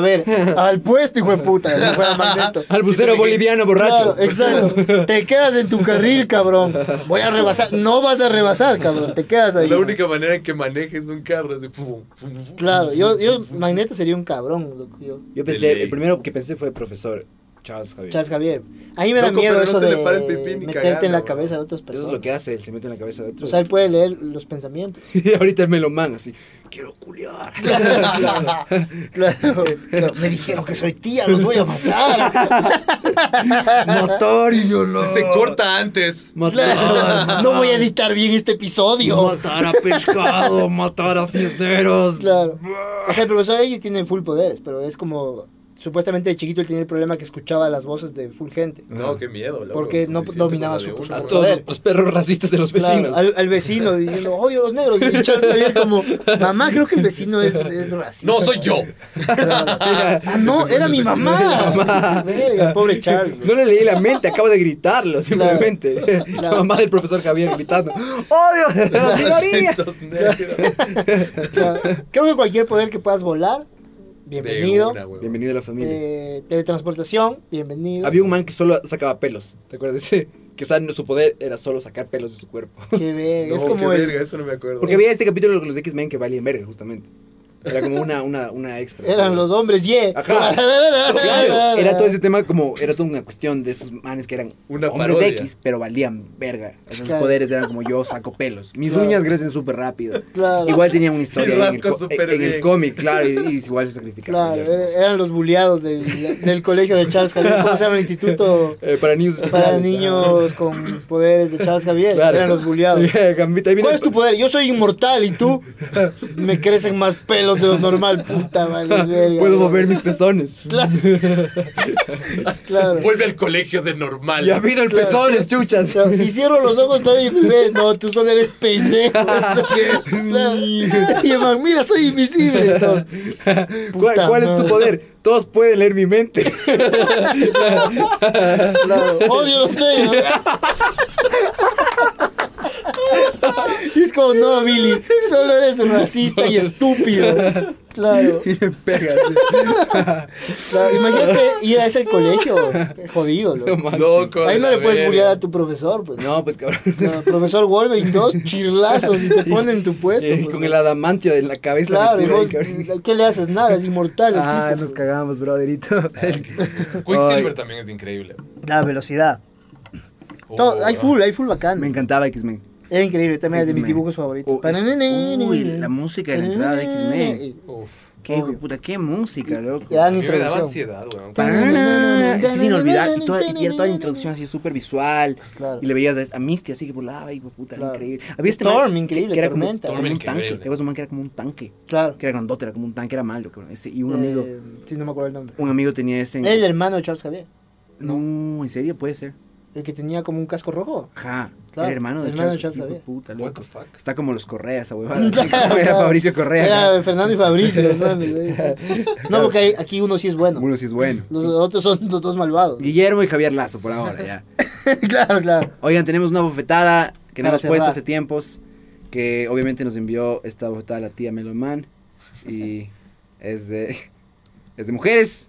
ver, al puesto, hijo de puta, si fuera magneto.
Al bucero boliviano borracho.
Claro, exacto. Te quedas en tu carril, cabrón. Voy a rebasar. No vas a rebasar, cabrón. Te quedas ahí.
La única manera en que manejes un carro es de fum, fum, fum,
Claro,
fum,
yo,
fum,
yo,
fum, fum.
Magneto sería un cabrón. loco, yo.
Yo
De
pensé,
ley.
el primero que pensé fue profesor Charles Javier.
Charles Javier. A mí me da
Loco,
miedo
pero no
eso
se
de
le para el pipí ni
meterte
cagando,
en la
bro.
cabeza de otras personas.
Eso es lo que hace, él se mete en la cabeza de
O
otros.
sea, él puede leer los pensamientos.
y ahorita el melomán, así, quiero culiar.
Claro, claro, claro. Me dijeron que soy tía, los voy a matar.
Motor y yo no.
Se corta antes.
Claro, no voy a editar bien este episodio.
Matar a pescado, matar a cisneros.
Claro. O sea, el profesor Ellis tiene full poderes, pero es como. Supuestamente de chiquito él tenía el problema que escuchaba las voces de full gente.
No, qué miedo, loco.
Porque no
Suficiente
dominaba
con la de
su- su-
uno,
a
güey.
todo.
Todos los perros racistas de los vecinos.
Claro, al, al vecino diciendo, odio a los negros. Y Charles Xavier como, mamá, creo que el vecino es, es racista.
No, soy yo.
Ah, no, era mi mamá. Verga, pobre Charles.
No le leí la mente, acabo de gritarlo simplemente. La
Claro.
mamá del profesor Javier gritando. ¡Odio! a ¡La minoría!
Estos negros.
Claro. Creo que cualquier poder que puedas volar, bienvenido.
De una, güey.
Bienvenido a la familia.
Eh, teletransportación, bienvenido.
Había un man que solo sacaba pelos, ¿te acuerdas? Sí. Que sa- su poder era solo sacar pelos de su cuerpo.
Qué verga,
No,
es como
qué
el-
verga, eso no me acuerdo.
Porque había este capítulo de los X-Men que valía en verga, justamente. Era como una, una, una extra.
eran
¿sí?
los hombres, yeah.
Ajá. Claro, era todo ese tema como, era toda una cuestión de estos manes que eran
Una
hombres
parodia.
X, pero valían verga. Sus
Claro.
poderes eran como yo saco pelos. Mis
Claro.
uñas crecen súper rápido.
Claro.
Igual tenía una historia
Y
ahí en el,
rasco
co-
súper
en el
bien.
cómic, claro, y, y igual se sacrificaba.
Claro, er- eran los buleados del, del colegio de Charles Javier. ¿Cómo se llama el instituto
Eh, para niños especiales.
para niños con poderes de Charles Javier?
Claro.
Eran los
ah.
buleados.
Yeah, Gambito, ahí viene
¿Cuál
el
es tu
pa-
poder? Yo soy inmortal y tú me crecen más pelos de lo normal, puta, vale, verga.
Puedo mover mis pezones.
Claro. claro.
Vuelve al colegio de normal.
Ya vino el pezones, chuchas.
Claro, si cierro los ojos nadie me ve. No, tú solo eres pendejo. Claro. Y el man, mira, soy invisible. Todos.
¿Cuál,
Puta
cuál es tu
madre.
poder? Todos pueden leer mi mente.
Claro, odio a los negros. Y es como, no, Billy, solo eres racista y estúpido. Claro.
Y le pegas.
claro, Imagínate ir a ese colegio. Jodido, loco.
Loco.
Ahí
de
no
la
le puedes
verga.
bullear a tu profesor, pues.
No, pues cabrón.
Claro, profesor Wolverine, dos chirlazos y te ponen en tu puesto.
Eh,
pues,
con
¿no?
el adamantio en la cabeza.
Claro, y
metido ahí,
vos,
cabrón.
¿qué le haces? Nada, es inmortal. el
Ah,
tipo,
nos
pues.
cagamos, brotherito.
Quicksilver
Ay.
también es increíble.
La velocidad. Todo-
Oh.
hay full, hay full bacán.
Me encantaba X-Men.
Era increíble, también era de mis
X-Men.
dibujos favoritos.
Oh, es- uy, la música de la entrada de
Eh,
X-Men.
Uf.
Qué hijo de puta, qué música, loco.
Ya
A
ni
mí me daba
introducción.
ansiedad, weón.
Tarara, Es que sin olvidar, y, toda, y era toda la introducción así súper visual.
Claro.
Y le veías a- a Misty así que volaba y puta, era
Claro.
increíble. Había este
Storm,
man
increíble,
que era como,
Tormenta.
como un
Storm,
tanque.
increíble.
Te acuerdas de un man que era como un tanque.
Claro.
Que era grandote, era como un tanque, era malo. cabrón. Ese- y un
Eh,
amigo,
sí, no me acuerdo el nombre.
un amigo tenía ese.
Era el hermano de Charles Javier.
No, en serio, puede ser.
El que tenía como un casco rojo.
Ajá.
Claro,
Era hermano de
hermano de
Charles.
Charles
hijo de
Xavier.
puta,
What the
loco.
fuck.
Está como los Correa, esa huevada. así
Claro,
como era
claro.
Fabricio Correa.
Era Fernando y Fabricio, hermano. No, porque hay- aquí uno sí es bueno.
Uno sí es bueno.
Los otros son los dos malvados.
Guillermo y Javier Lazo, por ahora, ya.
claro, claro.
Oigan, tenemos una bofetada que no
Para
hemos puesto
cerrar.
hace tiempos. Que obviamente nos envió esta bofetada la tía Meloman. Y es de. Es de mujeres.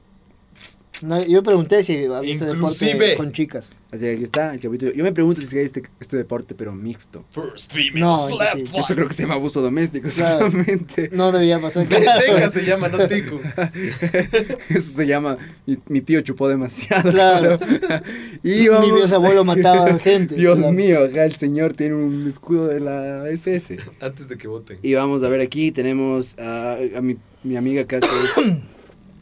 No, yo pregunté si había este
Inclusive.
deporte con chicas.
Así que aquí está el capítulo. Yo me pregunto si hay este, este deporte, pero mixto.
First female
No,
slap
imposible.
fight.
Eso creo que se llama abuso doméstico,
Claro.
seguramente.
No debería pasar.
Teca se llama, no Tico.
Eso se llama. Mi, mi tío chupó demasiado.
Claro.
claro.
Y
y vamos.
Mi bisabuelo mataba gente.
Dios
claro.
mío, acá el señor tiene un escudo de la SS.
Antes de que voten.
Y vamos a ver aquí, tenemos a, a mi, mi amiga acá que-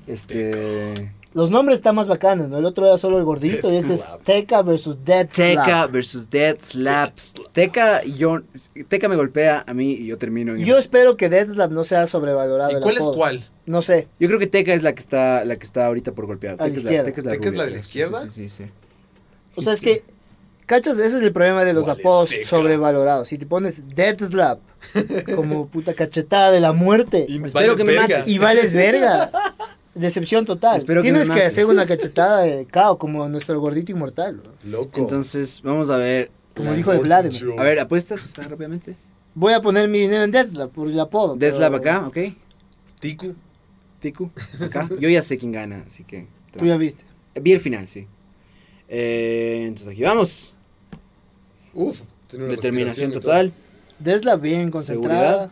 este.
Los nombres están más bacanes, ¿no? El otro era solo el gordito y
Death
este es
Slap.
Teca versus Dead
Teca
Slap.
versus Dead Slap. Teca, yo, Teca me golpea a mí y yo termino en.
Yo espero que Dead Slap no sea sobrevalorado.
¿Y
el
cuál es
apodo.
cuál?
No sé.
Yo creo que Teca es la que está, la que está ahorita por golpear.
A la
Teca es la,
izquierda.
Teca es la,
Teca es la
rubia.
de la
Sí, sí,
izquierda.
Sí, sí, sí.
O sea, es
Sí.
que. ¿Cachas? Ese es el problema de los
¿Cuál es
apodos
este,
Teca?
sobrevalorados. Si te pones Dead Slap como puta cachetada de la muerte
Y
Espero que me
vales
mates.
y
verga.
vales verga. Decepción total.
Espero que
Tienes
me
que,
mates.
hacer una cachetada de cao como nuestro gordito inmortal. bro.
Loco.
Entonces, vamos a ver.
Como
las-
dijo de Vladimir.
A ver, apuestas ah, rápidamente.
Voy a poner mi dinero en Dead Slap por el apodo.
Dead
pero-
Slap acá, ok.
Tico.
Tiku, acá. Yo ya sé quién gana, así que.
Tú ya viste.
Vi el final, sí. Eh, entonces aquí vamos.
Uf. tiene una
Determinación
respiración y
total.
Dead Slap bien concentrada.
Seguridad.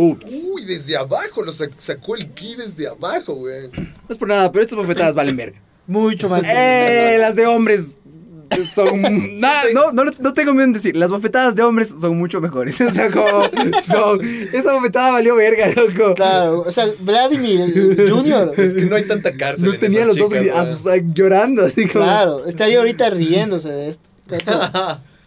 Ups.
todo. Uy, desde abajo. Lo sac- sacó el ki desde abajo, güey.
No es por nada, pero estas bofetadas valen verga.
Mucho más.
Eh, las de hombres son. Nah, no, no, no tengo miedo en decir. Las bofetadas de hombres son mucho mejores. O sea, como. Son, esa bofetada valió verga, loco.
Claro, o sea, Vladimir Junior.
Es que no hay tanta cárcel.
Los
en
tenía
esas
los dos
chicas,
a
güey.
sus- a- llorando, así como.
Claro, estaría ahorita riéndose de esto.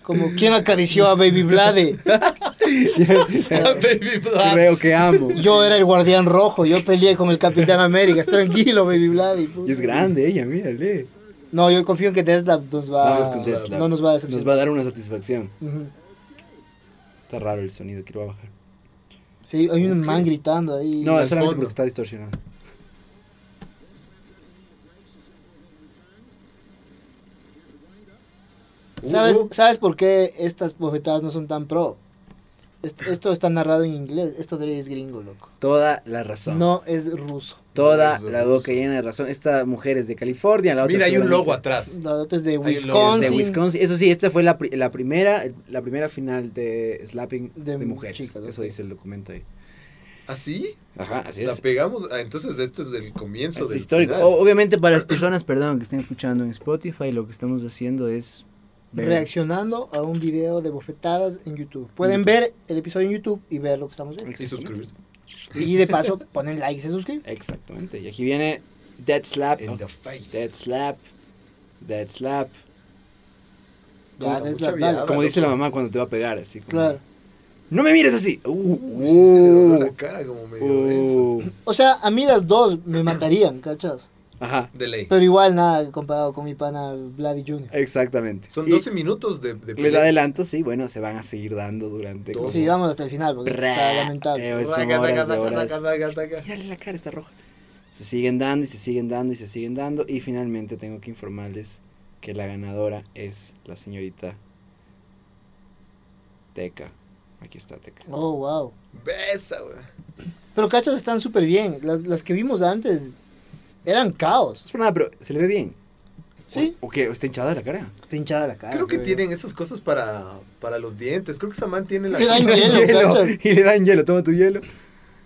Como, ¿quién acarició a Baby Vlade?
Baby Black.
Creo que amo.
Yo era el guardián rojo, yo peleé con el Capitán América. Tranquilo, Baby Vlade. puta.
Y es grande ella, mírale.
No, yo confío en que Deathloop nos va
Vamos con Death Slap.
Ah, No nos va a
Nos
decepcionar.
va a dar una satisfacción.
Ujú.
Está raro el sonido, quiero bajar.
Sí, hay un man gritando ahí.
No,
al
es solamente
fondo.
porque está distorsionado.
¿Sabes,
Uh, uh.
¿Sabes por qué estas bofetadas no son tan pro? Est- Esto está narrado en inglés. Esto de ley es gringo, loco.
Toda la razón.
No es ruso.
Toda
Eso,
la
eso.
boca llena de razón. Esta mujer es de California. La otra
Mira, hay un
seguramente
logo atrás.
La otra es de
un logo.
Es
Wisconsin.
de Wisconsin. Eso sí, esta fue la, pri- la primera la primera final de slapping de,
De
mujeres.
chicas,
Eso
ok.
dice el documento ahí.
¿Así?
Ajá, así
¿Ah, La
es.
pegamos. Ah, entonces, este es el comienzo
Esto
del
Es histórico. Oh,
final.
O- obviamente para las personas, perdón, que estén escuchando en Spotify, lo que estamos haciendo es ver-
Reaccionando a un video de bofetadas en YouTube. Pueden
YouTube.
ver el episodio en YouTube y ver lo que estamos viendo.
Y
Exactamente.
suscribirse.
Y de paso, ponen like y se suscriben.
Exactamente. Y aquí viene Dead Slap.
In the face.
Dead Slap. Dead Slap.
Ya,
Puta,
es
mucha
la-
viada,
dale.
Como dice la
loco.
mamá cuando te va a pegar, así como,
Claro.
¡No me mires así! Uh,
Uy, sí se le dobló
uh,
la cara como medio denso.
uh.
O sea, a mí las dos me matarían, ¿cachas?
Ajá.
De ley.
Pero igual nada comparado con mi pana Vladi Jr.
Exactamente.
Son
Y
12 minutos de, de
Les
pelea.
adelanto, sí, bueno, se van a seguir dando durante.
Dos.
Sí, vamos hasta el final porque esto está lamentable.
Eh,
Taca,
son
taca,
horas de
taca,
horas.
taca, taca, taca.
Mírale la cara, está roja. Se siguen dando y se siguen dando y se siguen dando. Y finalmente tengo que informarles que la ganadora es la señorita Teca. Aquí está Teca.
Oh, wow.
Besa, güey.
Pero cachas están súper bien. Las, las que vimos antes eran caos.
Es por nada, pero se le ve bien.
Sí.
¿O qué? ¿Está hinchada la cara?
Está hinchada la
Ah,
cara.
Creo que
güey.
tienen esas cosas para, para los dientes. Creo que Saman tiene la.
Le dan hielo, cachas.
Y le dan hielo, toma tu hielo.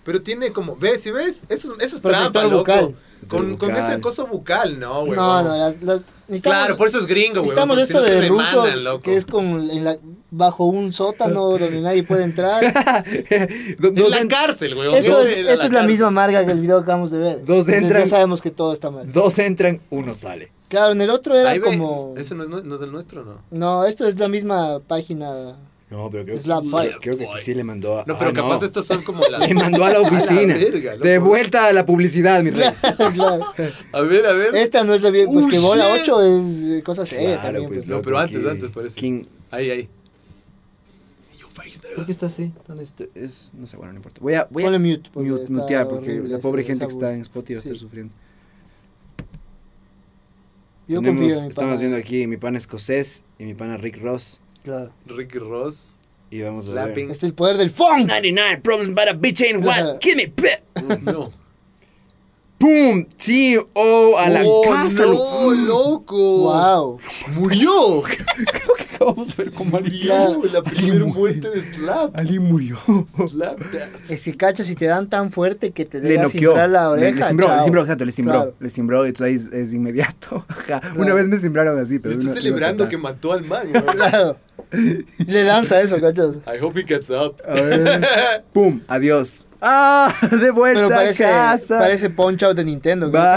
Pero tiene como. ¿Ves? ¿Sí ves? Eso, es- eso es
Protector
trampa, loco.
bucal.
Con, con
Bucal.
ese acoso bucal, no, güey.
No, no, las, las-
Claro, por eso es gringo, güey.
Necesitamos
porque si
esto
no se
de
le
rusos,
mandan, loco.
que es con, en la- bajo un sótano donde nadie puede entrar.
Dos-
En
dos
la
en-
cárcel, güey.
Esto
obvio,
es,
en
esto es la
cárcel.
misma marga que el video que acabamos de ver.
Dos
Entonces
entran.
Ya sabemos que todo está mal.
dos entran, uno sale.
Claro, en el otro era
Ahí ve,
como...
Eso no es, nue- no es el nuestro, ¿no?
No, esto es la misma página.
No, pero creo,
Slap
que,
fight.
creo que aquí sí le mandó a.
No, pero
ah,
capaz
no.
estas son como las...
Le mandó a la oficina.
A la verga, loco.
de vuelta a la publicidad, mi rey.
Claro.
A ver, a ver.
Esta no es la bien, pues
Uh,
que bola
shit.
8 es eh, cosa seria
Oh, Claro,
también.
pues,
pues.
No,
loco,
pero antes,
que-
antes parece.
¿Quién-
Ahí, ahí. Your face, nigga.
¿Por qué está así? ¿Dónde está? Es, no sé, bueno, no importa. Voy a, voy a
Ponle mute. porque
mute-
está
mutear porque
horrible
la
ese-
pobre
esa
gente que está
voz.
en Spotify va a estar
Sí.
sufriendo.
Yo
Tenemos-
confío en mi
estamos
pana.
viendo aquí mi pana escocés y mi pana Rick Ross.
Claro.
Rick Ross.
Y vamos a ver.
Slapping.
Es el poder del funk.
99 problems but a bitch ain't what.
Ajá.
Give me pe-
No.
¡Pum! T.O. a la
Oh,
casa.
¡No, loco!
Uh.
Wow.
¡Murió!
Vamos a ver cómo
¡Murió! La primera
Ay,
muerte de Slap.
Ali murió.
Slap that.
Es que cacha, si te dan tan fuerte que te
Le
llega a
noqueó.
cimbrar la
le,
oreja.
le cimbró, le
chao.
cimbró, exacto, le cimbró.
Claro.
Le cimbró y entonces ahí es, es inmediato. Ajá. Una
Claro.
vez me cimbraron así,
Le
pero.
está
no- no
celebrando
trataba.
que mató al man, güey.
Claro. Le lanza eso, cachas.
I hope he gets up.
A ver. ¡Pum! Adiós. ¡Ah! De vuelta
Pero parece,
a casa.
parece punch out de Nintendo.
Va-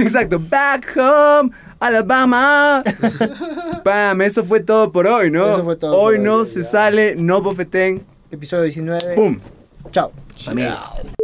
Exacto. Back home, Alabama. Pam, eso fue todo por hoy, ¿no?
Eso fue todo
hoy
por
no
hoy,
se
ya.
sale, no bofeten.
Episodio 19.
¡Pum!
Chao.
Chao.